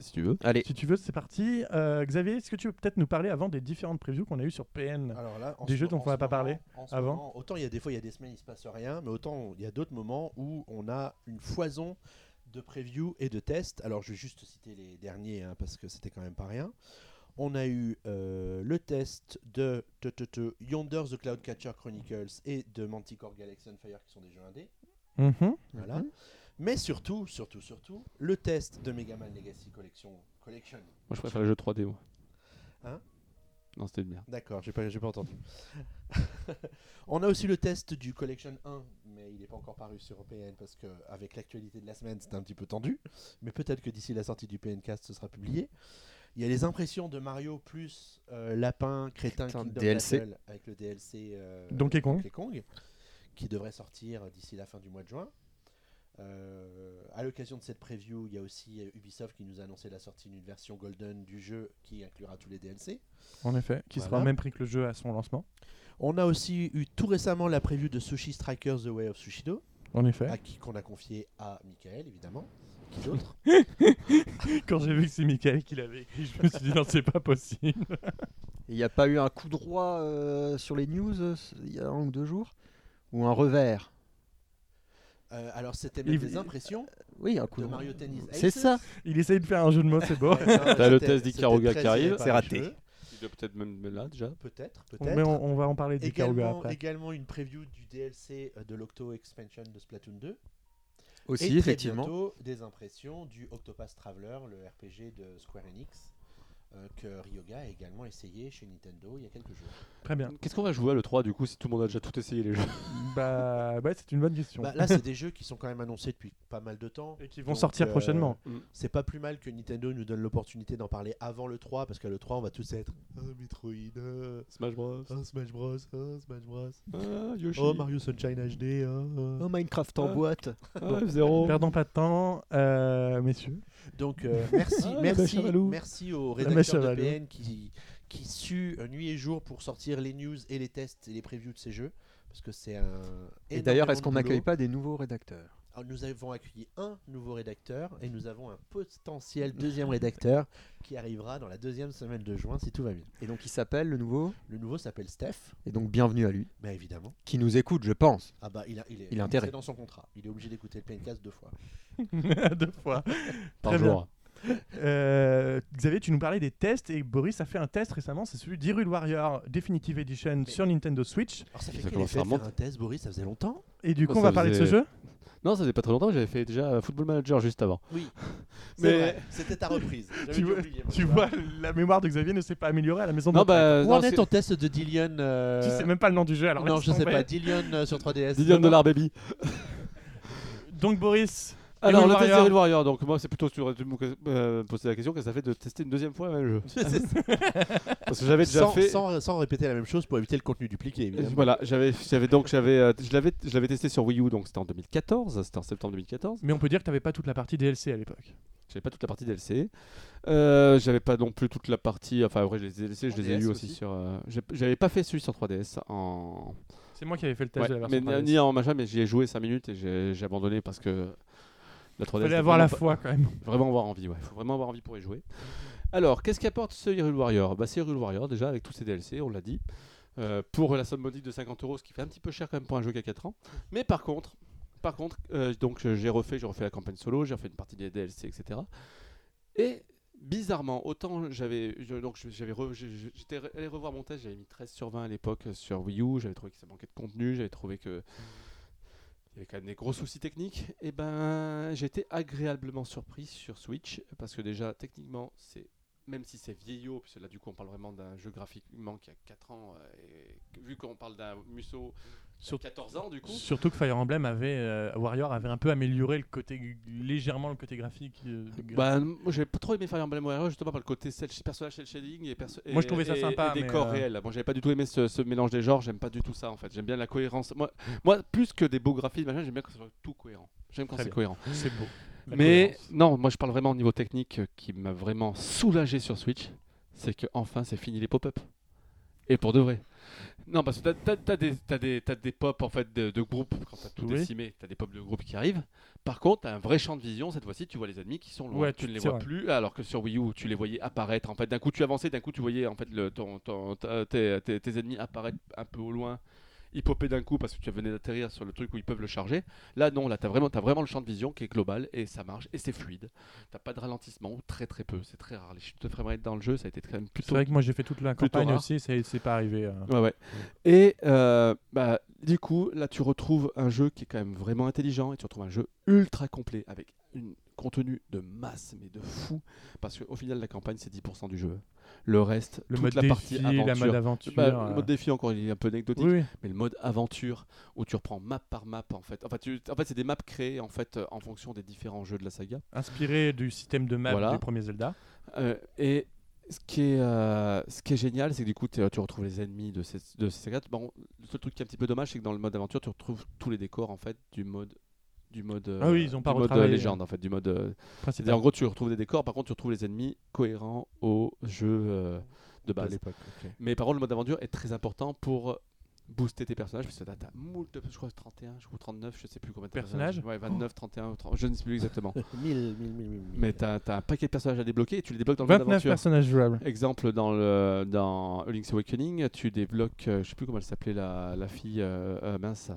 si tu veux.
Allez,
Si tu veux, c'est parti. Euh, Xavier, est-ce que tu veux peut-être nous parler avant des différentes previews qu'on a eues sur PN
Alors là, en
Des
ce
jeux
mo-
dont
en
on n'a
ce
pas parlé
en ce
avant.
moment, autant il y a des fois, il y a des semaines, il se passe rien, mais autant il y a d'autres moments où on a une foison de previews et de tests. Alors je vais juste citer les derniers hein, parce que c'était quand même pas rien. On a eu euh, le test de te- te- te Yonder the Cloud Catcher Chronicles et de Manticore Galaxy on Fire qui sont des jeux indés.
Mhm.
Voilà. Mais surtout, surtout, surtout, le test de Mega Man Legacy Collection. Collection.
Moi, je préfère les jeux 3D, moi.
Hein
Non, c'était une merde.
D'accord, j'ai pas, j'ai pas entendu. On a aussi le test du Collection 1, mais il n'est pas encore paru sur PN parce que avec l'actualité de la semaine, c'est un petit peu tendu. Mais peut-être que d'ici la sortie du PNcast, ce sera publié. Il y a les impressions de Mario plus euh, Lapin, Crétin,
Putain,
Kingdom
DLC.
Battle avec le DLC euh,
Donkey Kong.
qui devrait sortir d'ici la fin du mois de juin. Euh, à l'occasion de cette preview, il y a aussi euh, Ubisoft qui nous a annoncé la sortie d'une version golden du jeu qui inclura tous les DLC.
En effet, qui sera
Voilà.
au même prix que le jeu à son lancement.
On a aussi eu tout récemment la preview de Sushi Strikers The Way of Sushido,
En effet.
à qui qu'on a confié à Michael évidemment. Qui d'autre
Quand j'ai vu que c'est Michael qui l'avait écrit, je me suis dit non, c'est pas possible.
il n'y a pas eu un coup droit euh, sur les news euh, il y a un ou deux jours Ou un revers
Euh, Alors c'était même
Il-
des impressions
Oui, un coup
de
droit.
Mario Tennis.
C'est
Aces.
ça.
Il essaye de faire un jeu de mots, c'est beau.
Ouais, non, c'était-
le test
c'était
d'Ikaruga
très
qui arrive.
serré par
C'est
les
raté.
cheveux.
Il doit peut-être même là déjà.
Peut-être, peut-être.
Mais on, on va en parler d'Ikaruga
également,
après.
également une preview du DLC euh, de l'Octo Expansion de Splatoon 2.
Aussi,
et très
effectivement.
bientôt, des impressions du Octopath Traveler, le RPG de Square Enix, euh, que Ryoga a également essayé chez Nintendo il y a quelques jours.
Très bien.
Qu'est-ce qu'on va jouer à le 3 du coup si tout le monde a déjà tout essayé les jeux
Bah, ouais, c'est une bonne question.
Bah, là, c'est des jeux qui sont quand même annoncés depuis pas mal de temps.
Et qui vont
Donc,
sortir
euh,
prochainement.
C'est pas plus mal que Nintendo nous donne l'opportunité d'en parler avant le 3, parce qu'à le 3, on va tous être Ah, Metroid, ah,
Smash Bros.
ah, Smash Bros, ah, Smash Bros,
Ah, Yoshi.
oh Mario Sunshine HD. ah, ah.
Oh, Minecraft
en
boîte.
Ah, F0.
Perdons pas de temps, euh, messieurs.
Donc, euh, merci,
Ah, la mèche
merci,
à Valou.
merci aux
La
rédacteurs
mèche à
de
Valou.
PN qui, qui suent euh, nuit et jour pour sortir les news et les tests et les previews de ces jeux. Parce que c'est un.
Et d'ailleurs,
énormément
est-ce qu'on
de boulot.
n'accueille pas des nouveaux rédacteurs
Alors, nous avons accueilli un nouveau rédacteur et nous avons un potentiel deuxième rédacteur qui arrivera dans la deuxième semaine de juin si tout va bien.
Et donc, il s'appelle le nouveau
Le nouveau s'appelle Steph,
Et donc, bienvenue à lui,
bah évidemment.
qui nous écoute, je pense.
Ah bah il a, il est,
Il a intérêt.
C'est dans son contrat. Il est obligé d'écouter le PNcast deux fois.
Deux fois.
Par
Très bien.
jour.
Euh, Xavier, tu nous parlais des tests et Boris a fait un test récemment, c'est celui d'Hyrule Warrior Definitive Edition sur Nintendo Switch.
Alors ça
Ça
fait quel
commence
effet
à
de faire
remonter.
un test, Boris Ça faisait longtemps.
Et du
Oh,
coup, on
ça
va parler de ce
faisait-
jeu.
Non, ça faisait pas très longtemps, j'avais fait déjà euh, Football Manager juste avant.
Oui.
Mais-
Mais c'était ta reprise. J'avais
Tu
dû
vois-
oublier, moi,
Tu vois, la mémoire de Xavier ne s'est pas améliorée à la maison.
Non,
d'entraide.
bah.
Où
non,
en est
c'est-
ton test de Dillion euh,
Tu sais même pas le nom du jeu, alors
Non,
laisse
je sais
tomber.
pas. Dillion euh, sur 3DS. Non,
Dillion
non.
Dollar Baby.
Donc, Boris,
Alors,
Hyrule
le test
Warrior.
Hyrule Warrior, donc moi, c'est plutôt sur. Tu me poser la question, qu'est-ce que ça fait de tester une deuxième fois le même jeu
C'est ça.
Parce que j'avais déjà
sans,
fait.
sans- sans répéter la même chose pour éviter le contenu dupliqué, évidemment.
Voilà, j'avais j'avais donc j'avais euh, je l'avais je l'avais testé sur Wii U donc c'était en 2014, c'était en septembre 2014.
mais on peut dire que t'avais pas toute la partie DLC à l'époque.
J'avais pas toute la partie DLC. Euh, j'avais pas non plus toute la partie. Enfin, après, je les ai laissés, je les ai
3DS
eu aussi,
aussi.
sur. euh, j'ai- j'avais pas fait celui sur 3DS en.
C'est moi qui avais fait le test
Ouais,
de la
mais
version.
ni-
3DS.
ni en machin, mais j'y ai joué 5 minutes et j'ai j'ai abandonné parce que. La 3DS.
Fallait
était
avoir la
vraiment
foi quand même.
pas- Vraiment avoir envie, ouais. Faut vraiment avoir envie pour y jouer. Alors, qu'est-ce qu'apporte ce Hyrule Warrior Bah, c'est Hyrule Warrior déjà avec tous ses DLC, on l'a dit. Euh, pour la somme modique de 50 euros, ce qui fait un petit peu cher quand même pour un jeu qui a 4 ans. Mais par contre, par contre, euh, donc euh, j'ai refait, j'ai refait la campagne solo, j'ai refait une partie des DLC, etc. Et bizarrement, autant j'avais, je- donc je- j'avais, re- je- je- j'étais re- allé revoir mon test, j'avais mis 13 sur 20 à l'époque euh, sur Wii U, j'avais trouvé que ça manquait de contenu, j'avais trouvé que il y avait quand même des gros soucis techniques. Et ben, j'étais agréablement surpris sur Switch parce que déjà techniquement, c'est même si c'est vieillot, puisque là du coup on parle vraiment d'un jeu graphiquement qui a 4 ans, euh, et que- vu qu'on parle d'un Musso sur
Sur-
14 ans du coup.
Surtout que Fire Emblem avait euh, Warrior avait un peu amélioré le côté légèrement le côté graphique. euh, du-
Bah, m- moi j'ai pas trop aimé Fire Emblem Warriors justement par le côté cel- personnage cel shading et, perso-
Moi, je
et-
trouvais ça
et-
sympa,
et
mais,
décor
euh,
réel. Moi j'avais pas du tout aimé ce, ce mélange des genres, j'aime pas du tout ça en fait. J'aime bien la cohérence. Moi, moi plus que des beaux graphismes, machin, j'aime bien quand c'est tout cohérent. J'aime quand
Très
c'est
bien.
cohérent.
c'est beau. La
Mais
cohérence.
non, moi je parle vraiment au niveau technique euh, qui m'a vraiment soulagé sur Switch, c'est que enfin c'est fini les pop-up. Et pour de vrai. Non, parce que t'as, t'as- t'as des, t'as des, t'as des pop en fait de, de groupes, quand t'as tout
Oui.
décimé, t'as des pop de groupes qui arrivent. Par contre, t'as un vrai champ de vision, cette fois-ci, tu vois les ennemis qui sont loin,
Ouais,
tu ne les
c'est
vois
vrai.
plus, alors que sur Wii U, tu les voyais apparaître. En fait, d'un coup, tu avançais, d'un coup, tu voyais en fait le, ton, ton- ta- tes, tes- tes ennemis apparaître un peu au loin, ils popaient d'un coup parce que tu venais d'atterrir sur le truc où ils peuvent le charger. Là, non, là, t'as vraiment, t'as vraiment le champ de vision qui est global et ça marche et c'est fluide. T'as pas de ralentissement, ou très très peu, c'est très rare. Les chutes de framerate dans le jeu, ça a été quand même
C'est
plutôt
vrai que moi j'ai fait toute la
plutôt
campagne
rare.
aussi, c'est c'est pas arrivé. euh.
Ouais, ouais. Et euh, bah, du coup, là, tu retrouves un jeu qui est quand même vraiment intelligent et tu retrouves un jeu ultra complet avec un contenu de masse, mais de fou. Parce qu'au final, la campagne, c'est 10% du jeu. Le reste,
Le
toute
mode
la
défi,
partie aventure.
la mode aventure.
Bah,
euh,
le mode défi, encore, il est un peu anecdotique.
oui, oui.
Mais le mode aventure, où tu reprends map par map, en fait. Enfin, tu- en fait c'est des maps créées en, fait, euh, en fonction des différents jeux de la saga.
Inspiré du système de map
Voilà.
des premiers Zelda.
Euh, et ce qui est, euh, ce qui est génial, c'est que du coup, t'es- tu retrouves les ennemis de ces, de ces sagas. Bon, le seul truc qui est un petit peu dommage, c'est que dans le mode aventure, tu retrouves tous les décors en fait du mode du mode euh,
Ah oui, ils ont pas
du mode, euh,
retravaillé.
légende en fait du mode euh,
Principal.
c'est-à-dire en gros tu retrouves des décors par contre tu retrouves les ennemis cohérents au jeu euh, de
Bah,
de
base
l'époque. ok.
mais par contre, le mode aventure est très important pour euh, booster tes personnages. Parce que là, t'as moult, de- je crois 31, je crois 39, je sais plus combien de
Personnages
Ouais, 29, 31, ou 30, je ne sais plus exactement.
1000, 1000, 1000, 1000.
Mais t'as t'as un paquet de personnages à débloquer et tu les débloques dans le mode
29
aventure.
personnages jouables.
Exemple, dans, le, dans A Link's Awakening, tu débloques, euh, je sais plus comment elle s'appelait, la, la fille euh, euh, mince.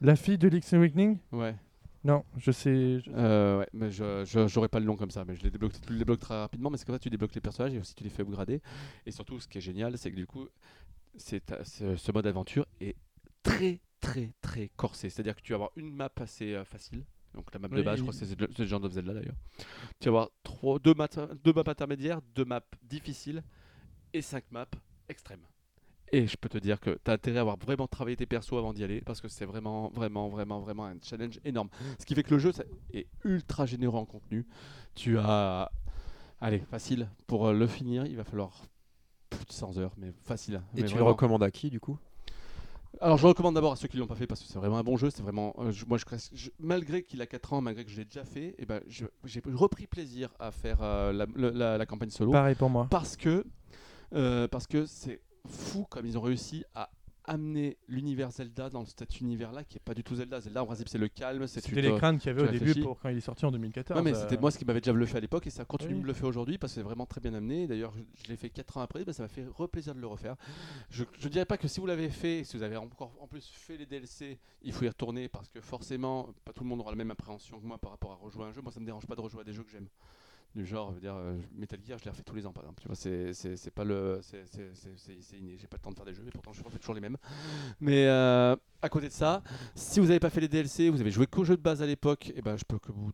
la fille de Link's Awakening
Ouais,
Non, je sais. je-
euh, ouais mais je je- j'aurais pas le nom comme ça, mais je les débloque, tu les débloques très rapidement. Mais c'est comme ça, tu débloques les personnages et aussi tu les fais upgrader. Et surtout, ce qui est génial, c'est que du coup, c'est ta- ce, ce mode aventure est très, très, très corsé. C'est-à-dire que tu vas avoir une map assez euh, facile. Donc la map de
Oui,
base,
il-
je crois que c'est Zelda- c'est Legend of Zelda d'ailleurs. Tu vas avoir trois, deux, maps, deux maps intermédiaires, deux maps difficiles et cinq maps extrêmes. Et je peux te dire que tu as intérêt à avoir vraiment travaillé tes persos avant d'y aller parce que c'est vraiment, vraiment, vraiment, vraiment un challenge énorme. Ce qui fait que le jeu ça, est ultra généreux en contenu. Tu as. Allez, facile. Pour euh, le finir, il va falloir plus de 100 heures, mais facile. hein.
Et
Mais
tu le
vraiment.
recommandes à qui du coup
Alors je le recommande d'abord à ceux qui l'ont pas fait parce que c'est vraiment un bon jeu, c'est vraiment euh, je- moi je, reste- je- malgré qu'il a 4 ans, malgré que je l'ai déjà fait, et ben je- j'ai repris plaisir à faire euh, la, le- la- la campagne solo
Pareil pour moi.
parce que euh, parce que c'est fou comme ils ont réussi à amener l'univers Zelda dans cet univers là qui est pas du tout Zelda. Zelda en principe c'est le calme, c'est euh, tu
C'était
te-
les craintes qu'il y avait au
tu
début
réfléchis.
pour quand il est sorti en 2014.
Ouais, mais
euh,
c'était moi ce qui m'avait déjà bluffé à l'époque et ça continue
Oui.
de me bluffer aujourd'hui parce que c'est vraiment très bien amené. D'ailleurs, je, je l'ai fait 4 ans après, bah, ça m'a fait replaisir de le refaire. Je, je dirais pas que si vous l'avez fait, si vous avez encore en plus fait les DLC, il faut y retourner parce que forcément, pas tout le monde aura la même appréhension que moi par rapport à rejouer un jeu. Moi, ça me dérange pas de rejouer à des jeux que j'aime. Du genre, je veux dire, euh, Metal Gear, je les refais tous les ans, par exemple. Tu vois, c'est- c'est c'est pas le. c'est- c'est- c'est- c'est- c'est inné. J'ai pas le temps de faire des jeux, et pourtant je refais toujours les mêmes. Mais euh, à côté de ça, si vous n'avez pas fait les DLC, vous avez joué qu'au jeu de base à l'époque, et ben je peux que vous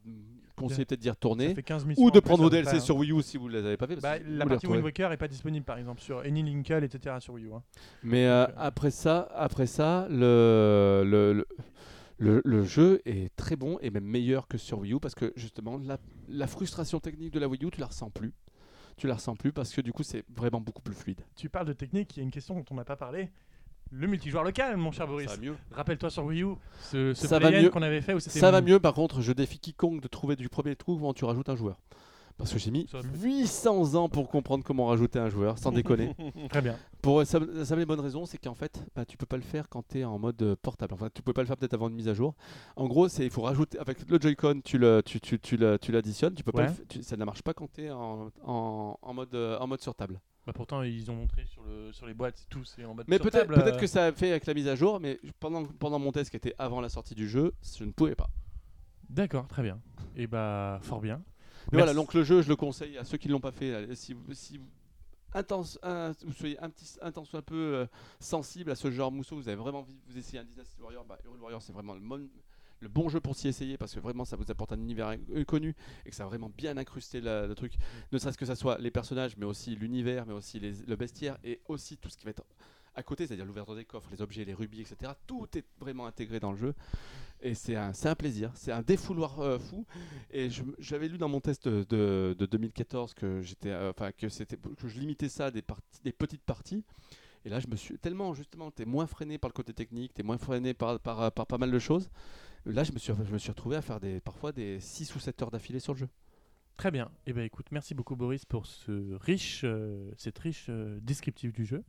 conseiller peut-être d'y
ça
retourner.
fait 15 missions
Ou
après,
de
hein.
prendre
ça
vos
fait
DLC
pas-
sur Wii U si vous ne les avez pas fait. parce
Bah,
que vous
la
les
partie
retrouvez.
Wind Waker est pas disponible par exemple sur Any Linkle, etc. sur Wii U. hein.
Mais euh,
Donc, euh,
après ça, après ça, le le, le- le- le jeu est très bon et même meilleur que sur Wii U parce que justement la, la frustration technique de la Wii U, tu la ressens plus. Tu la ressens plus parce que du coup c'est vraiment beaucoup plus fluide.
Tu parles de technique, il y a une question dont on n'a pas parlé. Le multijoueur local, mon cher Boris.
Ça va mieux.
Rappelle-toi sur Wii U, ce, ce
Ça va
play-in
mieux.
qu'on avait fait où c'était.
Ça va mieux. Par contre, je défie quiconque de trouver du premier trou quand tu rajoutes un joueur. Parce que j'ai mis
Ça va peut-être.
800 ans pour comprendre comment rajouter un joueur, sans déconner.
Très bien.
Pour ça, ça les bonnes raisons, c'est qu'en fait, bah, tu peux pas le faire quand tu es en mode euh, portable. Enfin, tu peux pas le faire peut-être avant une mise à jour. En gros, c'est il faut rajouter avec le Joy-Con, tu le tu tu tu le- tu l'additionnes, tu peux pas
Ouais.
le f- tu- ça ne marche pas quand tu es en, en, en mode euh, en mode sur table.
Bah, pourtant, ils ont montré sur, le, sur les boîtes, c'est tout, c'est en mode.
Mais
sur
peut-être
table,
peut-être
euh,
que ça a fait avec la mise à jour, mais je- pendant pendant mon test qui était avant la sortie du jeu, je ne pouvais pas.
D'accord, très bien. Et bah, fort bien.
Mais
Merci.
voilà, donc le jeu, je le conseille à ceux qui ne l'ont pas fait. euh, Si, vous- si vous- intense, un- vous soyez un petit un tant soit peu euh, sensible à ce genre mousseau, vous avez vraiment envie de vous essayer un Dynasty Warrior, bah, Hyrule Warrior, c'est vraiment le, mon- le bon jeu pour s'y essayer parce que vraiment ça vous apporte un univers in- euh, connu et que ça a vraiment bien incrusté la- le truc. Ne serait-ce que ça soit les personnages, mais aussi l'univers, mais aussi les- le bestiaire et aussi tout ce qui va être à côté, c'est-à-dire l'ouverture des coffres, les objets, les rubis, etc. Tout est vraiment intégré dans le jeu et c'est un, c'est un plaisir, c'est un défouloir euh, fou. Et je- j'avais lu dans mon test de, de- de 2014 que j'étais, euh, enfin que c'était, que je limitais ça à des parties, des petites parties. Et là, je me suis tellement justement, t'es moins freiné par le côté technique, t'es moins freiné par, par, euh, par pas mal de choses. Là, je me suis, je me suis retrouvé à faire des, parfois des 6 ou 7 heures d'affilée sur le jeu.
Très bien. Eh ben écoute, merci beaucoup Boris pour ce riche, euh, cette riche euh, descriptive du jeu.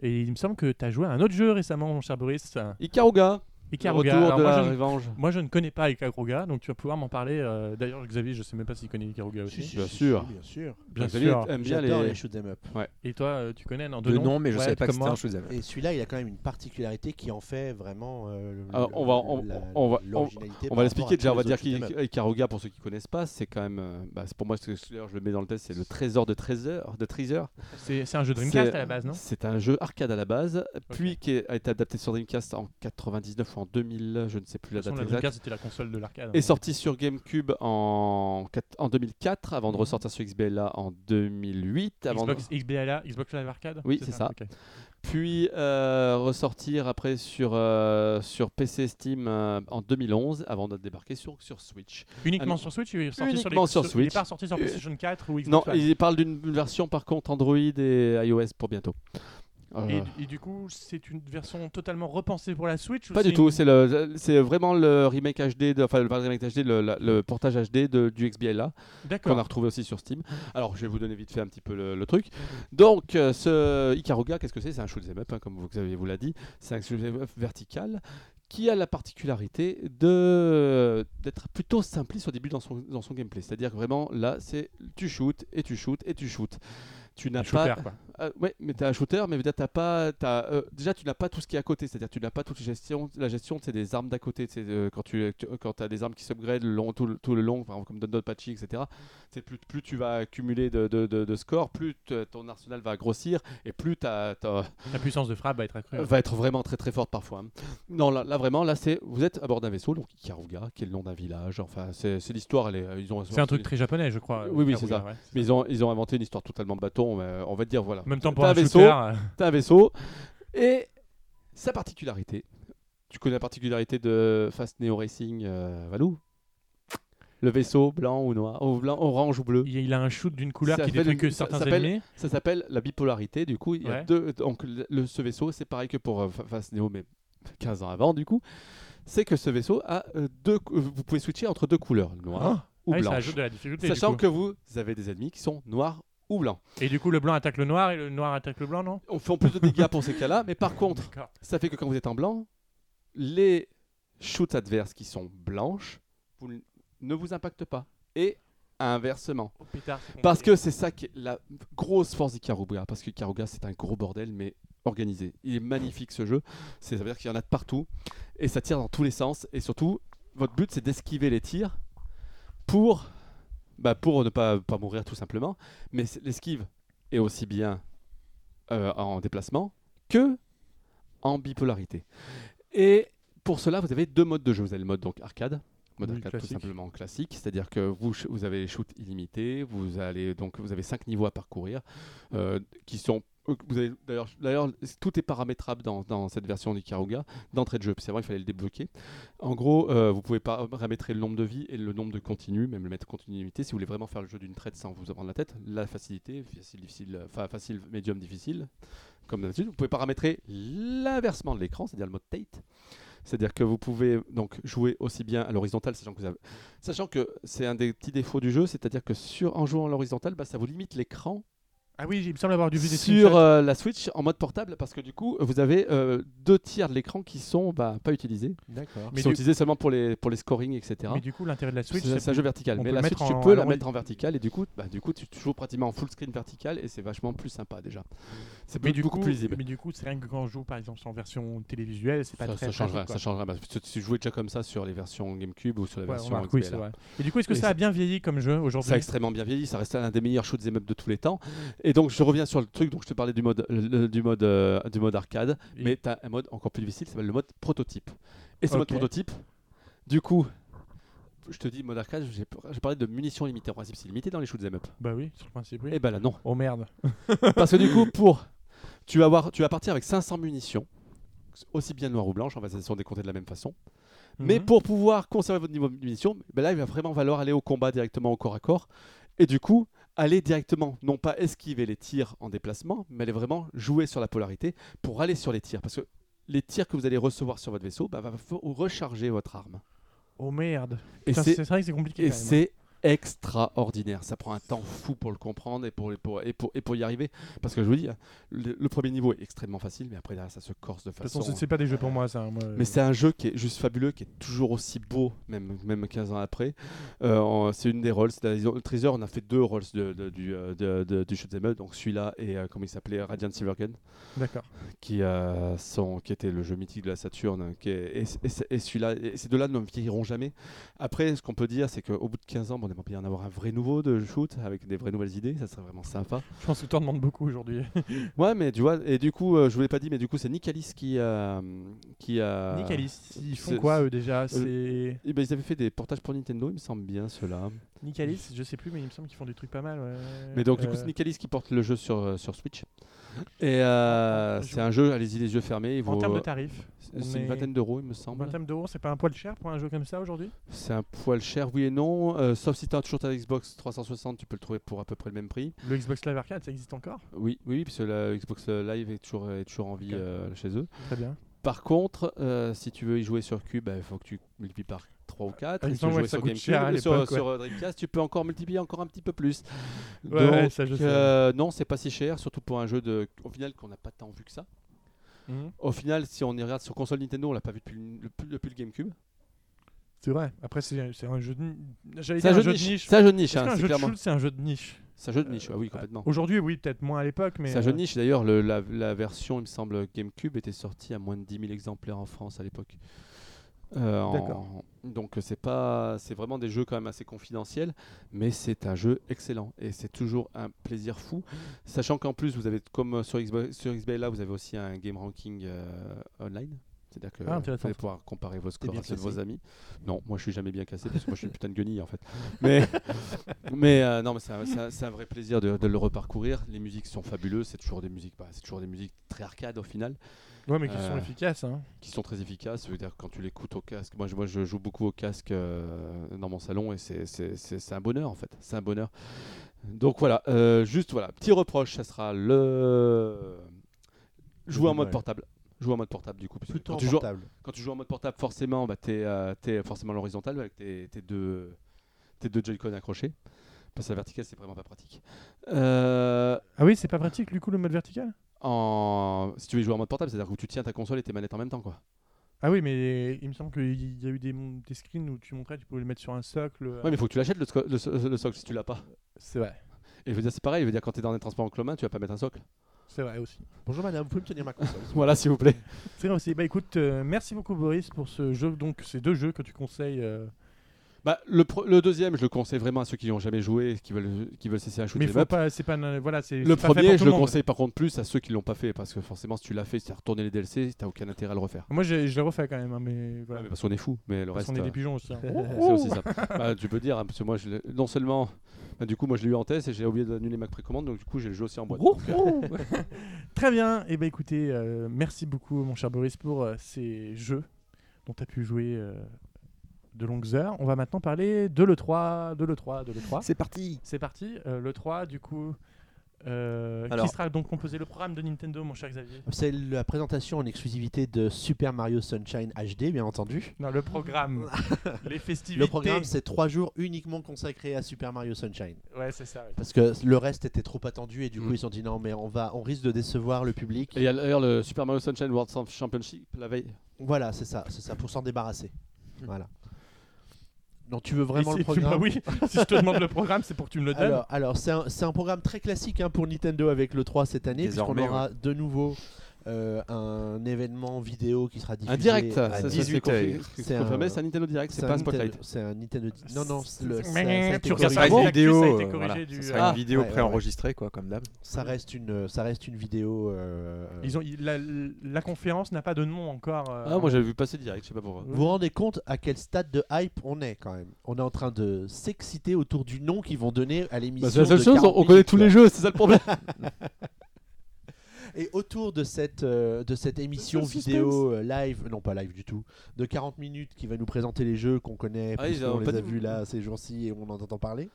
Et il me semble que tu as joué à un autre jeu récemment, mon cher Boris. euh,
Ikaruga,
Ikaruga.
le retour
Alors,
de
moi,
la
je ne-
revange.
moi, je ne connais pas Ikaruga, donc tu vas pouvoir m'en parler. euh, D'ailleurs, Xavier, je sais même pas s'il connaît Ikaruga aussi.
Si, si,
Bien
si,
sûr.
si, Bien sûr.
Bien
Xavier euh,
sûr.
aime bien
J'adore
les-
les shoot 'em up.
Et toi, euh, tu connais non,
De nom, mais je
Ouais,
savais pas que
comme
c'était
moi.
un shoot'em.
Et celui-là, il a quand même une particularité qui en fait vraiment. euh, le-
Ah, on va- on- on va- on-
l'originalité par
On va
rapport à
l'expliquer déjà,
tous
on va
les
dire
autres shoot'em up.
qu'Ikaruga, pour ceux qui connaissent pas, c'est quand même, euh, bah, c'est pour moi, c'est- d'ailleurs, je le mets dans le test, c'est le trésor de trésor, de trésor.
C'est c'est un jeu Dreamcast
C'est-
à la base, non
C'est un jeu arcade à la base, puis qui est- a été adapté sur Dreamcast en 99 ou en 2000, je ne sais plus
De
la
toute façon,
date
la
exacte.
Dreamcast, c'était la console de l'arcade.
Est
hein.
sorti sur GameCube en, quat- en 2004, avant de ressortir sur XBLA en 2008, avant de-
Mhm. Xbox, XBLA, Xbox Live Arcade
Oui, c'est ça. Ah
ok.
puis euh, ressortir après sur, euh, sur PC Steam euh, en 2011, avant de débarquer sur, sur Switch.
Uniquement
Alors,
sur Switch, il est sorti sur,
uniquement
les,
sur
Il est
Switch.
pas sorti sur PlayStation 4 ou Xbox
Non,
One.
il parle d'une version par contre Android et iOS pour bientôt. Euh,
Et, et du coup, c'est une version totalement repensée pour la Switch ou
Pas
c'est
du tout,
une-
c'est le, c'est vraiment le remake HD, de, enfin le, pas le remake HD, le, la- le portage HD de, du XBLA qu'on a
D'accord.
retrouvé aussi sur Steam. Alors je vais vous donner vite fait un petit peu le, le truc. Donc euh, ce Ikaruga, qu'est-ce que c'est C'est un shoot'em up, hein, comme vous avez vous l'a dit. C'est un shoot'em up vertical qui a la particularité de d'être plutôt simpliste au début dans son, dans son gameplay. C'est-à-dire que vraiment là, c'est tu shootes et tu shootes et tu shootes. Tu n'as pas
Shooter, quoi.
ah, ouais, mais t'es un shooter, mais t'as pas, t'as, euh, déjà tu n'as pas tout ce qui est à côté, c'est-à-dire tu n'as pas toute gestion, la gestion c'est des armes d'à côté, c'est quand tu, tu- quand t'as des armes qui s'upgradent le long, tout, le- tout le long, par exemple, comme Don Pachi, etc. C'est plus, plus tu vas accumuler de, de, de, de scores, plus t- ton arsenal va grossir et plus t'as, t'as-
La puissance de frappe va être accrue. hein.
va être vraiment très très forte parfois. hein. Non, là, là, vraiment, là c'est, vous êtes à bord d'un vaisseau, donc Ikaruga, qui est le nom d'un village. Enfin, c'est, c'est l'histoire, elle est- euh, ils ont.
C'est un truc très japonais, je crois.
Oui, oui,
Ikaruga,
c'est ça.
ouais.
Mais ils ont, ils ont inventé une histoire totalement bâton. euh, On va dire voilà.
En même temps, pour
T'as
un
un vaisseau,
shooter, euh,
T'as un vaisseau. Et sa particularité. Tu connais la particularité de Fast Neo Racing, euh, Valou Le vaisseau blanc ou noir, ou blanc, orange ou bleu.
il il a un shoot d'une couleur
Ça
qui
s'appelle
détruit que
une- ça
certains
s'appelle-
ennemis.
Ça s'appelle la bipolarité. Du coup, il y a
Ouais.
deux. Donc, le- le- ce vaisseau, c'est pareil que pour euh, Fa- Fast Neo, mais 15 ans avant, du coup. C'est que ce vaisseau a euh, deux. cou- Vous pouvez switcher entre deux couleurs, noir
Ah,
ou
ouais, ça
blanc.
ajoute de la difficulté. du
Sachant
coup.
que vous avez des ennemis qui sont noirs ou blancs.
Et du coup, le blanc attaque le noir et le noir attaque le blanc, non
On fait plus de dégâts pour ces cas-là, mais par contre,
D'accord.
Ça fait que quand vous êtes en blanc, les shoots adverses qui sont blanches vous n- ne vous impactent pas. Et inversement.
Oh, pétard, c'est
Parce
compliqué.
que c'est ça qui est la grosse force d'Ikaruga. Parce que Ikaruga, c'est un gros bordel, mais organisé. Il est magnifique ce jeu. C'est- Ça veut dire qu'il y en a de partout. Et ça tire dans tous les sens. Et surtout, votre but, c'est d'esquiver les tirs pour, bah, pour ne pas, pas mourir tout simplement. Mais c'est- l'esquive est aussi bien euh, en déplacement que en bipolarité. Et pour cela, vous avez deux modes de jeu. Vous avez le mode donc arcade, mode
Oui,
arcade
classique.
tout simplement classique, c'est-à-dire que vous, ch- vous avez les shoots illimités, vous allez donc vous avez cinq niveaux à parcourir euh, qui sont euh, vous avez- d'ailleurs d'ailleurs tout est paramétrable dans, dans cette version d'Ikaruga d'entrée de jeu. C'est vrai, il fallait le débloquer. En gros, euh, vous pouvez paramétrer le nombre de vies et le nombre de continues, même le mettre continuité si vous voulez vraiment faire le jeu d'une traite sans vous en prendre la tête. La facilité, facile, difficile, enfin facile, médium, difficile, comme d'habitude. Vous pouvez paramétrer l'inversement de l'écran, c'est-à-dire le mode Tate. C'est-à-dire que vous pouvez donc jouer aussi bien à l'horizontale, sachant que vous avez- sachant que c'est un des petits défauts du jeu, c'est-à-dire que sur en jouant à l'horizontale, bah, ça vous limite l'écran
Ah oui, il me semble avoir dû vu des
sur
screenshots.
euh, la Switch en mode portable parce que du coup vous avez euh, deux tiers de l'écran qui sont bah, pas utilisés,
D'accord.
Mais
qui sont
du-
utilisés seulement pour les pour les scoring etc.
Mais du coup, l'intérêt de la Switch,
C'est- c'est un
c'est
jeu vertical.
on
Mais
peut
la
le
Switch,
mettre
tu
en-
peux la
en-
mettre en vertical et du coup, bah, du coup, tu tu joues pratiquement en full screen vertical et c'est vachement plus sympa déjà. C'est
mais
be-
du
beaucoup
coup,
plus lisible.
mais du coup, c'est rien que quand on joue par exemple en version télévisuelle, c'est pas
Ça,
très
ça changera,
pratique, quoi.
ça changera. Bah, si tu jouais déjà comme ça sur les versions GameCube ou sur la
Ouais,
version
remarque, oui,
XBLA.
c'est vrai. Et du coup, est-ce que
Et
ça a bien vieilli comme jeu
Ça a
aujourd'hui
extrêmement bien vieilli, ça reste un des meilleurs shoots em up de tous les temps. Et donc je reviens sur le truc, donc je te parlais du mode, le- du mode, euh, du mode arcade,
Et-
mais tu as un mode encore plus difficile, ça s'appelle le mode prototype. Et ce mode
Ok.
prototype, du coup, je te dis mode arcade, j'ai j'ai parlé de munitions limitées. En principe, c'est limité dans les shoots em up.
Bah oui, sur le principe, oui.
Et ben là, non.
Oh merde.
Parce que du coup, pour tu vas avoir, tu vas partir avec 500 munitions, aussi bien noires ou blanches, en fait, elles sont décomptées de la même façon. Mais
Mhm.
pour pouvoir conserver votre niveau de munitions, ben là, il va vraiment falloir aller au combat directement au corps à corps. Et du coup, aller directement, non pas esquiver les tirs en déplacement, mais aller vraiment jouer sur la polarité pour aller sur les tirs. Parce que les tirs que vous allez recevoir sur votre vaisseau, ben, va faut recharger votre arme.
Oh merde.
Et
Putain,
c'est
C'est vrai que c'est compliqué.
et
quand même. hein.
c'est extraordinaire. Ça prend un temps fou pour le comprendre et pour, et pour, et pour, et pour y arriver. Parce que je vous dis, le, le premier niveau est extrêmement facile, mais après, là, ça se corse de
De toute
façon. hein.
façon, c'est- c'est pas des jeux pour moi, ça. Moi, euh,
Mais c'est un jeu qui est juste fabuleux, qui est toujours aussi beau, même, même 15 ans après. Euh, en- c'est une des Rolls. c'est- ils ont- Le Treasure, on a fait deux Rolls de, de- du, euh, de- de- du shoot'em up, donc celui-là et euh, comment il s'appelait Radiant Silvergun,
D'accord.
qui, euh, sont, qui était le jeu mythique de la Saturne. Qui est- et et c'est- et celui-là, et ces deux-là ne vieilliront jamais. Après, ce qu'on peut dire, c'est qu'au bout de 15 ans, bon, on aimerait bien en avoir un vrai nouveau de shoot, avec des vraies nouvelles idées, ça serait vraiment sympa.
Je pense que tu en demandes beaucoup aujourd'hui.
Ouais, mais tu vois, et du coup, euh, je vous l'ai pas dit, mais du coup, c'est Nicalis qui. euh, qui euh,
Nicalis, ils font
c'est-
quoi eux déjà C'est
Eh ben, ils avaient fait des portages pour Nintendo, il me semble bien cela.
Euh, Nicalis, je sais plus, mais il me semble qu'ils font des trucs pas mal. ouais.
Mais donc du coup
Euh,
c'est Nicalis qui porte le jeu sur, euh, sur Switch. Et euh,
Ah, Je
c'est
vois.
un jeu, allez-y les yeux fermés. il
en
vaut- euh,
termes de tarifs, on
c'est
est-
une vingtaine d'euros il me
en
semble.
termes d'euros, c'est pas un poil cher pour un jeu comme ça aujourd'hui
C'est un poil cher, oui et non. euh, sauf si tu as toujours ta Xbox 360, tu peux le trouver pour à peu près le même prix.
Le Xbox Live Arcade, ça existe encore
Oui, oui, oui, parce que la Xbox euh, Live est toujours, est toujours en vie
Ok.
euh, chez eux.
Très bien.
Par contre, euh, si tu veux y jouer sur Cube, bah, il faut que tu multiplies par 3 ou 4.
Ah, il
Et
me
si tu veux
semble
jouer
que ça
sur
coûte
GameCube,
cher à
et sur,
l'époque, ouais.
sur, euh, Dreamcast, tu peux encore multiplier encore un petit peu plus.
Ouais,
Donc,
ouais, ça, je sais.
euh, non, c'est pas si cher, surtout pour un jeu de, au final qu'on n'a pas tant vu que ça. Au final, si on y regarde sur console Nintendo, on l'a pas vu depuis le, depuis- depuis le GameCube.
C'est vrai. Après, c'est c'est un jeu de. J'allais
C'est
dire
un jeu de niche. C'est un jeu de niche,
Est-ce
hein,
qu'un
c'est
jeu de
clairement.
shoot, c'est un jeu de niche. Euh,
C'est un jeu de niche, ah oui, complètement.
Aujourd'hui, oui, peut-être moins à l'époque, mais.
C'est un jeu de
euh,
niche. D'ailleurs, le- la, la version, il me semble, GameCube était sortie à moins de 10 000 exemplaires en France à l'époque. Euh, en-
D'accord.
Donc c'est pas, c'est vraiment des jeux quand même assez confidentiels, mais c'est un jeu excellent et c'est toujours un plaisir fou, sachant qu'en plus vous avez comme euh, sur Xbox, sur XBLA vous avez aussi un game ranking euh, online, c'est-à-dire que
Ah,
vous
intéressant.
allez pouvoir comparer vos scores
bien
à ceux de
classé.
vos amis. Non, moi je suis jamais bien cassé parce que moi je suis une putain de guenille en fait. Mais, mais euh, non, mais c'est un, c'est un- c'est un vrai plaisir de, de le reparcourir. Les musiques sont fabuleuses, c'est toujours des musiques, bah, c'est toujours des musiques très arcade au final,
Ouais, mais qui sont
Euh,
efficaces. hein.
qui sont très efficaces. Ça veut dire quand tu l'écoutes au casque, moi je, moi je joue beaucoup au casque euh, dans mon salon et c'est- c'est c'est- c'est un bonheur en fait, c'est un bonheur. Donc voilà, euh, juste voilà, petit reproche, ça sera le jouer en mode
Ouais.
portable. Jouer en mode portable du coup. parce que
Plutôt
quand
en
tu joues-
portable.
quand tu joues en mode portable, forcément, bah, t'es euh, t'es forcément à l'horizontale avec tes, tes deux, tes deux Joy-Con accrochés. Parce que la verticale, c'est vraiment pas pratique. Euh,
Ah oui, c'est pas pratique du coup le mode vertical
en... Si tu veux jouer en mode portable, c'est-à-dire que tu tiens ta console et tes manettes en même temps. quoi.
Ah oui, mais il me semble qu'il y a eu des, mon- des screens où tu montrais, tu pouvais le mettre sur un socle. euh,
Ouais, mais il faut que tu l'achètes le, sco- le so- le socle si tu l'as pas.
C'est vrai.
Et je veux dire, c'est pareil, je veux dire, quand t'es dans les transports en commun, tu vas pas mettre un socle.
C'est vrai aussi.
Bonjour madame, vous pouvez me tenir ma console
Voilà, s'il vous plaît.
C'est vrai aussi. Bah écoute, euh, merci beaucoup Boris pour ce jeu, donc ces deux jeux que tu conseilles. euh,
Bah, le, pro- le deuxième, je le conseille vraiment à ceux qui n'ont jamais joué, qui veulent, qui veulent cesser un shoot
mais
'em
faut
up.
pas, c'est pas, na- voilà, c'est
Le
c'est pas fait pour
premier,
tout
je le
monde.
conseille par contre plus à ceux qui l'ont pas fait, parce que forcément, si tu l'as fait, si t'as retourné les DLC, t'as aucun intérêt à le refaire.
Moi, j'ai- je l'ai refait quand même, hein, mais voilà.
Ouais, mais parce qu'on est fou, mais le
Parce
reste.
qu'on est
euh,
des pigeons aussi. hein.
C'est aussi ça. Bah, tu peux dire, hein, parce que moi, je l'ai- non seulement, bah, du coup, moi je l'ai eu en test et j'ai oublié d'annuler ma précommande, donc du coup, j'ai le jeu aussi en boîte.
Ouh, ouh. Très bien. Et ben écoutez, euh, merci beaucoup, mon cher Boris, pour euh, ces jeux dont tu as pu jouer euh, de longues heures. On va maintenant parler de l'E3, de l'E3, de l'E3.
C'est parti
C'est parti. L'E3, du coup, euh,
Alors-
qui sera donc composé le programme de Nintendo, mon cher Xavier
C'est la présentation en exclusivité de Super Mario Sunshine HD, bien entendu.
Non, le programme. les festivités.
Le programme, c'est trois jours uniquement consacrés à Super Mario Sunshine.
Ouais, c'est ça. ouais.
Parce que le reste était trop attendu et du coup,
Mm.
ils se sont dit non, mais on, va, on risque de décevoir le public.
Et il y a d'ailleurs le Super Mario Sunshine World Championship la veille.
Voilà, c'est ça, c'est ça, pour s'en débarrasser. Voilà. Donc, tu veux
Et
vraiment
si
le
tu- bah
programme
oui, si je te demande le programme, c'est pour que tu me le donnes.
Alors, alors, c'est un, c'est un programme très classique hein, pour Nintendo avec le 3 cette année, puisqu'on
Désormais,
aura de nouveau euh, un événement vidéo qui sera diffusé.
Un direct,
à
ça, ça,
18.
c'est
18
confirmé,
heures.
c'est
C'est
confirmé,
un-
c'est un Nintendo Direct, c'est
un
pas un Spotlight.
Nintendo- C'est un Nintendo. Non, non, c'est le- ça- ça a été
tu regardes
corrigé.
ça,
pas
une
l'actu,
vidéo,
ça a été
euh,
corrigé
voilà.
du-
Ce
Ah.
sera une vidéo
ouais, ouais, ouais.
préenregistrée, quoi, comme d'hab.
ça reste une, euh, ça reste une vidéo. euh,
Ils ont, il- la, la conférence n'a pas de nom encore. euh,
Ah, moi j'avais vu passer direct, je sais pas pourquoi.
Vous vous rendez compte à quel stade de hype on est quand même On est en train de s'exciter autour du nom qu'ils vont donner à l'émission.
Bah, c'est la seule
de
chose,
40
on connaît
minutes,
tous
quoi.
les jeux, c'est ça le problème.
Et autour de cette, euh, de cette émission
C'est le suspense.
vidéo euh, live, non pas live du tout, de 40 minutes qui va nous présenter les jeux qu'on connaît,
Ah,
parce
ils ont
qu'on
pas
les a
dit-
vus là ces jours-ci et on en entend parler,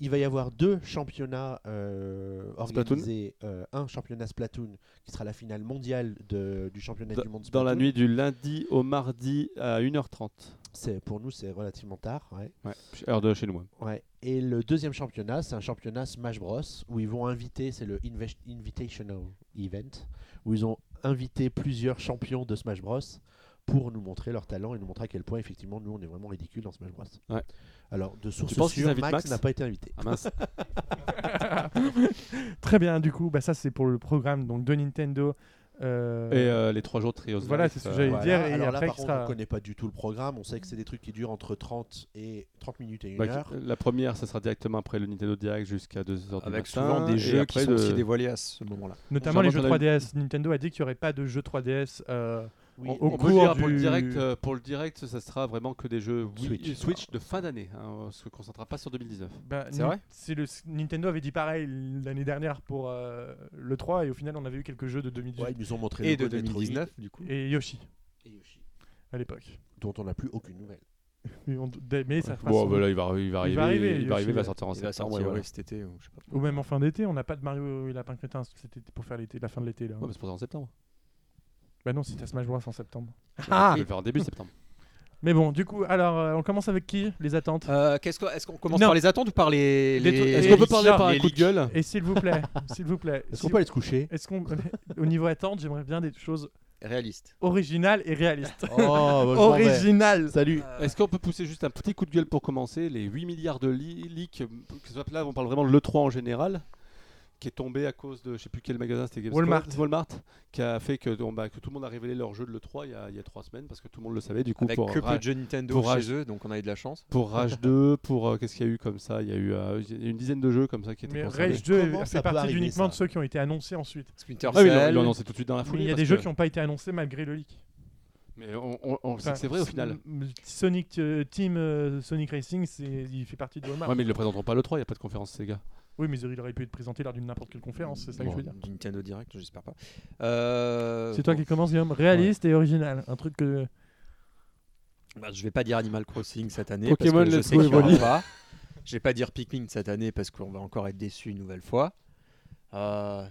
il va y avoir deux championnats euh,
Splatoon.
organisés. euh, un championnat Splatoon qui sera la finale mondiale de- du championnat du monde
Dans
Splatoon.
la nuit du lundi au mardi à 1h30.
C'est pour nous c'est relativement tard. Ouais.
Ouais, heure de chez nous. hein. ouais.
Ouais. Et le deuxième championnat, c'est un championnat Smash Bros où ils vont inviter, c'est le Inves- Invitational Event, où ils ont invité plusieurs champions de Smash Bros pour nous montrer leur talent et nous montrer à quel point effectivement nous on est vraiment ridicule dans Smash Bros.
Ouais.
Alors de source
Tu penses qu'ils
sûre,
invitent
Max
Max
n'a pas été invité.
Ah mince.
Très bien, du coup, bah, ça c'est pour le programme donc, de Nintendo. euh,
Et euh, les trois jours de Trios.
Voilà,
Live,
c'est ce
euh,
que j'allais
ouais.
dire. hier, et
Alors là
après,
par
qui
contre
sera-
on connaît pas du tout le programme, on sait que c'est des trucs qui durent entre 30 et 30 minutes et une
Bah,
heure.
la première, ça sera directement après le Nintendo Direct jusqu'à 2h du
Avec
matin,
souvent des
et
jeux qui
après
sont
le-
aussi dévoilés à ce moment-là.
Notamment les jeux
J'invente un
3DS. Nintendo a dit qu'il n'y aurait pas de jeux 3DS. euh,
Oui,
on-
On
au
peut
cours
dire pour le
du-
direct, euh, pour le direct, ça sera vraiment que des jeux Wii-
Switch.
Switch, de fin d'année. hein, on se concentrera pas sur 2019.
bah,
C'est
Ni-
vrai
c'est le... Nintendo avait dit pareil l'année dernière pour euh, le 3 et au final on avait eu quelques jeux de 2018
Ouais, ils nous ont montré
Et
le
de
code Metroid
2019, du coup.
et Yoshi
et Yoshi,
à l'époque.
dont on n'a plus aucune nouvelle.
Mais, on- mais ça fera
Bon,
sans-
bah là, il va, il va
Il
arriver,
va arriver,
il va, arriver, il va
Yoshi,
sortir en
Il va
septembre.
sortir
Oh, ouais, voilà.
ouais, cet été, ou je sais pas.
Ou même en fin d'été, on n'a pas de Mario et Lapin Crétin, c'était pour faire l'été, la fin de l'été. Là.
Ouais, mais c'est pour ça en septembre.
Bah non, c'était Smash Bros en septembre.
Ah.
Je vais le faire en début septembre.
Mais bon, du coup, alors euh, on commence avec qui Les attentes
Euh, qu'est-ce que- Est-ce qu'on commence
Non.
par les attentes ou par les.
Des
les-
trucs-
Est-ce
Et
qu'on peut
Lisa,
parler par un
les
coup de
leaks
gueule
Et s'il vous plaît, s'il vous plaît.
Est-ce
si-
qu'on peut aller se coucher
est-ce qu'on- au niveau attente, j'aimerais bien des choses
Réalistes.
originales et réalistes.
Oh, bah, je m'en vais.
originales.
Salut.
Est-ce qu'on peut pousser juste un petit coup de gueule pour commencer Les 8 milliards de li- leaks, euh, que ce soit là, on parle vraiment de l'E3 en général, qui est tombé à cause de je sais plus quel magasin, c'était GameStop,
Walmart.
Walmart, qui a fait que, donc, bah, que tout le monde a révélé leur jeu de l'E3 il y, a, il y a 3 semaines, parce que tout le monde le savait. Du coup,
Avec
pour,
que peu
ra-
de jeux Nintendo
pour
chez
raj-
eux, donc on a eu de la
Ah
chance.
pour Rage 2, pour euh, qu'est-ce qu'il y a eu comme ça Il y a eu euh, une dizaine de jeux comme ça qui étaient
Mais
concernés.
Rage 2
Comment ça
fait
peut
partie
arriver,
uniquement
ça
de ceux qui ont été annoncés ensuite.
Splinter
Ah oui, ils l'ont- ils
Cell.
l'ont annoncé tout de suite dans la
Mais
foulée.
il y a
parce
des jeux
que-
qui n'ont pas été annoncés malgré le leak.
Mais on, on- on le sait
Enfin,
que c'est vrai au
s-
final.
m- Sonic euh, Team euh, Sonic Racing, c'est- il fait partie de Walmart.
Ouais, mais ils le présenteront pas le 3, il n'y a pas de conférence Sega.
Oui, mais il aurait pu être présenté lors d'une n'importe quelle conférence, c'est ça que je veux dire.
Du Nintendo Direct, j'espère pas. Euh,
C'est toi
bon,
qui commence, Guillaume. Réaliste et original. Un truc que.
bah, je vais pas dire Animal Crossing cette année
Pokémon,
parce que je
let's
sais
go,
qu'il y aura
Evoli.
pas. Je vais pas dire Pikmin cette année parce qu'on va encore être déçu une nouvelle fois. Euh,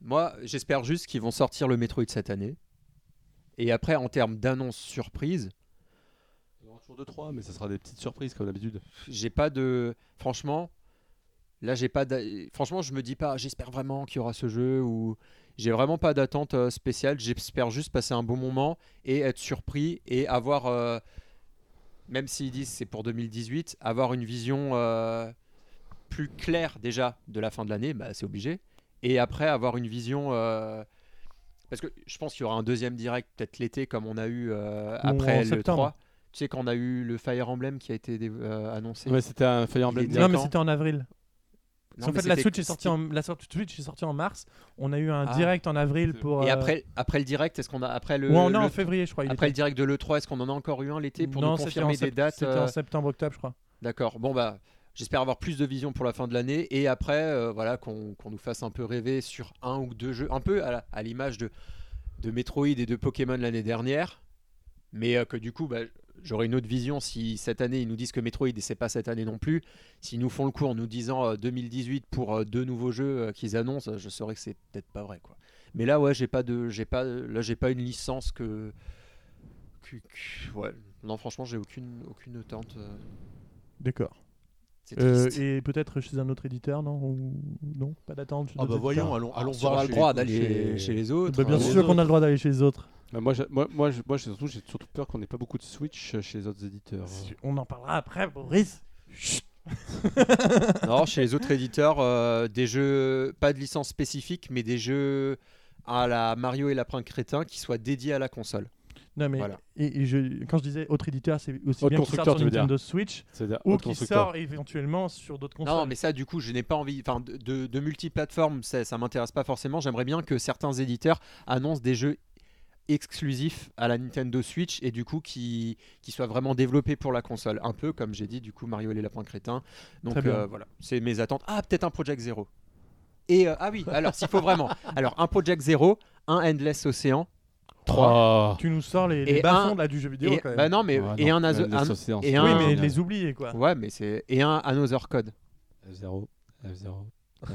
moi, j'espère juste qu'ils vont sortir le Metroid cette année. Et après, en termes d'annonces surprises,
Il y aura toujours 2-3, mais ça sera des petites surprises comme d'habitude.
j'ai pas de franchement là j'ai pas d'a- franchement je me dis pas j'espère vraiment qu'il y aura ce jeu ou j'ai vraiment pas d'attente euh, spéciale j'espère juste passer un bon moment et être surpris et avoir euh, même s'ils disent c'est pour 2018 avoir une vision euh, plus claire déjà de la fin de l'année bah, c'est obligé et après avoir une vision euh, parce que je pense qu'il y aura un deuxième direct peut-être l'été comme on a eu euh,
Ou en
après le
septembre.
3 tu sais qu'on a eu le Fire Emblem qui a été dé- euh, annoncé
Ouais, c'était un Fire Emblem
Il est
direct.
Non, mais
quand
c'était en avril.
Non,
en
mais
fait, la
c'était-
Switch, est sortie
c'était-
en... la sortie Switch est sortie en mars. On a eu un
Ah.
direct en avril pour.
Et
euh,
après, après le direct, est-ce qu'on a après le,
Ou en, non,
le-
en février, je crois. il
après le
était.
direct de le 3, est-ce qu'on en a encore eu un l'été pour
Non,
nous
c'était
confirmer
en
des
sept-
dates
C'était
euh,
en septembre-octobre, je crois.
D'accord. Bon bah, j'espère avoir plus de vision pour la fin de l'année et après, euh, voilà, qu'on qu'on nous fasse un peu rêver sur un ou deux jeux, un peu à la- à l'image de de Metroid et de Pokémon l'année dernière, mais euh, que du coup, bah, j'aurai une autre vision si cette année ils nous disent que Metroid et c'est pas cette année non plus. S'ils nous font le coup en nous disant euh, 2018 pour euh, deux nouveaux jeux euh, qu'ils annoncent, euh, je saurais que c'est peut-être pas vrai quoi. Mais là ouais, j'ai pas de j'ai pas là j'ai pas une licence que, que- que- ouais. Non franchement, j'ai aucune aucune tente. euh,
D'accord.
c'est
Euh,
triste.
et peut-être chez un autre éditeur, non Ou- Non Pas d'attente chez
Ah
d'autres
bah voyons,
éditeurs
allons,
Alors,
allons
si
voir.
on a
chez
le droit
les-
d'aller chez... les autres.
Bah, bien
euh,
allons
sûr
aux
qu'on a le droit d'aller chez les autres.
Bah, moi, j'ai- moi, moi, j'ai- moi, j'ai surtout, j'ai surtout peur qu'on n'ait pas beaucoup de Switch euh, chez les autres éditeurs.
On en parlera après, Boris.
Non, chez les autres éditeurs, euh, des jeux, pas de licence spécifique, mais des jeux à la Mario et Lapin Crétin qui soient dédiés à la console.
Non, mais
Voilà.
et, et je, quand je disais autre éditeur, c'est aussi
Autre
bien qui sort
constructeur,
sur
tu veux dire.
Nintendo Switch
C'est-à-dire
ou
autre
qui
constructeur.
sort éventuellement sur d'autres consoles.
Non, mais ça, du coup, je n'ai pas envie. Enfin, de, de, de multiplateformes, ça, ça m'intéresse pas forcément. J'aimerais bien que certains éditeurs annoncent des jeux exclusifs à la Nintendo Switch et du coup qui, qui soient vraiment développés pour la console. Un peu comme j'ai dit, du coup, Mario et les Lapins Crétins. Donc
Très bien.
euh, voilà, c'est mes attentes. Ah, peut-être un Project Zero. Et euh, ah oui, alors s'il faut vraiment. Alors, un Project Zero, un Endless Ocean.
Ah.
Tu nous sors les, les
Et
bas-fonds
un-
là, du jeu vidéo
Et,
quand même.
bah non, mais
Ah,
et
non,
un, Azo-
les
un-
associations,
et
c'est
un-
oui,
pas
mais
bien.
les oublier quoi.
ouais, mais c'est et un Another Code.
F0, F0,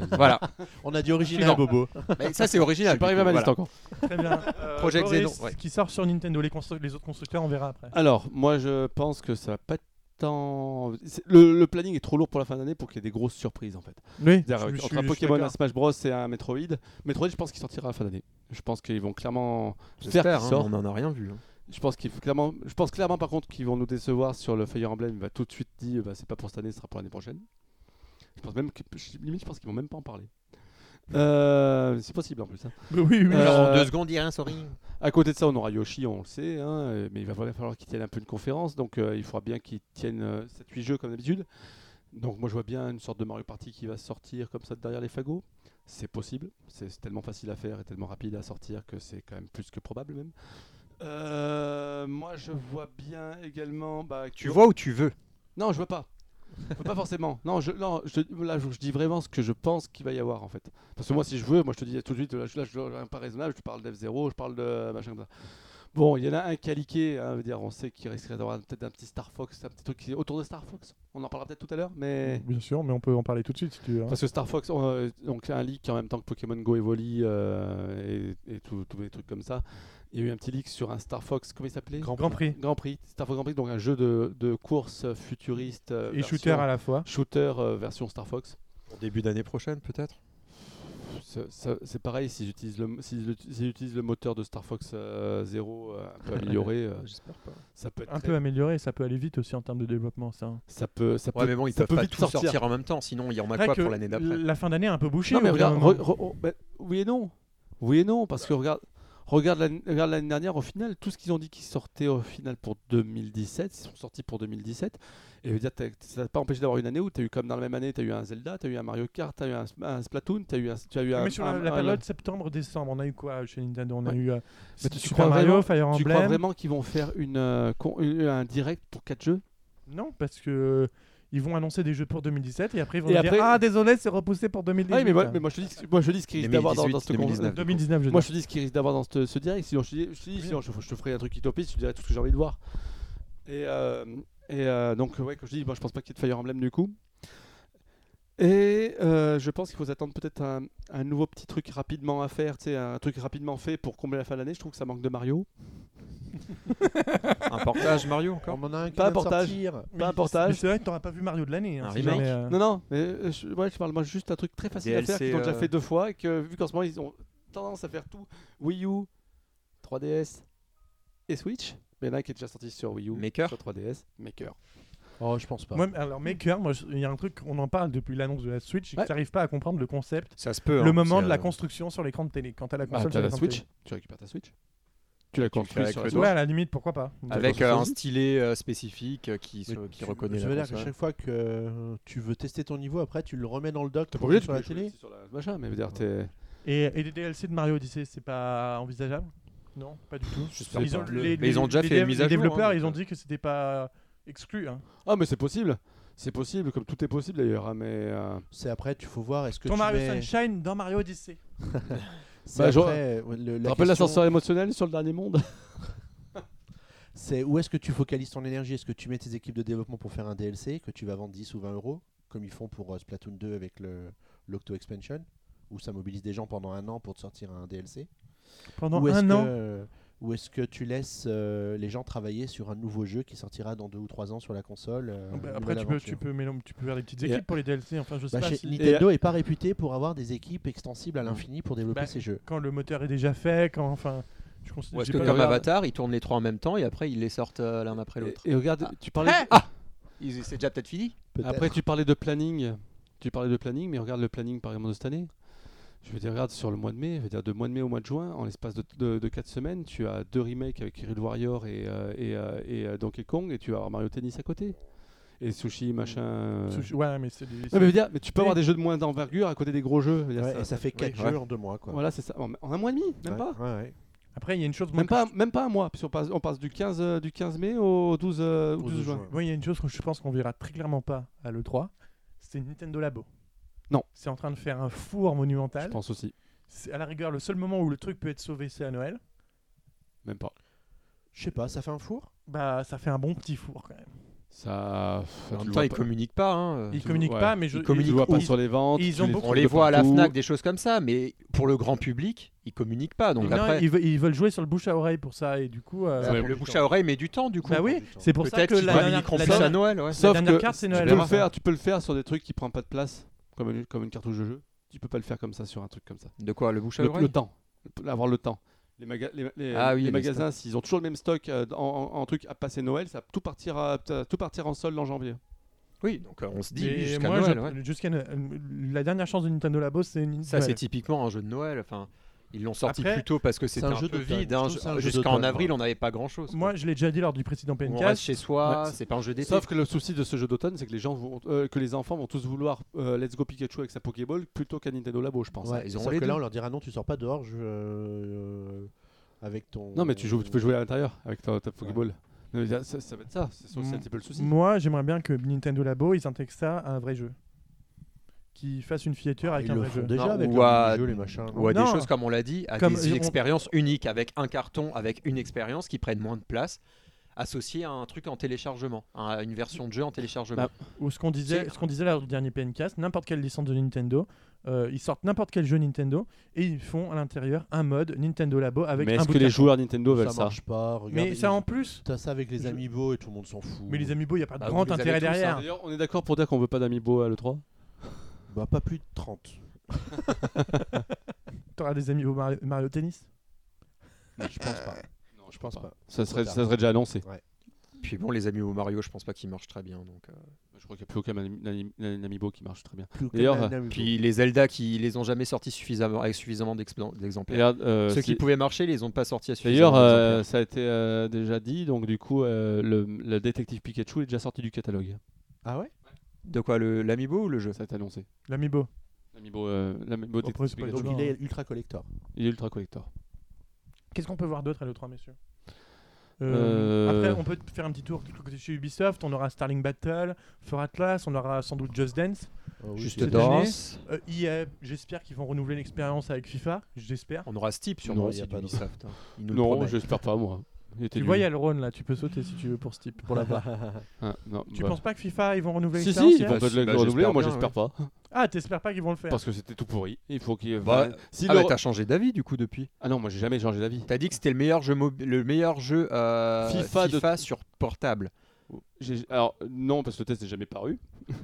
Voilà.
On a dit original,
Suivant.
Bobo.
Mais ça, c'est
Je
original.
suis pas
du
arrivé à
coup,
ma
voilà.
liste hein. encore.
Très bien. Euh,
Project
Boris,
Xenon, ouais.
Qui sort sur Nintendo, les, constru- les autres constructeurs, on verra après.
Alors, moi, je pense que ça va pas tant. c'est- Le, le planning est trop lourd pour la fin d'année pour qu'il y ait des grosses surprises en fait.
Oui,
C'est-à-dire,
je- je-
entre un
je- je
Pokémon,
suis
un Smash Bros et un Metroid. Metroid, je pense qu'il sortira à la fin d'année. Je pense qu'ils vont clairement faire
J'espère,
qu'il
hein,
sorte.
on n'en a rien vu. hein.
Je pense qu'il faut clairement, je pense clairement par contre qu'ils vont nous décevoir sur le Fire Emblem. Il va tout de suite dire, bah, c'est pas pour cette année, ce sera pour l'année prochaine. Je pense même, que, je- limite, je pense qu'ils vont même pas en parler. Euh, c'est possible en plus. hein.
d'accord. Oui, oui.
Euh,
Alors, en deux secondes, il y a rien, sorry.
À côté de ça, on aura Yoshi, on le sait, hein, euh, mais il va vraiment falloir qu'il tienne un peu une conférence, donc euh, il faudra bien qu'il tienne 7-8 jeux comme d'habitude. Donc moi je vois bien une sorte de Mario Party qui va sortir comme ça de derrière les fagots. C'est possible, c'est c'est tellement facile à faire et tellement rapide à sortir que c'est quand même plus que probable même. Euh, moi je vois bien également... Bah,
Tu vois où tu veux.
Non, je vois pas. Je vois pas forcément. Non, je, non je, là je, je dis vraiment ce que je pense qu'il va y avoir en fait. Parce que moi, si je veux, moi je te dis tout de suite, là je, là, je là, pas raisonnable, je parle d'F0, je parle de machin comme ça. Bon, il y en a un caliqué, hein, je veux dire, on sait qu'il risquerait d'avoir peut-être un petit Star Fox, un petit truc qui est autour de Star Fox. On en parlera peut-être tout à l'heure, mais.
Bien sûr, mais on peut en parler tout de suite si tu veux. hein.
Parce que Star Fox, euh, donc un leak en même temps que Pokémon Go et Volley euh, et, et tout- tous les trucs comme ça. Il y a eu un petit leak sur un Star Fox, comment il s'appelait
Grand, Prix.
Grand Prix. Star Fox Grand Prix, donc un jeu de, de course futuriste. euh,
Et
version-
shooter à la fois.
Shooter euh, version Star Fox.
Début d'année prochaine, peut-être
Ça- ça- C'est pareil, s'ils utilisent, le, s'ils le- s'ils utilisent le moteur de Star Fox 0 un peu amélioré, euh,
J'espère pas.
ça peut être
Un
très-
peu amélioré, ça peut aller vite aussi en termes de développement, ça. hein.
Ça peut, ça
Ouais,
peut-
mais bon, ils
ça
peuvent
peut
pas
vite
tout sortir. en même temps, sinon il y en a
Vrai
quoi
que
pour l'année d'après
La fin d'année est un peu bouchée.
Non, mais
au bout d'un
regarde,
moment.
re- re- oh, bah, oui et non. Oui et non, parce que regarde, regarde l'année regarde l'année dernière, au final, tout ce qu'ils ont dit qu'ils sortaient au final pour 2017, ils sont sortis pour 2017. Et je veux dire, t'as- ça t'a pas empêché d'avoir une année où tu as eu, comme dans la même année, tu as eu un Zelda, tu as eu un Mario Kart, tu as eu un, un Splatoon, tu as eu un. t'as eu un
Ah, Mais sur la,
un-
la
un-
période septembre-décembre, on a eu quoi chez Nintendo On a
Ouais.
eu euh,
Mais tu
Super
crois
Mario,
vraiment-
Fire
Tu crois
Emblem.
vraiment qu'ils vont faire une, euh, con- une- un direct pour 4 jeux
Non, parce que ils vont annoncer des jeux pour 2017 et après ils vont
Et
nous
après-
dire ah désolé c'est repoussé pour 2018.
Ah oui, mais, moi, mais moi je te dis, ce- moi je te dis ce qu'il risque d'avoir dans, dans ce
2018,
con- euh,
2019.
2019 je
Moi
dis.
je te dis ce qu'il risque d'avoir dans ce, ce direct. Sinon je te dis, je te, dis,
Oui.
sinon, je, je te ferai un truc utopiste, je te dirai tout ce que j'ai envie de voir. Et, euh, et euh, donc ouais, comme je dis, moi je pense pas qu'il y ait de Fire Emblem du coup. Et euh, je pense qu'il faut attendre peut-être un, un nouveau petit truc rapidement à faire, tu sais, un truc rapidement fait pour combler la fin de l'année. Je trouve que ça manque de Mario.
Un portage Mario encore
On en a un qui
Pas
vient de
portage.
sortir.
Mais
pas un
c'est-
portage.
mais C'est vrai que t'auras pas vu Mario de l'année. hein,
Un
si
remake.
jamais, euh,
Non, non, mais euh, je, ouais, je parle moi juste un truc très facile
DLC,
à faire qu'ils ont déjà
euh,
fait deux fois et que vu qu'en ce moment ils ont tendance à faire tout Wii U, 3DS et Switch. Mais il y en a un qui est déjà sorti sur Wii U,
Maker.
sur 3DS, Maker.
Oh, je pense pas.
Moi, alors Maker, moi je- il y a un truc on en parle depuis l'annonce de la Switch, c'est que
Ouais.
t'arrives pas à comprendre le concept,
Ça se peut.
le
hein,
moment
c'est,
de la
euh,
construction sur l'écran de télé. Quand t'as la
Ah,
console
tu
sur
as la
l'écran de
Switch, tu récupères ta Switch. Tu la
fais
construis
avec
sur
le
la
télé.
doigt.
Switch.
Ouais à la limite pourquoi pas.
Avec
Sur
euh, un
Switch.
stylet euh, spécifique euh, qui, se-
Mais
qui
tu-
reconnaît
Ça
la
veut dire
console.
qu'à chaque fois que euh, tu veux tester ton niveau, après tu le remets dans le dock
T'es
pour
pas obligé
jouer
de
sur la télé
Sur la machin, mais je veux dire, t'es.
Et, et les DLC de Mario Odyssey, c'est pas envisageable Non, pas du tout.
Je sais pas.
ont, les-
Mais ils ont
les-
déjà
les
fait
dev-
une mise à
Les
jour, hein,
développeurs,
donc,
ils ont
euh.
dit que c'était pas exclu. hein.
Ah, mais c'est possible! C'est possible, comme tout est possible d'ailleurs, hein, mais. euh,
C'est après, tu faut voir. Est-ce que
Ton
tu
Mario
mets...
Sunshine dans Mario Odyssey.
C'est
Bah, genre-
après, euh, le-
Tu te
la
rappelles
question,
l'ascenseur émotionnel sur le dernier monde?
c'est où est-ce que tu focalises ton énergie Est-ce que tu mets tes équipes de développement pour faire un DLC que tu vas vendre 10 ou 20 euros, comme ils font pour euh, Splatoon 2 avec le l'Octo Expansion, où ça mobilise des gens pendant un an pour te sortir un DLC
Pendant
Ou est-ce
un
que,
an.
Ah,
euh, Ou est-ce que tu laisses euh, les gens travailler sur un nouveau jeu qui sortira dans deux ou trois ans sur la console euh,
Bah,
une
après,
nouvelle
tu peux,
aventure
tu, peux, mélo- tu peux faire des petites
Et-
équipes pour les DLC. Enfin, je sais
Bah,
pas
chez-
si-
Nintendo est pas réputé pour avoir des équipes extensibles à l'infini pour développer
euh, Bah,
ses jeux.
quand le moteur est déjà fait, quand enfin. Je considère
Ou est-ce
j'ai
que
pas-
comme
regarde.
Avatar, ils tournent les trois en même temps et après ils les sortent euh, l'un après l'autre
Et, et regarde,
Ah. Bah,
tu parlais.
Ils- C'est déjà peut-être fini
Après, tu parlais de planning. Tu parlais de planning, mais regarde le planning par exemple de cette année. Je veux dire, regarde sur le mois de mai, je veux dire de mois de mai au mois de juin, en l'espace de, de, 4 semaines, tu as deux remakes avec Real Warrior et, euh, et, euh, et, euh, Donkey Kong, et tu vas avoir Mario Tennis à côté. Et Sushi, machin. euh.
Sous- Ouais, mais c'est des-
Ouais, mais, je veux dire, mais tu peux avoir des jeux de moins d'envergure à côté des gros jeux. Je veux dire,
Ouais,
ça-
et ça fait 4
ouais.
jeux en 2 mois. Quoi.
Voilà, c'est ça. En, en un mois et demi, même
Ouais,
pas.
ouais, ouais.
Après, il y a une chose. moi,
Même
que je-
pas, même pas un mois, puisqu'on passe, on passe du, 15, euh, du 15 mai au 12, euh, au 12 juin.
Moi, il y a une chose que je pense qu'on verra très clairement pas à l'E3. C'est Nintendo Labo.
Non.
C'est en train de faire un four monumental.
Je pense aussi.
C'est à la rigueur le seul moment où le truc peut être sauvé, c'est à Noël.
Même pas.
Je sais pas, ça fait un four
Bah, ça fait un bon petit four quand même.
Ça.
En
Bah, tu
même
le
temps,
vois
ils
pas-
communiquent pas. hein.
Ils
tu-
communiquent
ouais,
pas, mais je.
tu le
communiquent
vois pas
ils-
sur les ventes.
ils
tu
ont
les
beaucoup-
On
trouves
les
de
voit à la
partout.
Fnac, des choses comme ça, mais pour le grand public, ils communiquent pas. Donc
non,
après,
ils, veulent, ils veulent jouer sur le bouche à oreille pour ça et du coup. euh,
Ça
euh,
Ouais,
le bouche à oreille met du temps du coup.
Bah oui, c'est pour ça
Peut-être
que
qu'ils
la dernière,
communiqueront
la
plus à
dernière-
Noël. ouais.
Sauf
dernière
que
carte, c'est
tu
Noël.
peux, le
Ouais.
faire, tu peux le faire sur des trucs qui prennent pas de place, comme une, comme une cartouche de jeu. Tu peux pas le faire comme ça sur un truc comme ça.
De quoi Le bouche à
Le,
oreille
le temps. Le- Avoir le temps. Les, maga- les- les-
Ah oui,
les
les
magasins, s'ils ont toujours le même stock euh, en, en- en truc à passer Noël, ça va tout partir, à- tout partir en solde en janvier.
Oui, donc euh, on se dit
Et
jusqu'à
moi,
Noël.
je-
ouais.
jusqu'à Noël. euh, La dernière chance de Nintendo Labo, c'est Nintendo.
Ça, c'est typiquement un jeu de Noël. Enfin, ils l'ont sorti
Après,
plus tôt parce que
c'est
c'était
un
un,
jeu
peu
d'automne.
vide.
Je
hein.
trouve que c'est un jeu
Jusqu'en
d'automne,
avril,
ouais.
on n'avait pas grand-chose.
Moi, je l'ai déjà dit lors du précédent
quoi. on
PNK.
reste chez soi,
Ouais.
c'est pas un jeu d'été.
Sauf que le souci de ce jeu d'automne, c'est que les gens vont, euh, que les enfants vont tous vouloir euh, Let's Go Pikachu avec sa Pokéball plutôt qu'à Nintendo Labo, je pense.
Ouais, ils auront
sauf
les
que là,
deux.
on leur dira non, tu sors pas dehors je- euh, avec ton.
Non, mais tu, joues, tu peux jouer à l'intérieur avec ta, ta Pokéball. Mais Ça, ça- ça va être ça, c'est ça aussi
Mm.
un petit peu le souci.
Moi, j'aimerais bien que Nintendo Labo, ils intègrent ça à un vrai jeu. Qu'ils fassent une filature
Ah,
avec
ils
un
le
vrai
font
jeu.
déjà
Non,
avec
ou
leurs
à-
mini-jeux, les machins.
Ou à des
Non.
choses comme on l'a dit, à
Comme- euh,
des
on-
expériences uniques avec un carton, avec une expérience qui prennent moins de place, associée à un truc en téléchargement, à une version de jeu en téléchargement.
Bah,
Ou ce qu'on disait,
C'est-
ce qu'on disait lors du dernier PNK, n'importe quelle licence de Nintendo, euh, ils sortent n'importe quel jeu Nintendo et ils font à l'intérieur un mode Nintendo Labo avec
mais
un
est-ce
bout de
que les
carton.
joueurs Nintendo veulent
Ça
ça
marche pas. Regarde,
Mais ça
ils-
en plus.
T'as ça avec les
Je-
amiibo et tout le monde s'en fout.
Mais les Amiibo, il n'y a pas de
Bah,
grand
vous les
intérêt
avez tous, hein,
derrière.
D'ailleurs, on est d'accord pour dire qu'on veut pas d'amiibo à l'E3
Bah, pas plus de 30.
T'auras des Amiibo Mario, Mario Tennis.
Mais je pense pas. Euh,
Non,
Je pense pas.
Ça serait, ça serait déjà annoncé.
Puis bon, les amis au Mario, je pense pas qu'ils marchent très bien. Donc, euh.
Je crois qu'il n'y a plus aucun ami- ami- ami- amiibo qui marche très bien.
Plus aucun
D'ailleurs,
amiibo.
Puis les Zelda qui les ont jamais sortis suffisamment, avec suffisamment d'expl- d'exemplaires.
Regarde, euh,
Ceux qui
c'est-
pouvaient marcher, ils les ont pas sortis à suffisamment
D'ailleurs, euh,
d'exemplaires.
ça a été euh, déjà dit, donc du coup, euh, le, le détective Pikachu est déjà sorti du catalogue.
Ah ouais
De quoi le- L'amiibo ou le jeu
Ça a été annoncé.
L'Amiibo.
L'amiibo, euh, l'amiibo
Après,
détective
c'est pas
Pikachu.
le
Donc
Absolument.
il est ultra collector.
Il est ultra collector.
Qu'est-ce qu'on peut voir d'autre à l'E3, messieurs
Euh,
Après, on peut faire un petit tour du côté chez Ubisoft. On aura Starling Battle, For Atlas, on aura sans doute Just Dance.
Oh
Juste
cette
Dance.
Euh, EA, j'espère qu'ils vont renouveler l'expérience avec FIFA. J'espère.
On aura Steep sûrement
Non,
aussi
y a pas de-
d'Ubisoft. hein. Ils nous le
Non,
promettent.
j'espère pas, moi. Il était
Tu
nul.
vois, il y a le Rhône là. Tu peux sauter si tu veux pour ce type, pour l'avoir.
Ah, non,
tu
bah.
penses pas que FIFA, ils vont renouveler
Si, si,
l'expérience
ils
hier
vont
Bah,
peut-être
j'espère
le renouveler, moi
bien,
j'espère pas.
Ah, t'espères pas qu'ils vont le faire
Parce que c'était tout pourri. Il faut qu'il.
Bah,
si
Ah,
le-
bah, t'as changé d'avis du coup depuis.
Ah non, moi j'ai jamais changé d'avis.
T'as dit que c'était le meilleur jeu, mobi- le meilleur jeu euh,
FIFA
FIFA,
de-
sur portable.
J'ai- Alors, non, parce que le test n'est jamais paru.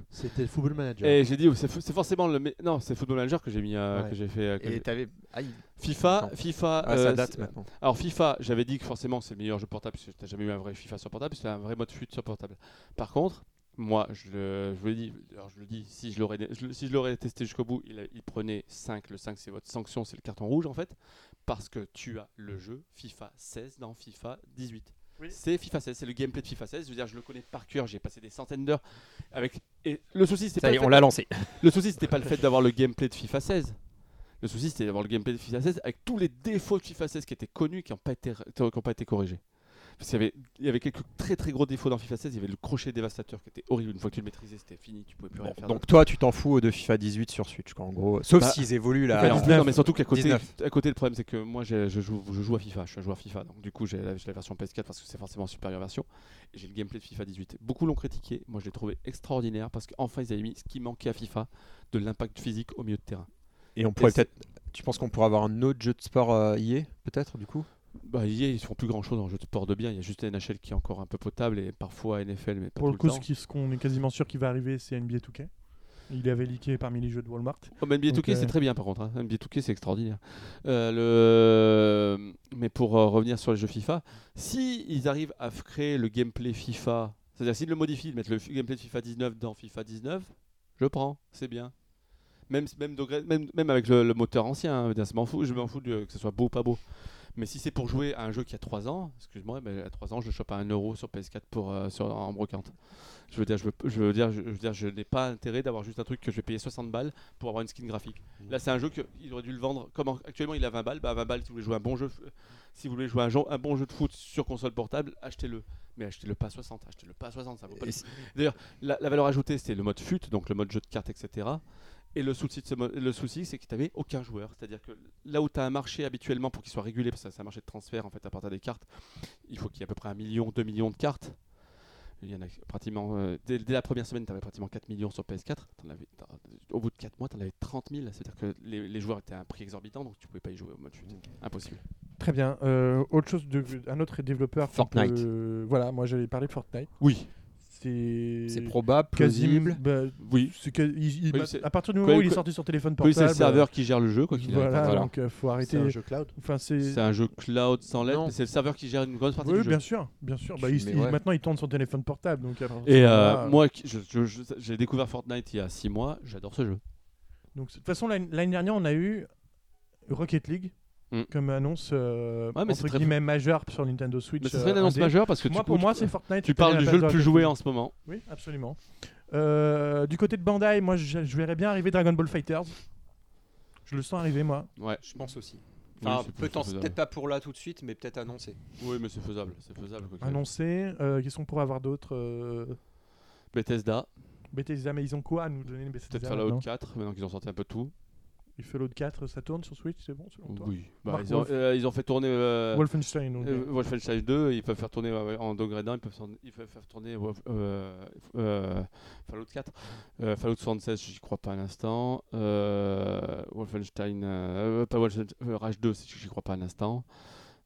C'était Football Manager.
Et j'ai dit, oh, c'est fo- c'est forcément le. me- Non, c'est Football Manager que j'ai mis. euh,
Ouais.
que j'ai fait. euh, que
Et
j'ai-
t'avais. Aïe.
FIFA,
Attends.
FIFA.
Ah,
euh,
ça date
c'est-
maintenant.
Alors FIFA, j'avais dit que forcément c'est le meilleur jeu portable parce que t'as jamais eu un vrai FIFA sur portable, c'est un vrai mode fuite sur portable. Par contre, moi je le, je le dis, alors je le dis, si je l'aurais, je le- si je l'aurais testé jusqu'au bout, il, a- il prenait 5. Le 5 c'est votre sanction, c'est le carton rouge en fait, parce que tu as le jeu FIFA 16 dans FIFA 18.
Oui.
C'est FIFA 16, c'est le gameplay de FIFA 16. Je veux dire, je le connais par cœur, j'ai passé des centaines d'heures avec. Et le souci, c'est
Ça
pas
y
le
est,
fait-
on l'a lancé.
le souci, c'était pas le fait d'avoir le gameplay de FIFA 16. Le souci, c'était d'avoir le gameplay de FIFA 16 avec tous les défauts de FIFA 16 qui étaient connus, qui n'ont pas, été- qui ont pas été corrigés. Parce qu'il y avait, il y avait quelques très très gros défauts dans FIFA 16. Il y avait le crochet dévastateur qui était horrible. Une fois que tu le maîtrisais, c'était fini, tu pouvais plus rien
Bon,
faire.
donc toi, tu t'en fous de FIFA 18 sur Switch, quoi, en gros. Sauf
Bah,
s'ils évoluent là.
FIFA
Mais en
Alors,
plus,
19.
non, mais surtout qu'à côté,
19.
à côté, le problème, c'est que moi, j'ai- je joue, je joue à FIFA. Je suis un joueur FIFA. Donc, du coup, j'ai la, j'ai la version PS4 parce que c'est forcément la supérieure version. Et J'ai le gameplay de FIFA 18. Beaucoup l'ont critiqué. Moi, je l'ai trouvé extraordinaire parce qu'enfin, ils avaient mis ce qui manquait à FIFA de l'impact physique au milieu de terrain.
Et on pourrait
Et c'est-
peut-être. Tu penses qu'on pourrait avoir un autre jeu de sport euh, EA, peut-être, du coup
Bah, EA, ils font plus grand chose en jeu de sport de bien. Il y a juste la NHL qui est encore un peu potable et parfois NFL, mais pas
Pour
tout
le coup,
le
ce
temps.
qui- ce qu'on est quasiment sûr qui va arriver, c'est NBA 2K. Il avait leaké parmi les jeux de Walmart.
Oh, mais NBA
Donc,
2K,
euh,
c'est très bien par contre. hein. NBA 2K, c'est extraordinaire. Euh, le... Mais pour euh, revenir sur les jeux FIFA, si ils arrivent à f- créer le gameplay FIFA, c'est-à-dire s'ils le modifient, ils mettent le f- gameplay de FIFA 19 dans FIFA 19, je prends, c'est bien. Même, même, degré- même, même avec le, le moteur ancien, hein, je veux dire, je m'en fous, je m'en fous de- que ce soit beau ou pas beau. Mais si c'est pour jouer à un jeu qui a 3 ans, excuse-moi, mais à 3 ans, je le chope à 1 euro sur PS4 pour, euh, sur, en brocante. Je veux dire, je, veux, je veux dire, je, je veux dire, je n'ai pas intérêt d'avoir juste un truc que je vais payer 60 balles pour avoir une skin graphique. Là, c'est un jeu qu'il aurait dû le vendre. Comme en- actuellement, il a 20 balles. Bah, 20 balles, si vous voulez jouer un bon jeu, euh, si vous voulez jouer un, jeu- un bon jeu de foot sur console portable, achetez-le. Mais achetez-le pas à 60. Achetez-le pas à 60. Ça vaut pas le
Et-
la, la valeur ajoutée, c'était le mode fut, donc le mode jeu de cartes, etc. Et le souci, de ce mo- le souci c'est que tu n'avais aucun joueur. C'est-à-dire que là où tu as un marché habituellement pour qu'il soit régulé, parce que c'est un marché de transfert en fait à partir des cartes, il faut qu'il y ait à peu près un million, deux millions de cartes. Il y en a pratiquement. euh, dès, dès la première semaine, tu avais pratiquement 4 millions sur PS4. T'en avais- t'en- au bout de 4 mois, tu en avais 30 000. C'est-à-dire que les, les joueurs étaient à un prix exorbitant, donc tu pouvais pas y jouer au mode
Mmh.
shoot. Impossible.
Très bien. Euh, autre chose, de, un autre développeur. qu'on
Fortnite.
peut- Voilà, moi j'allais parler de Fortnite.
Oui.
C'est.
C'est probable,
quasiment.
plausible.
bah,
Oui.
c'est que- il- il-
Oui, c'est-
à partir du
Quoi,
moment où
il-
il est sorti sur téléphone
Oui,
portable.
c'est le serveur qui gère le jeu, quoi qu'il arrive.
Voilà,
Voilà.
donc euh, faut
C'est
arrêter.
un jeu cloud.
Enfin, c'est.
C'est un jeu cloud sans lettres,
Non.
mais c'est le serveur qui gère une grosse partie
Oui,
du jeu.
bien sûr, bien sûr. Bah, il-
Mais
il-
ouais.
Maintenant, il tourne son téléphone portable, donc. à partir de ce
Et euh,
moment-là,
moi, qui- je- je- je- j'ai découvert Fortnite il y a 6 mois, j'adore ce jeu.
Donc, de toute façon, l'année l'année dernière, on a eu Rocket League
Mm.
comme annonce euh,
Ouais, mais c'est
entre
très-
guillemets majeure sur Nintendo Switch.
Mais ce
euh,
serait une annonce
indé.
majeure parce que
Moi,
tu,
pour
tu-
moi, c'est Fortnite.
tu parles
qui
du
est
jeu
la
le
base
plus
de
joué
Rocket
en ce moment.
League. Oui, absolument. Euh, du côté de Bandai, moi, je, je verrais bien arriver Dragon Ball Fighters. Je le sens arriver, moi.
Ouais.
Je pense aussi.
Oui, c'est- c'est faisable.
peut-être pas pour là tout de suite, mais peut-être annoncé.
Oui, mais c'est faisable, c'est faisable. quoi qu'il arrive.
Annoncé. Euh, Qu'est-ce qu'on pourrait avoir d'autre euh,
Bethesda,
Bethesda, mais ils ont quoi à nous donner Bethesda
peut-être Fallout
maintenant
4, maintenant qu'ils ont sorti un peu tout.
Il fait l'autre 4, ça tourne sur Switch, c'est bon selon toi
Oui. Bah,
Mark
ils, ont,
Wolf.
euh, ils ont fait tourner euh,
Wolfenstein. on
euh,
dit.
Wolfenstein 2, ils peuvent faire tourner euh, en degradant, ils peuvent, s'en- ils peuvent faire tourner Wolf- euh, euh, Fallout 4. Euh, Fallout 76, j'y crois pas à l'instant. Euh, Wolfenstein, euh, pas Wolfenstein, euh, Rage 2, j'y crois pas à l'instant.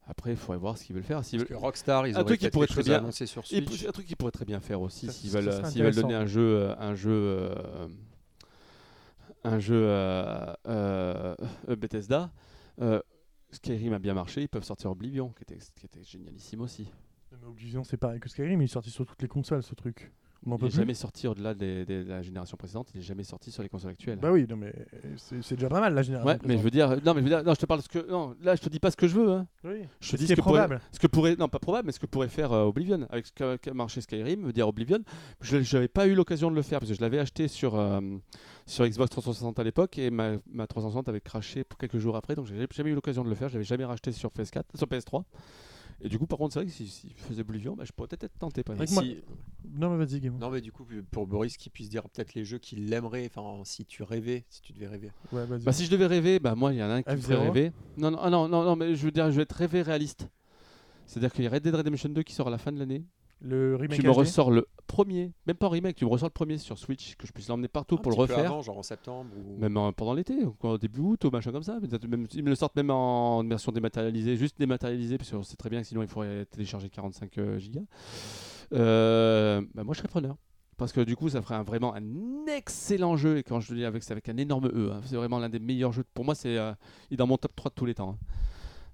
Après, il faudrait voir ce qu'ils veulent faire. S'ils
Parce
veulent-
que Rockstar, ils
Un
auraient
truc qui
peut-être
pourrait
quelque
très
chose
bien-
à annoncer sur
Et
Switch.
puis, un truc qu'ils pourraient très bien faire aussi
Ça,
s'ils
ça
veulent,
serait
s'ils veulent donner
intéressant.
un jeu, euh, un jeu, euh, un jeu euh, euh, euh, Bethesda. euh, Skyrim a bien marché, ils peuvent sortir Oblivion, qui était, qui était génialissime aussi.
Non, mais Oblivion, c'est pareil que Skyrim, il est sorti sur toutes les consoles, ce truc. On en
Il
peut
n'est
plus.
jamais sorti au-delà des- des- de la génération précédente, il n'est jamais sorti sur les consoles actuelles.
Bah oui, non, mais c'est c'est déjà pas mal la génération.
ouais, mais je veux dire, Ah euh, non, mais je veux dire, non, je te parle de ce que, non, là, je te dis pas ce que je veux. hein.
présente. Oui.
Je te
Ce
dis
qui
ce
est
que, pourrait,
probable.
ce que pourrait, non, pas probable, mais ce que pourrait faire euh, Oblivion avec ce qu'a qu'a marché Skyrim, me dire Oblivion. Je n'avais pas eu l'occasion de le faire parce que je l'avais acheté sur, euh, sur Xbox 360 à l'époque et ma, ma 360 avait craché pour quelques jours après, donc j'avais jamais eu l'occasion de le faire. Je l'avais jamais racheté sur PS4, sur PS3. Et du coup, par contre, c'est vrai que si, si je faisais Oblivion, bah, je pourrais peut-être être tenté. Par
Et
exemple.
moi- Non, mais vas-y, Guillaume.
Non, mais du coup, pour Boris, qui puisse dire peut-être les jeux qu'il aimerait, enfin, si tu rêvais, si tu devais rêver.
Ouais, vas-y.
Bah, si je devais rêver, bah moi il y en a un qui me ferait
F-Zero.
rêver. Non non, ah, non non non mais je veux dire je vais être rêver réaliste. C'est-à-dire qu'il y a Red Dead Redemption 2 qui sort à la fin de l'année.
le remake.
Tu me
HD.
ressors le premier, même pas en remake, tu me ressors le premier sur Switch, que je puisse l'emmener partout
Un
pour le
petit peu
refaire.
avant, genre en septembre ou.
Même en- pendant l'été, ou quoi, au début août, ou machin comme ça. Peut-être même- ils me le sortent même en version dématérialisée, juste dématérialisée, parce qu'on sait très bien que sinon il faudrait télécharger 45 euh, gigas. Euh, bah, moi je serais preneur. Parce que du coup, ça ferait un- vraiment un excellent jeu. Et quand je le dis avec, c'est avec un énorme E. hein. C'est vraiment l'un des meilleurs jeux. Pour moi, c'est, euh, il est dans mon top 3 de tous les temps. hein.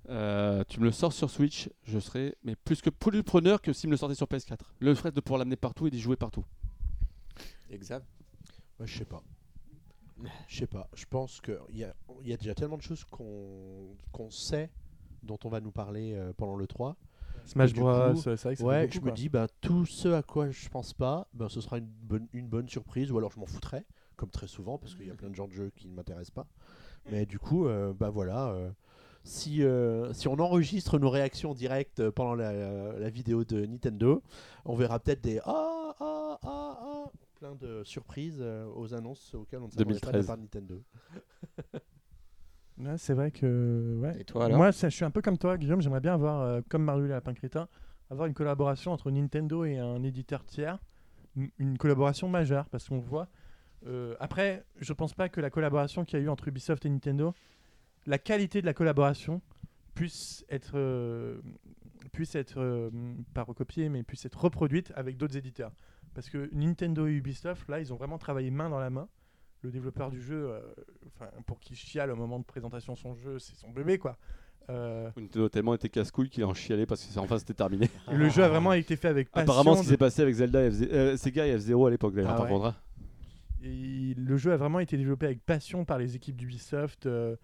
Euh, tu me le sors sur Switch, je serais mais plus que plus preneur que s'il me le sortait sur PS4. Le fait de pouvoir l'amener partout et d'y jouer partout.
Exact.
Ouais, je sais pas. Je sais pas. Je pense qu'il y a, y a déjà tellement de choses qu'on, qu'on sait dont on va nous parler euh, pendant le 3.
Smash
Du coup,
Bros. C'est vrai que ça
ouais,
fait
je
beaucoup,
me
quoi.
dis, bah, tout ce à quoi je pense pas, bah, ce sera une bonne, une bonne surprise, ou alors je m'en foutrais, comme très souvent, parce qu'il y a plein de genres de jeux qui ne m'intéressent pas. Mais du coup, euh, bah voilà. euh, si, euh, si on enregistre nos réactions en direct euh, pendant la, la vidéo de Nintendo, on verra peut-être des ah ah ah ah plein de surprises euh, aux annonces auxquelles on ne s'attendait pas de la
2013.
part de Nintendo.
Ouais, c'est vrai que. Ouais.
Et toi alors
Moi, ça- je suis un peu comme toi, Guillaume. J'aimerais bien avoir, euh, comme Mario Lapin Crétin, avoir une collaboration entre Nintendo et un éditeur tiers. Une- Une collaboration majeure, parce qu'on voit. euh, après, je pense pas que la collaboration qu'il y a eu entre Ubisoft et Nintendo, la qualité de la collaboration puisse être, euh, puisse être euh, pas recopiée, mais puisse être reproduite avec d'autres éditeurs. Parce que Nintendo et Ubisoft, là, ils ont vraiment travaillé main dans la main. Le développeur du jeu, euh, enfin, pour qui chiale au moment de présentation son jeu, c'est son bébé, quoi. Euh,
Nintendo a tellement été casse-couille qu'il en chialait parce que c'est- enfin c'était terminé.
le jeu a vraiment été fait avec passion.
Apparemment, ce qui
de-
s'est passé avec Zelda, et FZ euh, Sega et F-Zero à l'époque, d'ailleurs,
Ah
par
ouais.
contre. hein.
Et le jeu a vraiment été développé avec passion par les équipes d'Ubisoft. euh,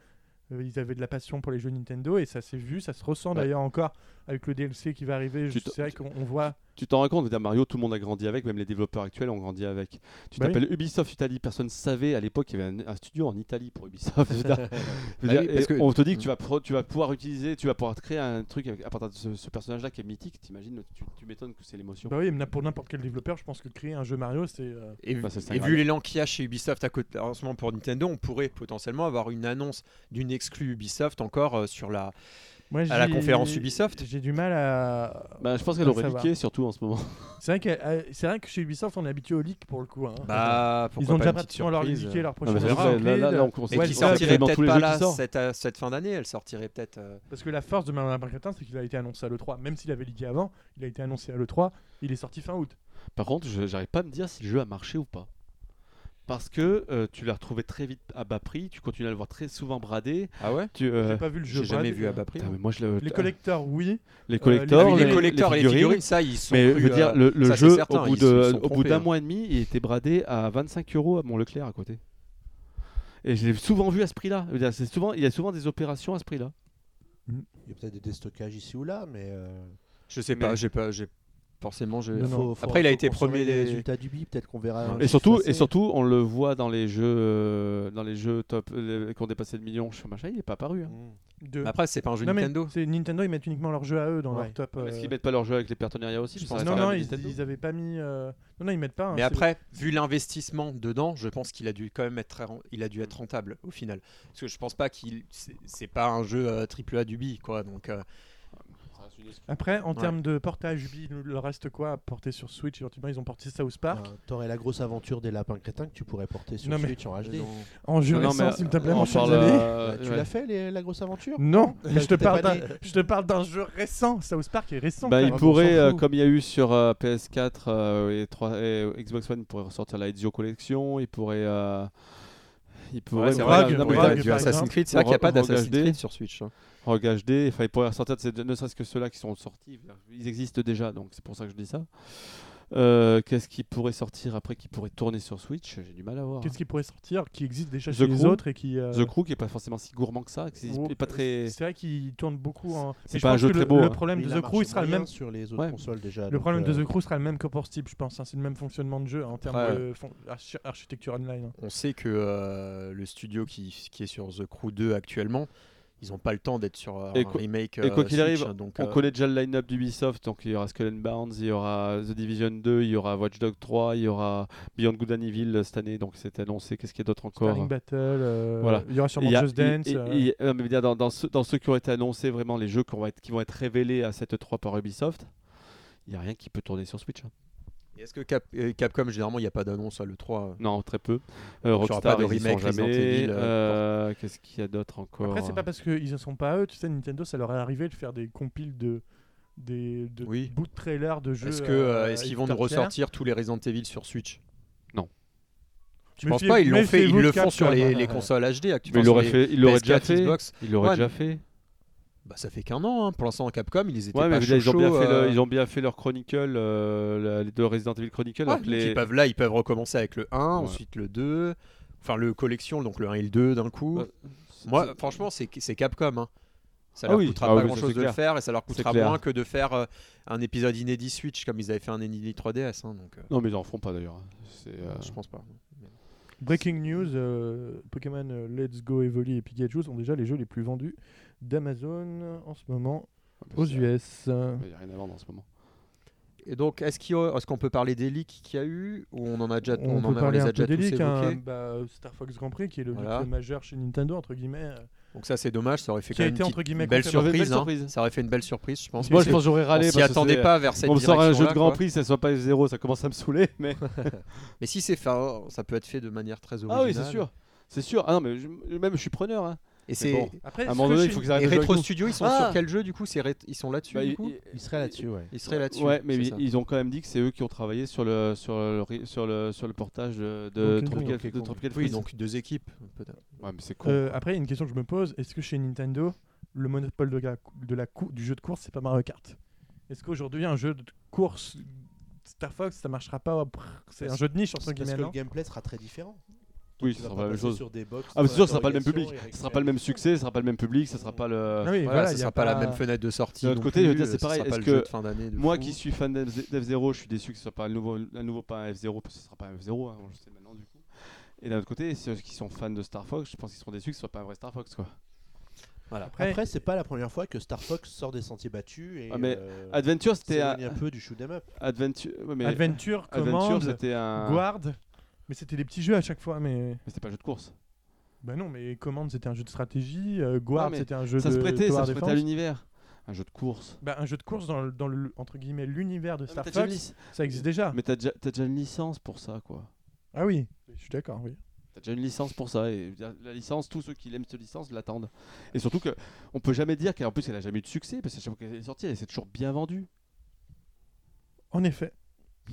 euh, ils avaient de la passion pour les jeux Nintendo et ça s'est vu, ça se ressent
Ouais.
d'ailleurs encore avec le DLC qui va arriver.
Tu
Je-
te-
C'est vrai qu'on on voit.
Tu t'en rends compte, je veux dire, Mario, tout le monde a grandi avec, même les développeurs actuels ont grandi avec. Tu
Bah oui.
t'appelles Ubisoft Italie, personne ne savait à l'époque qu'il y avait un, un studio en Italie pour Ubisoft. Je veux dire, je veux
Bah
dire,
oui, parce
et
que-
On te dit que Mm. tu vas, pro- tu vas pouvoir utiliser, tu vas pouvoir créer un truc avec- à partir de ce, ce personnage-là qui est mythique. T'imagines, tu, tu m'étonnes que c'est l'émotion.
Bah oui, mais pour n'importe quel développeur, je pense que créer un jeu Mario, c'est. euh,
Et,
Bah, ça, c'est
et
incroyable.
vu l'élan qu'il y a chez Ubisoft à côté, en ce moment pour Nintendo, on pourrait potentiellement avoir une annonce d'une exclue Ubisoft encore euh, sur la
Moi,
à la
j'ai-
conférence Ubisoft.
J'ai du mal à.
Bah, je pense qu'elle
Ça
aurait
va.
liqué surtout en ce moment.
C'est vrai, que, euh, c'est vrai que chez Ubisoft, on est habitué au leak pour le coup. hein.
Bah,
Ils
pourquoi
ont
pas
déjà
une petite
pratiquement leur
surprise.
indiqué leur
Non, mais
prochaine
c'est
verra.
vrai que
version.
là, là, là, on
Et
considère
Ouais,
qui
ouais,
sortirait
dans tous
peut-être
les
pas
jeux qui
là
sortent.
cette, euh, cette fin d'année, elle sortirait peut-être. euh,
Parce que la force de Mario Marketing, c'est qu'il a été annoncé à l'E3. Même s'il avait leaké avant, il a été annoncé à l'E3. Il est sorti fin août.
Par contre, je- j'arrive pas à me dire si le jeu a marché ou pas. Parce que euh, tu l'as retrouvé très vite à bas prix, tu continues à le voir très souvent bradé.
Ah ouais
Tu, euh,
J'ai pas vu le jeu.
J'ai jamais
bref.
vu à bas prix.
putain, mais moi, je le- euh,
Les collecteurs, oui. collecteurs,
les collectors,
les-
euh, Ah les,
les
collecteurs et les
figurines.
figurines, ça, ils sont.
Mais je
crus,
veux dire,
euh,
le, le
ça, c'est
jeu,
certain,
au bout
ils se
de-
sont
au bout
trompés,
d'un
hein.
mois et demi, il était bradé à 25 euros à Mont Leclerc à côté. Et je l'ai souvent vu à ce prix-là. Je veux dire, c'est souvent- Il y a souvent des opérations à ce prix-là.
Bah,
Il y a peut-être des déstockages ici ou là, mais. euh,
Je sais
Mais-
pas, j'ai pas, j'ai forcément. j'ai-
Non, non.
Après, il a été
consommer
premier
les
des-
résultats du BIP, peut-être qu'on verra. un
Et
chiffre
surtout,
passer.
et surtout, on le voit dans les jeux, euh, dans les jeux top euh, qui ont dépassé le million, je sais machin, il est pas apparu. Hein.
Mm.
De...
Après, c'est pas un jeu
Non, mais
Nintendo.
c'est Nintendo, ils mettent uniquement leur jeu à eux dans
Ouais.
leur top.
Est-ce
euh,
Ah, qu'ils mettent pas leur jeu avec les partenariats aussi
Je
Parce
pense
que
Non,
ça
non,
reste
ils,
Nintendo.
ils avaient pas mis. euh, Non, non, ils mettent pas. hein,
Mais
c'est-
après, vu l'investissement dedans, je pense qu'il a dû quand même être, très ren- il a dû être rentable au final. Parce que je pense pas qu'il, c'est- c'est pas un jeu euh, triple A du bi, quoi. Donc, euh,
Après, en
Ouais.
termes de portage, Ubi, il leur reste quoi à porter sur Switch Éventuellement, ils ont porté South Park.
Enfin, Euh, T'aurais la grosse aventure des lapins crétins que tu pourrais porter sur
Non, mais-
Switch en HD.
En jeu
Non, non,
récent,
mais,
s'il me plaît,
on
mon cher
parle,
Xavier.
euh,
Bah, tu
ouais.
l'as fait, les- la grosse aventure
Non, mais je te
t'es pas
parle d'un,
né.
je te parle d'un jeu récent. South Park est récent.
Bah,
frère.
il
on
pourrait,
s'en
euh,
fout.
comme il y a eu sur euh, PS4 euh, et, 3, et Xbox One, il pourrait ressortir la Ezio Collection, il pourrait. euh, il pourrait.
Ouais, c'est
Rogue,
vrai,
non,
Rogue,
mais
Rogue,
t'as-
par
du Assassin's
exemple.
Creed, c'est vrai qu'il n'y a pas
Rogue
d'Assassin's
HD.
Creed sur Switch. hein.
Rogue HD, enfin, il pourrait ressortir de ces- de- ne serait-ce que ceux-là qui sont sortis. Ils existent déjà, donc c'est pour ça que je dis ça. Euh, Qu'est-ce qui pourrait sortir après qui pourrait tourner sur Switch J'ai du mal à voir.
Qu'est-ce qui pourrait sortir qui existe déjà
The
chez les
Crew.
autres et qui. euh,
The Crew qui est pas forcément si gourmand que ça, qui
ou-
est pas très.
C'est vrai qu'il tourne beaucoup en.
C'est
Mais je
pas un
pense
jeu
que
très
le-
beau,
Le
hein.
problème
Mais
de
il a
The Crew
marché
sera le
moyen
même.
sur les autres
Ouais.
consoles déjà. euh,
Le problème de
euh,
The
The Crew sera le même que pour Steam, je pense. hein. C'est le même fonctionnement de jeu en termes
Après-
de fon- archi- architecture online. hein.
On sait que euh, le studio qui, qui est sur The Crew 2 actuellement, ils n'ont pas le temps d'être sur euh,
Et
un
quoi-
remake.
et quoi
euh,
qu'il arrive,
Switch, hein, donc,
On
euh,
connaît déjà le line-up d'Ubisoft, donc il y aura Skull and Bones, il y aura The Division 2, il y aura Watch Dogs 3, il y aura Beyond Good and Evil euh, cette année, donc c'est annoncé. Qu'est-ce qu'il y a d'autre encore
Starling Battle. euh,
Voilà.
Il y aura sûrement
Il y a-
Just Dance.
il- il-
euh,
il- euh, mais je veux dire, dans, dans ceux, dans ceux qui ont été annoncés, vraiment les jeux qui vont être, qui vont être révélés à cette 3 par Ubisoft, il n'y a rien qui peut tourner sur Switch. hein.
et Est-ce que Cap- euh, Capcom, généralement, il n'y a pas d'annonce à l'E3 euh,
Non, très peu. Euh,
aura pas
Rockstar,
de
ils y sont
remake Resident
jamais.
Evil, euh,
Euh, Qu'est-ce qu'il y a d'autre encore
Après, c'est pas parce qu'ils ne sont pas eux, tu sais, Nintendo, ça leur est arrivé de faire des compiles de, des, de
Oui.
bouts de trailers de jeux.
Est-ce que,
euh,
euh, est-ce qu'ils vont nous
éditeurs tiers.
ressortir tous les Resident Evil sur Switch
Non.
Je pense
Méfiez-
pas, ils l'ont fait, ils
méfiez-vous
le
de
font sur
Capcom,
les,
hein.
les consoles HD actuellement.
Mais il
sur
l'aurait
les
fait- il l'aurait
PS4,
déjà fait.
Xbox.
Il l'aurait
Ouais,
déjà fait.
Bah, ça fait qu'un an, hein. pour l'instant, Capcom, ils étaient
Ouais, mais
pas
je veux dire, ils, ont bien
chaud,
fait le-
euh,
ils ont bien fait leur Chronicle, euh, la- les deux Resident Evil Chronicle.
Ouais,
alors que
donc
les-
ils peuvent, là, ils peuvent recommencer avec le 1,
Ouais.
ensuite le 2, enfin le collection, donc le 1 et le 2 d'un coup.
Ouais.
Moi, franchement, c'est c'est Capcom. hein. Ça
Ah
leur
oui.
coûtera
Ah
pas
oui, ça,
grand chose
c'est
de le
clair.
faire et ça leur
C'est
coûtera
clair.
moins que de faire euh, un épisode inédit Switch comme ils avaient fait un inédit 3DS. hein, donc, euh,
Non, mais ils en font pas d'ailleurs. C'est, euh,
Je pense pas.
Breaking news euh, Pokémon euh, Let's Go Evoli et Pikachu sont déjà les jeux les plus vendus d'Amazon en ce moment aux
c'est-
US. Euh,
Il y a rien à vendre en ce moment.
Et donc, est-ce qu'il y a- est-ce qu'on peut parler des leaks qu'il y a eu Ou on en a déjà
on,
on en
peut
a- on
parler
les a
un peu
déjà tous
des leaks, hein,
évoqués
bah, Star Fox Grand Prix qui est le leak
Voilà.
le majeur chez Nintendo entre guillemets. euh,
Donc, ça, c'est dommage. Ça aurait fait
Qui
quand
a
même
été,
une
entre
petite-
guillemets,
belle
confirmé.
surprise.
Belle
hein.
surprise.
Ça aurait fait une belle surprise, je pense.
Moi,
parce
je
que
pense que j'aurais râlé.
on s'y
parce que
attendait
c'est-
pas vers cette
On me sort un jeu
direction-là,
de Grand
quoi.
Prix, ça soit pas F0, ça commence à me saouler. Mais...
Mais si c'est fait, oh, ça peut être fait de manière très originale.
Ah oui, c'est sûr. C'est sûr. Ah non, mais je- même je suis preneur. hein.
Et c'est
bon,
Après,
À un
est-ce
moment
que
donné, il
chez-
faut qu'ils arrêtent
et
de jouer
Retro
avec nous.
Studio, ils sont
Ah
sur quel jeu du coup C'est ré- ils sont là-dessus
Bah,
du
il-
coup
il-
Il serait là-dessus, ouais.
Ils seraient là-dessus.
Ouais, mais
c'est
ils,
ça.
ils ont quand même dit que c'est eux qui ont travaillé sur le, sur le, ri- sur le, sur le portage de,
Donkey
de
Kong,
Tropical,
Donkey
de
Kong.
Tropical
Oui,
Freeze.
donc deux équipes. peut-être.
Ouais, mais c'est con.
Euh, après, il y a une question que je me pose est-ce que chez Nintendo, le monopole de la, de la cou- du jeu de course, c'est pas Mario Kart Est-ce qu'aujourd'hui, un jeu de course Star Fox, ça marchera pas après- C'est un jeu de niche, entre
Parce que
guillemets.
le
non
gameplay sera très différent.
oui,
Tu
ce
vas
sera
pas
pas la même
passer
chose.
Sur des box,
Ah, mais c'est sûr, ce sera pas le même public.
d'interrogation et
Ce sera pas le même succès, ce sera pas le même public, ça sera pas le.
Ah oui,
Voilà,
voilà,
ce
il y a
sera pas, la même fenêtre de sortie.
D'un autre
non
côté, je veux
plus,
dire, c'est
ce sera
pareil,
pas
est-ce
le jeu
que
de fin d'année de
Moi
fou.
qui suis fan d'F0, je suis déçu que ce soit pas à nouveau, à nouveau pas un F0 parce que ce sera pas un F0, hein, je sais maintenant du coup. Et d'un autre côté, ceux qui sont fans de Star Fox, je pense qu'ils seront déçus que ce soit pas un vrai Star Fox quoi.
Voilà.
Après,
Après, c'est pas la première fois que Star Fox sort des sentiers battus et
Ah, mais
euh,
Adventure c'était un
s'éloigne un peu du shoot 'em up.
Adventure, ouais, mais
Adventure,
Adventure,
Command,
c'était un
Guard. Mais c'était des petits jeux à chaque fois, mais.
mais c'était pas un jeu de course.
Bah non, mais Command c'était un jeu de stratégie, euh, Guard
Ouais, mais
c'était un jeu
Ça
de
se prêtait, ça
tower
se prêtait à
defense.
l'univers. Un jeu de course.
Bah, un jeu de course dans, le- dans le entre guillemets l'univers de
Mais t'as
Ah, Star
déjà une
Fox,
lic- ah,
ça existe déjà.
mais t'as déjà t'as déjà une licence pour ça, quoi.
Ah oui, je suis d'accord, oui.
T'as déjà une licence pour ça et je veux dire, la licence, tous ceux qui l'aiment cette licence l'attendent. Et surtout que on peut jamais dire qu'en plus elle a jamais eu de succès parce que chaque fois qu'elle est sortie, elle s'est toujours bien vendue.
En effet.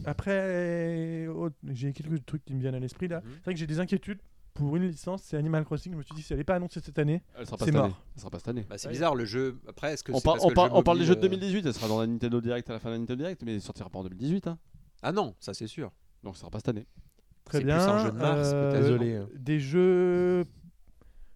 Après, oh, j'ai quelques trucs qui me viennent à l'esprit là.
Mhm.
C'est vrai que j'ai des inquiétudes pour une licence, c'est Animal Crossing. Je me suis dit, si elle n'est pas annoncée cette année,
Elle sera pas
C'est
cette
mort.
année. Elle sera pas cette année.
Bah, c'est bizarre le jeu. Après, est-ce que
On,
c'est
par-
parce
on
que le
par-
jeu
on parle des jeux de
mobile, euh,
2018, elle sera dans la Nintendo Direct à la fin de la Nintendo Direct, mais elle sortira pas en 2018. hein.
Ah non, ça c'est sûr.
Donc ça sera pas cette année.
très
C'est
bien.
plus un jeu de mars,
Euh,
peut-être.
Désolé. hein.
Des jeux.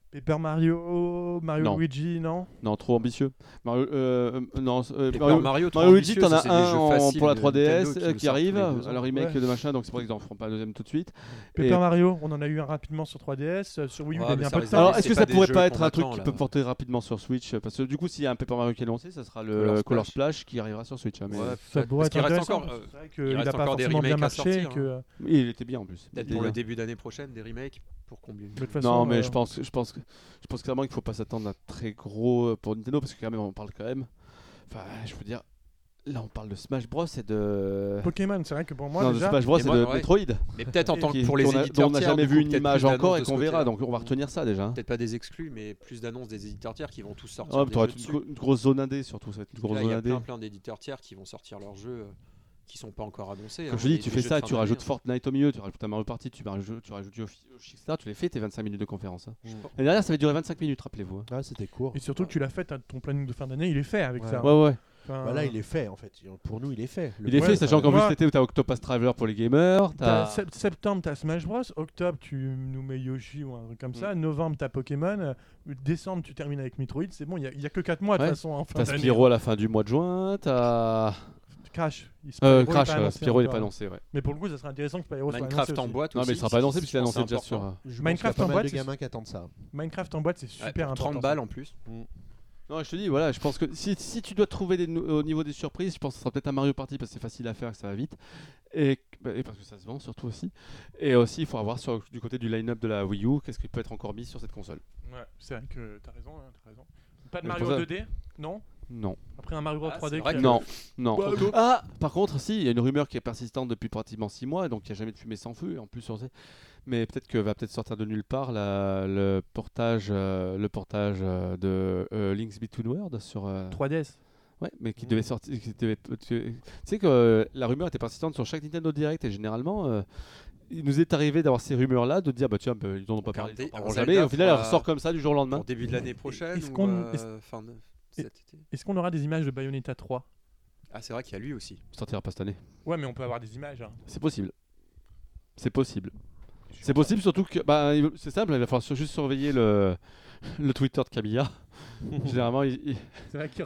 Paper Mario, Mario
Non.
Luigi, non
Non, trop ambitieux. Mario, euh, euh, non, euh,
Paper
Mario,
Mario, trop
Mario Luigi,
ambitieux,
t'en
ça,
as
c'est des
un
jeux
en-
faciles
pour la
de
3DS
Nintendo qui
euh,
nous
qui
sortent tous les
arrive,
deux ans.
le remake
Ouais.
de machin, donc c'est pour ça qu'ils en feront pas un deuxième tout de suite.
Paper
Et-
Mario, on en a eu un rapidement sur 3DS. euh, Sur Wii U,
Ouais,
il y a
mais
bien
ça
peu de
reste-
temps.
Alors,
mais
est-ce
c'est
que
pas
ça
des
pourrait
jeux
pas être un truc
qu'on
qui
attend,
peut
là.
porter rapidement sur Switch Parce que du coup, s'il y a un Paper Mario qui est lancé, ça sera le
Color
Color,
Splash.
Splash qui arrivera sur Switch. hein, mais
Ouais,
Ça
peut-être,
pourrait
parce
être
qu'il reste
intéressant,
encore,
parce
euh,
que C'est vrai
il
qu'il n'a
reste
pas
encore des
forcément bien
remakes à
marché.
sortir, hein.
et que, euh,
mais il était bien en plus. Il
peut-être
était
pour le
bien.
début d'année prochaine des remakes pour combler.
de toute façon,
Non, mais
euh,
je pense, je pense, que- je pense clairement qu'il faut pas s'attendre à très gros euh, pour Nintendo parce que quand même on parle quand même. Enfin, je veux dire, là on parle de Smash Bros et de.
euh, Pokémon, c'est vrai que pour moi,
non, de
déjà,
Smash Bros
Et
et
moi,
de
ouais.
Metroid.
Mais peut-être en tant que
qui-
pour les
qu'on a-
éditeurs
dont on n'a
tiers,
jamais
du
vu
coup,
une
peut-être
image
plus
encore
d'annonces
et
de ce
qu'on verra,
côté-là.
donc on va retenir ça déjà. hein.
Peut-être pas des exclus, mais plus d'annonces des éditeurs tiers qui vont tous sortir.
Ouais,
des
mais t'auras
jeux
une,
dessus.
gro- une grosse zone indé surtout, ça va être une
Puis
grosse
là,
zone
il y a
indé.
plein, plein d'éditeurs tiers qui vont sortir leurs jeux euh, qui sont pas encore annoncés.
Comme
hein,
je dis,
des-
tu
des
fais
jeux
ça,
de
tu
fin
rajoutes
d'année,
Fortnite au milieu, tu rajoutes un Mario Party, tu rajoutes, tu rajoutes du Kickstarter, tu les fais tes 25 minutes de conférence. hein.
hein. Je pense-
L'année dernière, ça avait duré 25 minutes, rappelez-vous. hein.
Ah, c'était court.
et surtout que tu l'as fait, t'as ton planning de fin d'année, il est fait avec
Ouais.
ça.
Ouais, ouais.
Enfin,
Bah là, il est fait en fait. Pour nous, il est fait. Le
Il est
problème, euh,
fait, sachant qu'en
moi-
plus cet été où t'as Octopus Traveler pour les gamers,
t'as
t'as.
sept- septembre, t'as Smash Bros. Octobre, tu nous mets Yoshi ou un truc
Mm.
comme ça. Novembre, t'as Pokémon. euh, Décembre, tu termines avec Metroid. C'est bon, il n'y a, il y a que 4 mois de toute
Ouais.
façon. hein, En fin
T'as
d'année.
Spyro à la fin du mois de juin, t'as.
Crash. Il-
Euh,
Spyro est
Crash,
pas
euh,
annoncé
Spyro il est
encore.
pas annoncé, ouais.
Mais pour le coup, ça serait intéressant que Spyro soit annoncé.
Minecraft en
aussi.
boîte
Non,
aussi.
mais il sera pas annoncé
je
puisqu'il est
pense que
annoncé
c'est
déjà sur.
important.
euh,
Je
Minecraft
Minecraft pense qu'il y a
en
pas mal
boîte,
de
c'est-
gamins qui attendent ça.
Minecraft en boîte, c'est
Ouais,
super
pour
important.
30
ça.
balles en plus.
euh, Non, je te dis, voilà, je pense que si, si tu dois trouver des, nou- au niveau des surprises, je pense que ce sera peut-être un Mario Party parce que c'est facile à faire, que ça va vite. Et, bah, et parce que ça se vend surtout aussi. Et aussi, il faut avoir sur, du côté du line-up de la Wii U, qu'est-ce qui peut être encore mis sur cette console
Ouais, c'est vrai que t'as raison, hein, t'as raison. Pas de
Mais
Mario
pour ça-
2D Non
Non.
Après un Mario
Ah,
3D
c'est vrai
qui a-
que-
Non, non.
Bah,
Ah, par contre, si, il y a une rumeur qui est persistante depuis pratiquement 6 mois, donc il n'y a jamais de fumée sans feu. et En plus, on sait. Mais peut-être que va peut-être sortir de nulle part la- le portage, euh, le portage euh, de euh, Links Between Worlds sur. euh,
3DS.
Ouais, mais qui
Mm.
devait sortir. qui devait- tu tu sais que euh, la rumeur était persistante sur chaque Nintendo Direct et généralement, euh, il nous est arrivé d'avoir ces rumeurs-là de dire bah tiens, bah, ils n'en ont pas
Donc, un
parlé, ils
dé-
n'en
un
parleront
Zelda
jamais. Et au final,
pour
elle
la-
ressort comme ça du jour au lendemain.
Pour début de l'année prochaine
Est-ce
ou
qu'on-
euh,
est-ce-
fin de cet été.
Est-ce qu'on aura des images de Bayonetta 3
Ah, c'est vrai qu'il y a lui aussi.
Ça sortira pas cette année.
Ouais, mais on peut avoir des images. hein.
C'est possible. C'est possible. C'est possible, surtout que bah, il- c'est simple, il va falloir sur- juste surveiller le, le Twitter de Camilla. Généralement, il, il-
C'est vrai que-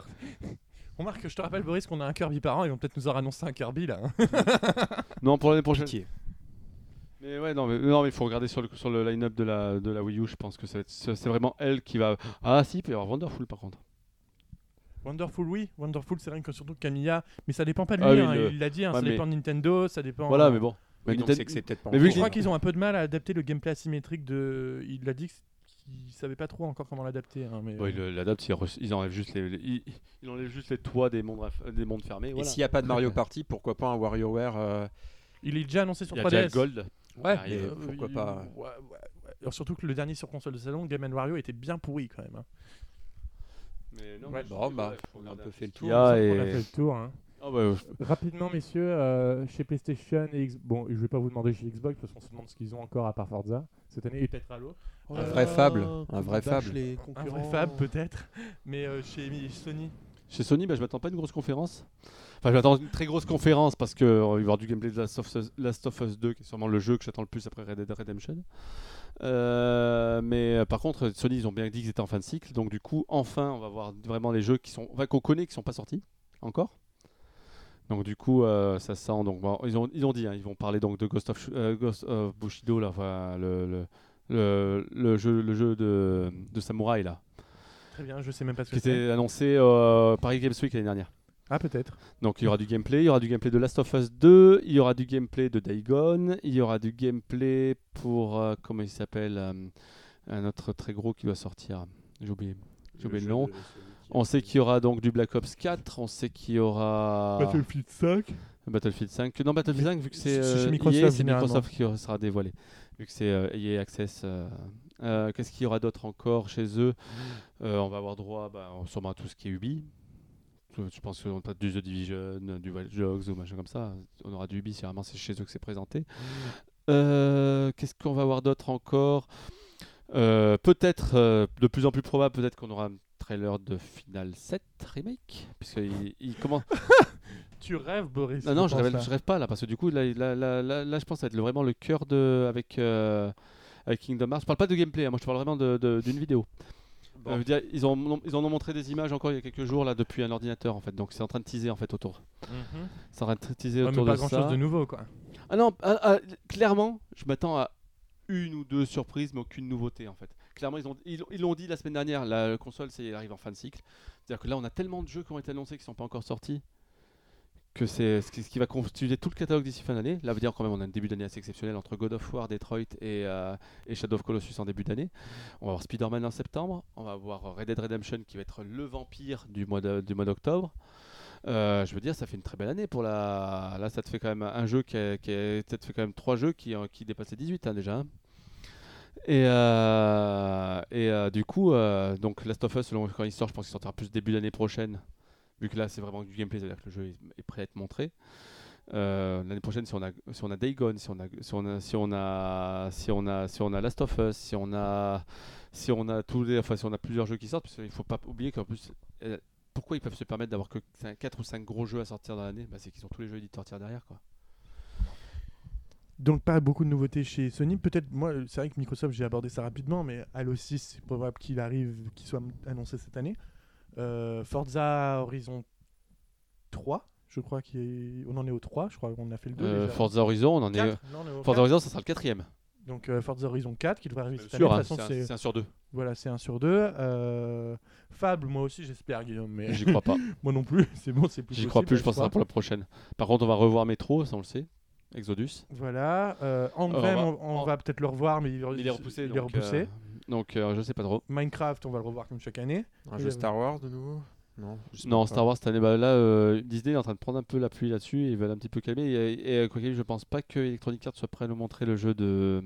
Remarque que je te rappelle, Boris, qu'on a un Kirby par an. Ils vont peut-être nous en annoncer un Kirby là. hein.
non pour l'année prochaine.
Pitié.
Mais ouais, non, mais non, mais il faut regarder sur le sur le line-up de la de la Wii U. Je pense que ça va être- c'est vraiment elle qui va. Ah si, il peut y avoir Wonderful par contre.
Wonderful, oui. Wonderful, c'est rien que surtout Camilla. Mais ça dépend pas de
Ah
lui.
oui,
hein,
le-
Il l'a dit, hein,
Ouais,
ça
mais-
dépend de Nintendo, ça dépend.
Voilà, mais bon.
Oh. Oui, donc
Nintendo-
c'est que c'est peut-être pas
mais
encore- euh,
vu
Je
que
crois
j'ai-
qu'ils ont un peu de mal à adapter le gameplay asymétrique de. Il l'a dit que c- qu'il savait pas trop encore comment l'adapter. hein, mais...
Bon, ils le- l'adaptent, ils, re- ils enlèvent juste les, les- ils, ils enlèvent juste les toits des mondes, raf- des mondes fermés.
Et
voilà.
s'il n'y a pas de Mario Party, pourquoi pas un WarioWare euh,
Il est déjà annoncé sur
Il y a
3DS.
déjà le Gold.
Ouais,
Ah,
mais
il-
Euh,
pourquoi
il-
pas
ouais, ouais, ouais. Alors, surtout que le dernier sur console de salon, Game Wario, était bien pourri quand même. hein.
Mais non,
Ouais.
mais je-
Bon, bah,
ouais, faut
on a un
regarder
peu fait le
ce qu'il
tour.
y a
On
Ah, et-
a fait le tour. hein.
Ah, bah,
Rapidement, messieurs, euh, chez PlayStation et Xbox. Bon, je vais pas vous demander chez Xbox parce qu'on se demande ce qu'ils ont encore à part Forza cette année et peut-être Halo.
Oh
Un
là
vrai
là,
fable,
qu'on
un vrai
bâche
fable.
les
Un vrai
concurrents.
Fab peut-être, mais euh, chez Sony.
Chez Sony, bah, je m'attends pas à une grosse conférence. Enfin, je m'attends à une très grosse conférence parce qu'il va y avoir du gameplay de Last of, Us, Last of Us 2, qui est sûrement le jeu que j'attends le plus après Red Dead Redemption. Euh, mais euh, par contre, Sony, ils ont bien dit qu'ils étaient en fin de cycle, donc du coup, enfin, on va voir vraiment les jeux qui sont, enfin, qu'on connaît, qui sont pas sortis encore. Donc du coup, euh, ça sent. Donc bon, ils ont, ils ont dit, hein, ils vont parler donc de Ghost of, Sh- euh, Ghost of Bushido, là, enfin, le, le, le, le jeu, le jeu de, de samouraï là,
Très bien, je sais même pas ce
qui
que c'est.
était annoncé euh, Paris Games Week l'année dernière.
Ah peut-être.
Donc il y aura du gameplay, il y aura du gameplay de Last of Us 2, il y aura du gameplay de Dagon, il y aura du gameplay pour euh, comment il s'appelle euh, un autre très gros qui doit sortir. J'ai oublié. J'ai oublié le nom. On sait qu'il y aura donc du Black Ops 4, on sait qu'il y
Ah.
aura
Battlefield 5.
Battlefield 5. Que- Non, Battlefield 5, vu que c'est
C'est chez
euh,
Microsoft,
EA, c'est
généralement.
Microsoft qui sera dévoilé, vu que c'est euh, EA Access. euh, euh, Qu'est-ce qu'il y aura d'autre encore chez eux Euh, On va avoir droit bah, on- sûrement à tout ce qui est Ubi. Tout- Je pense qu'on pas du The Division, du Watch Dogs ou machin comme ça. On aura du Ubi, si vraiment c'est chez eux que c'est présenté. Euh, Qu'est-ce qu'on va avoir d'autre encore Euh, Peut-être, euh, de plus en plus probable, peut-être qu'on aura un trailer de Final 7 Remake. Puisqu'il il commence.
Tu rêves, Boris
Ah Non, non, je
pense,
rêve,
là.
je rêve pas là, parce que du coup, là, là, là, là, là, je pense que ça va être le- vraiment le cœur de, avec, euh, avec Kingdom Hearts. Je parle pas de gameplay, hein, moi je te parle vraiment de- de- d'une vidéo. Euh, je veux dire, ils, ont, ils en ont montré des images encore il y a quelques jours là depuis un ordinateur en fait, donc c'est en train de teaser en fait autour.
Mhm.
C'est en train de teaser
Ouais, mais
autour
pas
de
grand
ça.
chose de nouveau, quoi.
Ah non, ah, ah, clairement, je m'attends à une ou deux surprises, mais aucune nouveauté en fait. Clairement, ils ont ils ils l'ont dit la semaine dernière, la console c'est elle arrive en fin de cycle. C'est-à-dire que là, on a tellement de jeux qui ont été annoncés qui sont pas encore sortis que c'est ce qui, ce qui va constituer tout le catalogue d'ici fin d'année. Là, veut dire quand même, on a un début d'année assez exceptionnel entre God of War, Detroit et, euh, et Shadow of Colossus en début d'année. On va avoir Spider-Man en septembre. On va avoir Red Dead Redemption qui va être le vampire du mois de- du mois d'octobre. Euh, je veux dire, ça fait une très belle année pour la. Là, ça te fait quand même un jeu qui, est- qui est- ça te fait quand même trois jeux qui, euh, qui dépassent les 18 hein, déjà. hein. Et, euh, et euh, du coup, euh, donc Last of Us, selon quand il sort, je pense qu'il sortira plus début d'année prochaine. Vu que là, c'est vraiment du gameplay, c'est-à-dire que le jeu est- est prêt à être montré. Euh, l'année prochaine, si on a, si on a Day Gone, si on a, si on a, si on a, si on a, si on a Last of Us, si on a, si on a tous les, enfin, si on a plusieurs jeux qui sortent, parce qu'il faut pas oublier qu'en plus, euh, pourquoi ils peuvent se permettre d'avoir que 4 ou 5 gros jeux à sortir dans l'année Bah, C'est qu'ils ont tous les jeux éditeurs tiers derrière. Quoi.
Donc pas beaucoup de nouveautés chez Sony. Peut-être, moi, euh, c'est vrai que Microsoft, j'ai abordé ça rapidement, mais Halo 6, c'est probable qu'il arrive, qu'il soit annoncé cette année. Euh, Forza Horizon 3, je crois qu'il est- On en est au 3, je crois qu'on a fait le 2
Euh,
déjà.
Forza Horizon, on en est. euh,
4, non, on est au
Forza
4.
Horizon, ça sera le quatrième.
Donc euh, Forza Horizon 4 qui devrait arriver cette année.
Sûr,
De
hein,
toute façon,
c'est un-
c'est
c'est un sur deux.
voilà, c'est un sur deux. Euh, Fable, moi aussi, j'espère Guillaume, mais
J'y crois pas.
moi non plus. C'est bon, c'est plus.
J'y crois
possible,
plus, je pense que ça sera pour la prochaine. Par contre, on va revoir Metro, ça on le sait. Exodus.
Voilà. Euh, Anthem,
Euh, on va-
on, on
on-
va peut-être le revoir, mais il,
Il est
il
repoussé.
est
donc,
repoussé.
euh, donc euh, je sais pas trop.
Minecraft, on va le revoir comme chaque année.
Un
Il y
jeu
avait-
Star Wars de nouveau Non. je sais
Non,
pas.
Star Wars cette année, bah, là, euh, Disney est en train de prendre un peu l'appui là-dessus, ils veulent un petit peu calmer. Et, et, euh, quoi qu'il arrive, je pense pas que Electronic Arts soit prêt à nous montrer le jeu de.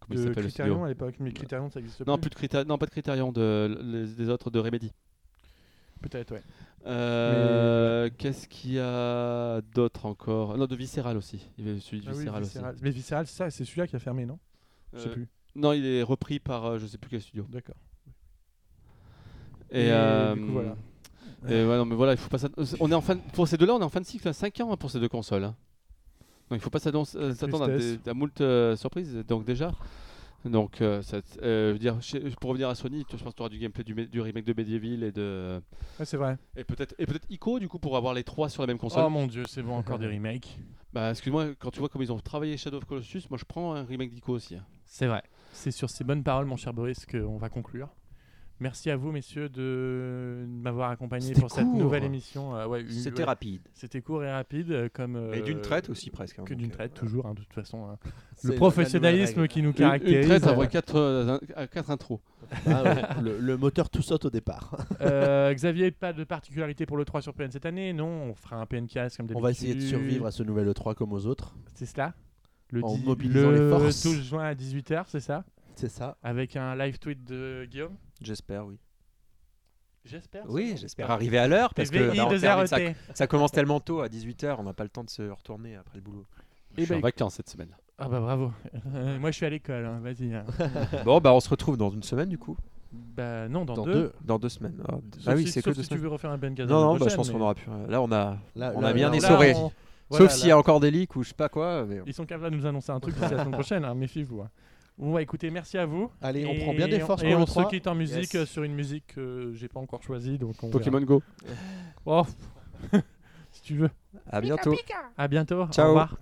Comment il
de
s'appelle le studio
Criterion à l'époque, mais Criterion ça existe
non,
plus.
plus de Crita- non, pas de Criterion, de, les- des autres de Remedy.
Peut-être, ouais.
Euh, Qu'est-ce qu'il y a d'autre encore Non, de Visceral aussi. Il y avait celui de
Ah oui,
Visceral,
Visceral. Mais Visceral, ça, c'est celui-là qui a fermé, non Je
aussi.
sais
Euh,
plus.
Non, il est repris par euh, je sais plus quel studio.
D'accord.
Et,
Et
euh,
du coup, voilà.
et ouais, non, mais voilà, il faut pas s'attendre- on est en fin de- pour ces deux-là, on est en fin de cycle, 5 ans hein, pour ces deux consoles. hein. Donc il faut pas s'attendre euh, s'attendre à, des-
tristesse.
à moult euh, surprises. Donc déjà, donc euh, ça- euh, je veux dire, chez- pour revenir à Sony, tu- je pense que tu auras du gameplay du, mé- du remake de Medieval et de
Ouais, Ah, c'est vrai.
et peut-être et peut-être Ico du coup pour avoir les trois sur la même console.
Oh mon dieu, c'est bon, encore des remakes.
Bah excuse-moi, quand tu vois comme ils ont travaillé Shadow of Colossus, moi je prends un remake d'Ico aussi. hein.
C'est vrai. C'est sur ces bonnes paroles, mon cher Boris, qu'on va conclure. Merci à vous, messieurs, de m'avoir accompagné
C'était
pour cette
court.
nouvelle émission. Euh, ouais, une-
C'était
ouais.
rapide.
C'était court et rapide, euh, comme.
Et d'une
euh,
traite aussi presque. hein,
Que
donc,
d'une
euh,
traite,
voilà.
toujours, hein, de toute façon. hein.
C'est
Le
la- la
professionnalisme
nouvelle
qui nous
Une, une
caractère.
traite avec 4 euh, intros.
règle. Ah ouais, le, le moteur tout saute au départ.
Euh, Xavier, pas de particularité pour le 3 sur PN cette année, non On fera un PNcast comme d'habitude.
On va essayer de survivre à ce nouvel E3 comme aux autres.
C'est cela le
En
dix-
mobilisant les
le
forces.
12 juin à 18h, c'est ça
C'est ça.
Avec un live tweet de Guillaume
J'espère, oui.
J'espère.
Oui, j'espère arriver à l'heure parce que
E
bah, on termine, ça,
VI2RET.
ça commence tellement tôt à 18h, on n'a pas le temps de se retourner après le boulot.
Je
Eh
suis en
ben,
vacances cette semaine.
Ah bah bravo. Euh, moi je suis à l'école, hein, vas-y. hein.
bon, bah on se retrouve dans une semaine du coup.
bah non, dans,
Dans
deux.
deux.
Dans deux semaines. Ah,
Sauf
ah oui,
si-
c'est que
sauf
deux
si tu
semaines.
veux refaire un Ben
Non, non, bah, je pense qu'on aura pu. Là, on a.
Là-
On
là-
a bien
là,
des
on-
essoré.
Sauf
Sauf s'il y a encore des leaks ou je sais pas quoi. mais-
Ils sont capables de nous annoncer un truc d'ici la semaine prochaine, hein, méfiez-vous. hein. Bon, bah, écoutez, merci à vous.
Allez,
Et
on prend bien des forces
Et
pour
on
le
se
3.
quitte en musique
Yes.
euh, sur une musique que j'ai pas encore choisie. Donc on verra.
Pokémon Go.
Oh. si tu veux.
À bientôt.
À bientôt.
Ciao.
Au revoir.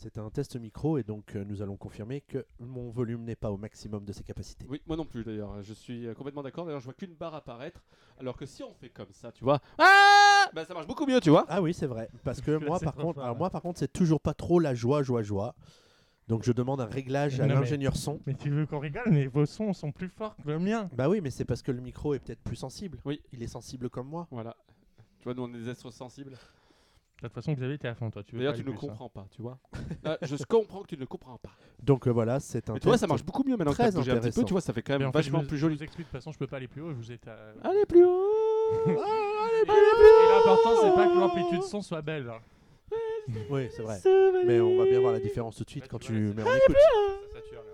C'était un test micro et donc euh, nous allons confirmer que mon volume n'est pas au maximum de ses capacités.
Oui, moi non plus d'ailleurs. Je suis euh, complètement d'accord. D'ailleurs, je vois qu'une barre apparaître. Alors que si on fait comme ça, tu vois, ah bah, ça marche beaucoup mieux, tu vois.
Ah oui, c'est vrai. Parce que
Là,
moi,
c'est
par
pas
contre,
mal.
alors moi, par contre, c'est toujours pas trop la joie, joie, joie. Donc je demande un réglage à
Non, mais-
l'ingénieur son.
Mais tu veux qu'on rigole, mais vos sons sont plus forts que le mien.
Bah oui, mais c'est parce que le micro est peut-être plus sensible.
Oui.
Il est sensible comme moi.
Voilà. Tu vois, nous on est des êtres sensibles.
De toute façon, Xavier, t'es à fond, toi. Tu veux
D'ailleurs,
pas
tu
aller
ne
plus, hein.
comprends pas, tu vois. Là, je comprends que tu ne comprends pas.
Donc euh, voilà, c'est un
Mais tu vois,
test.
ça marche beaucoup mieux maintenant que
très
t'as bougé un petit peu.
intéressant.
Tu vois, ça fait quand
Mais
même
en fait,
vachement
je vous-
plus joli.
Je vous explique, de toute façon, je peux pas aller plus haut. Je vous ai. euh,
Allez plus haut Ah, bah, Allez
Et
plus haut
l'important, c'est pas que l'amplitude son soit belle. hein.
Oui, c'est vrai.
Se
Mais on va bien voir la
mêler.
différence tout de suite
Là,
quand
Bah,
tu vois,
tu
là, c'est-
mets en écoute.
Ça sature, là.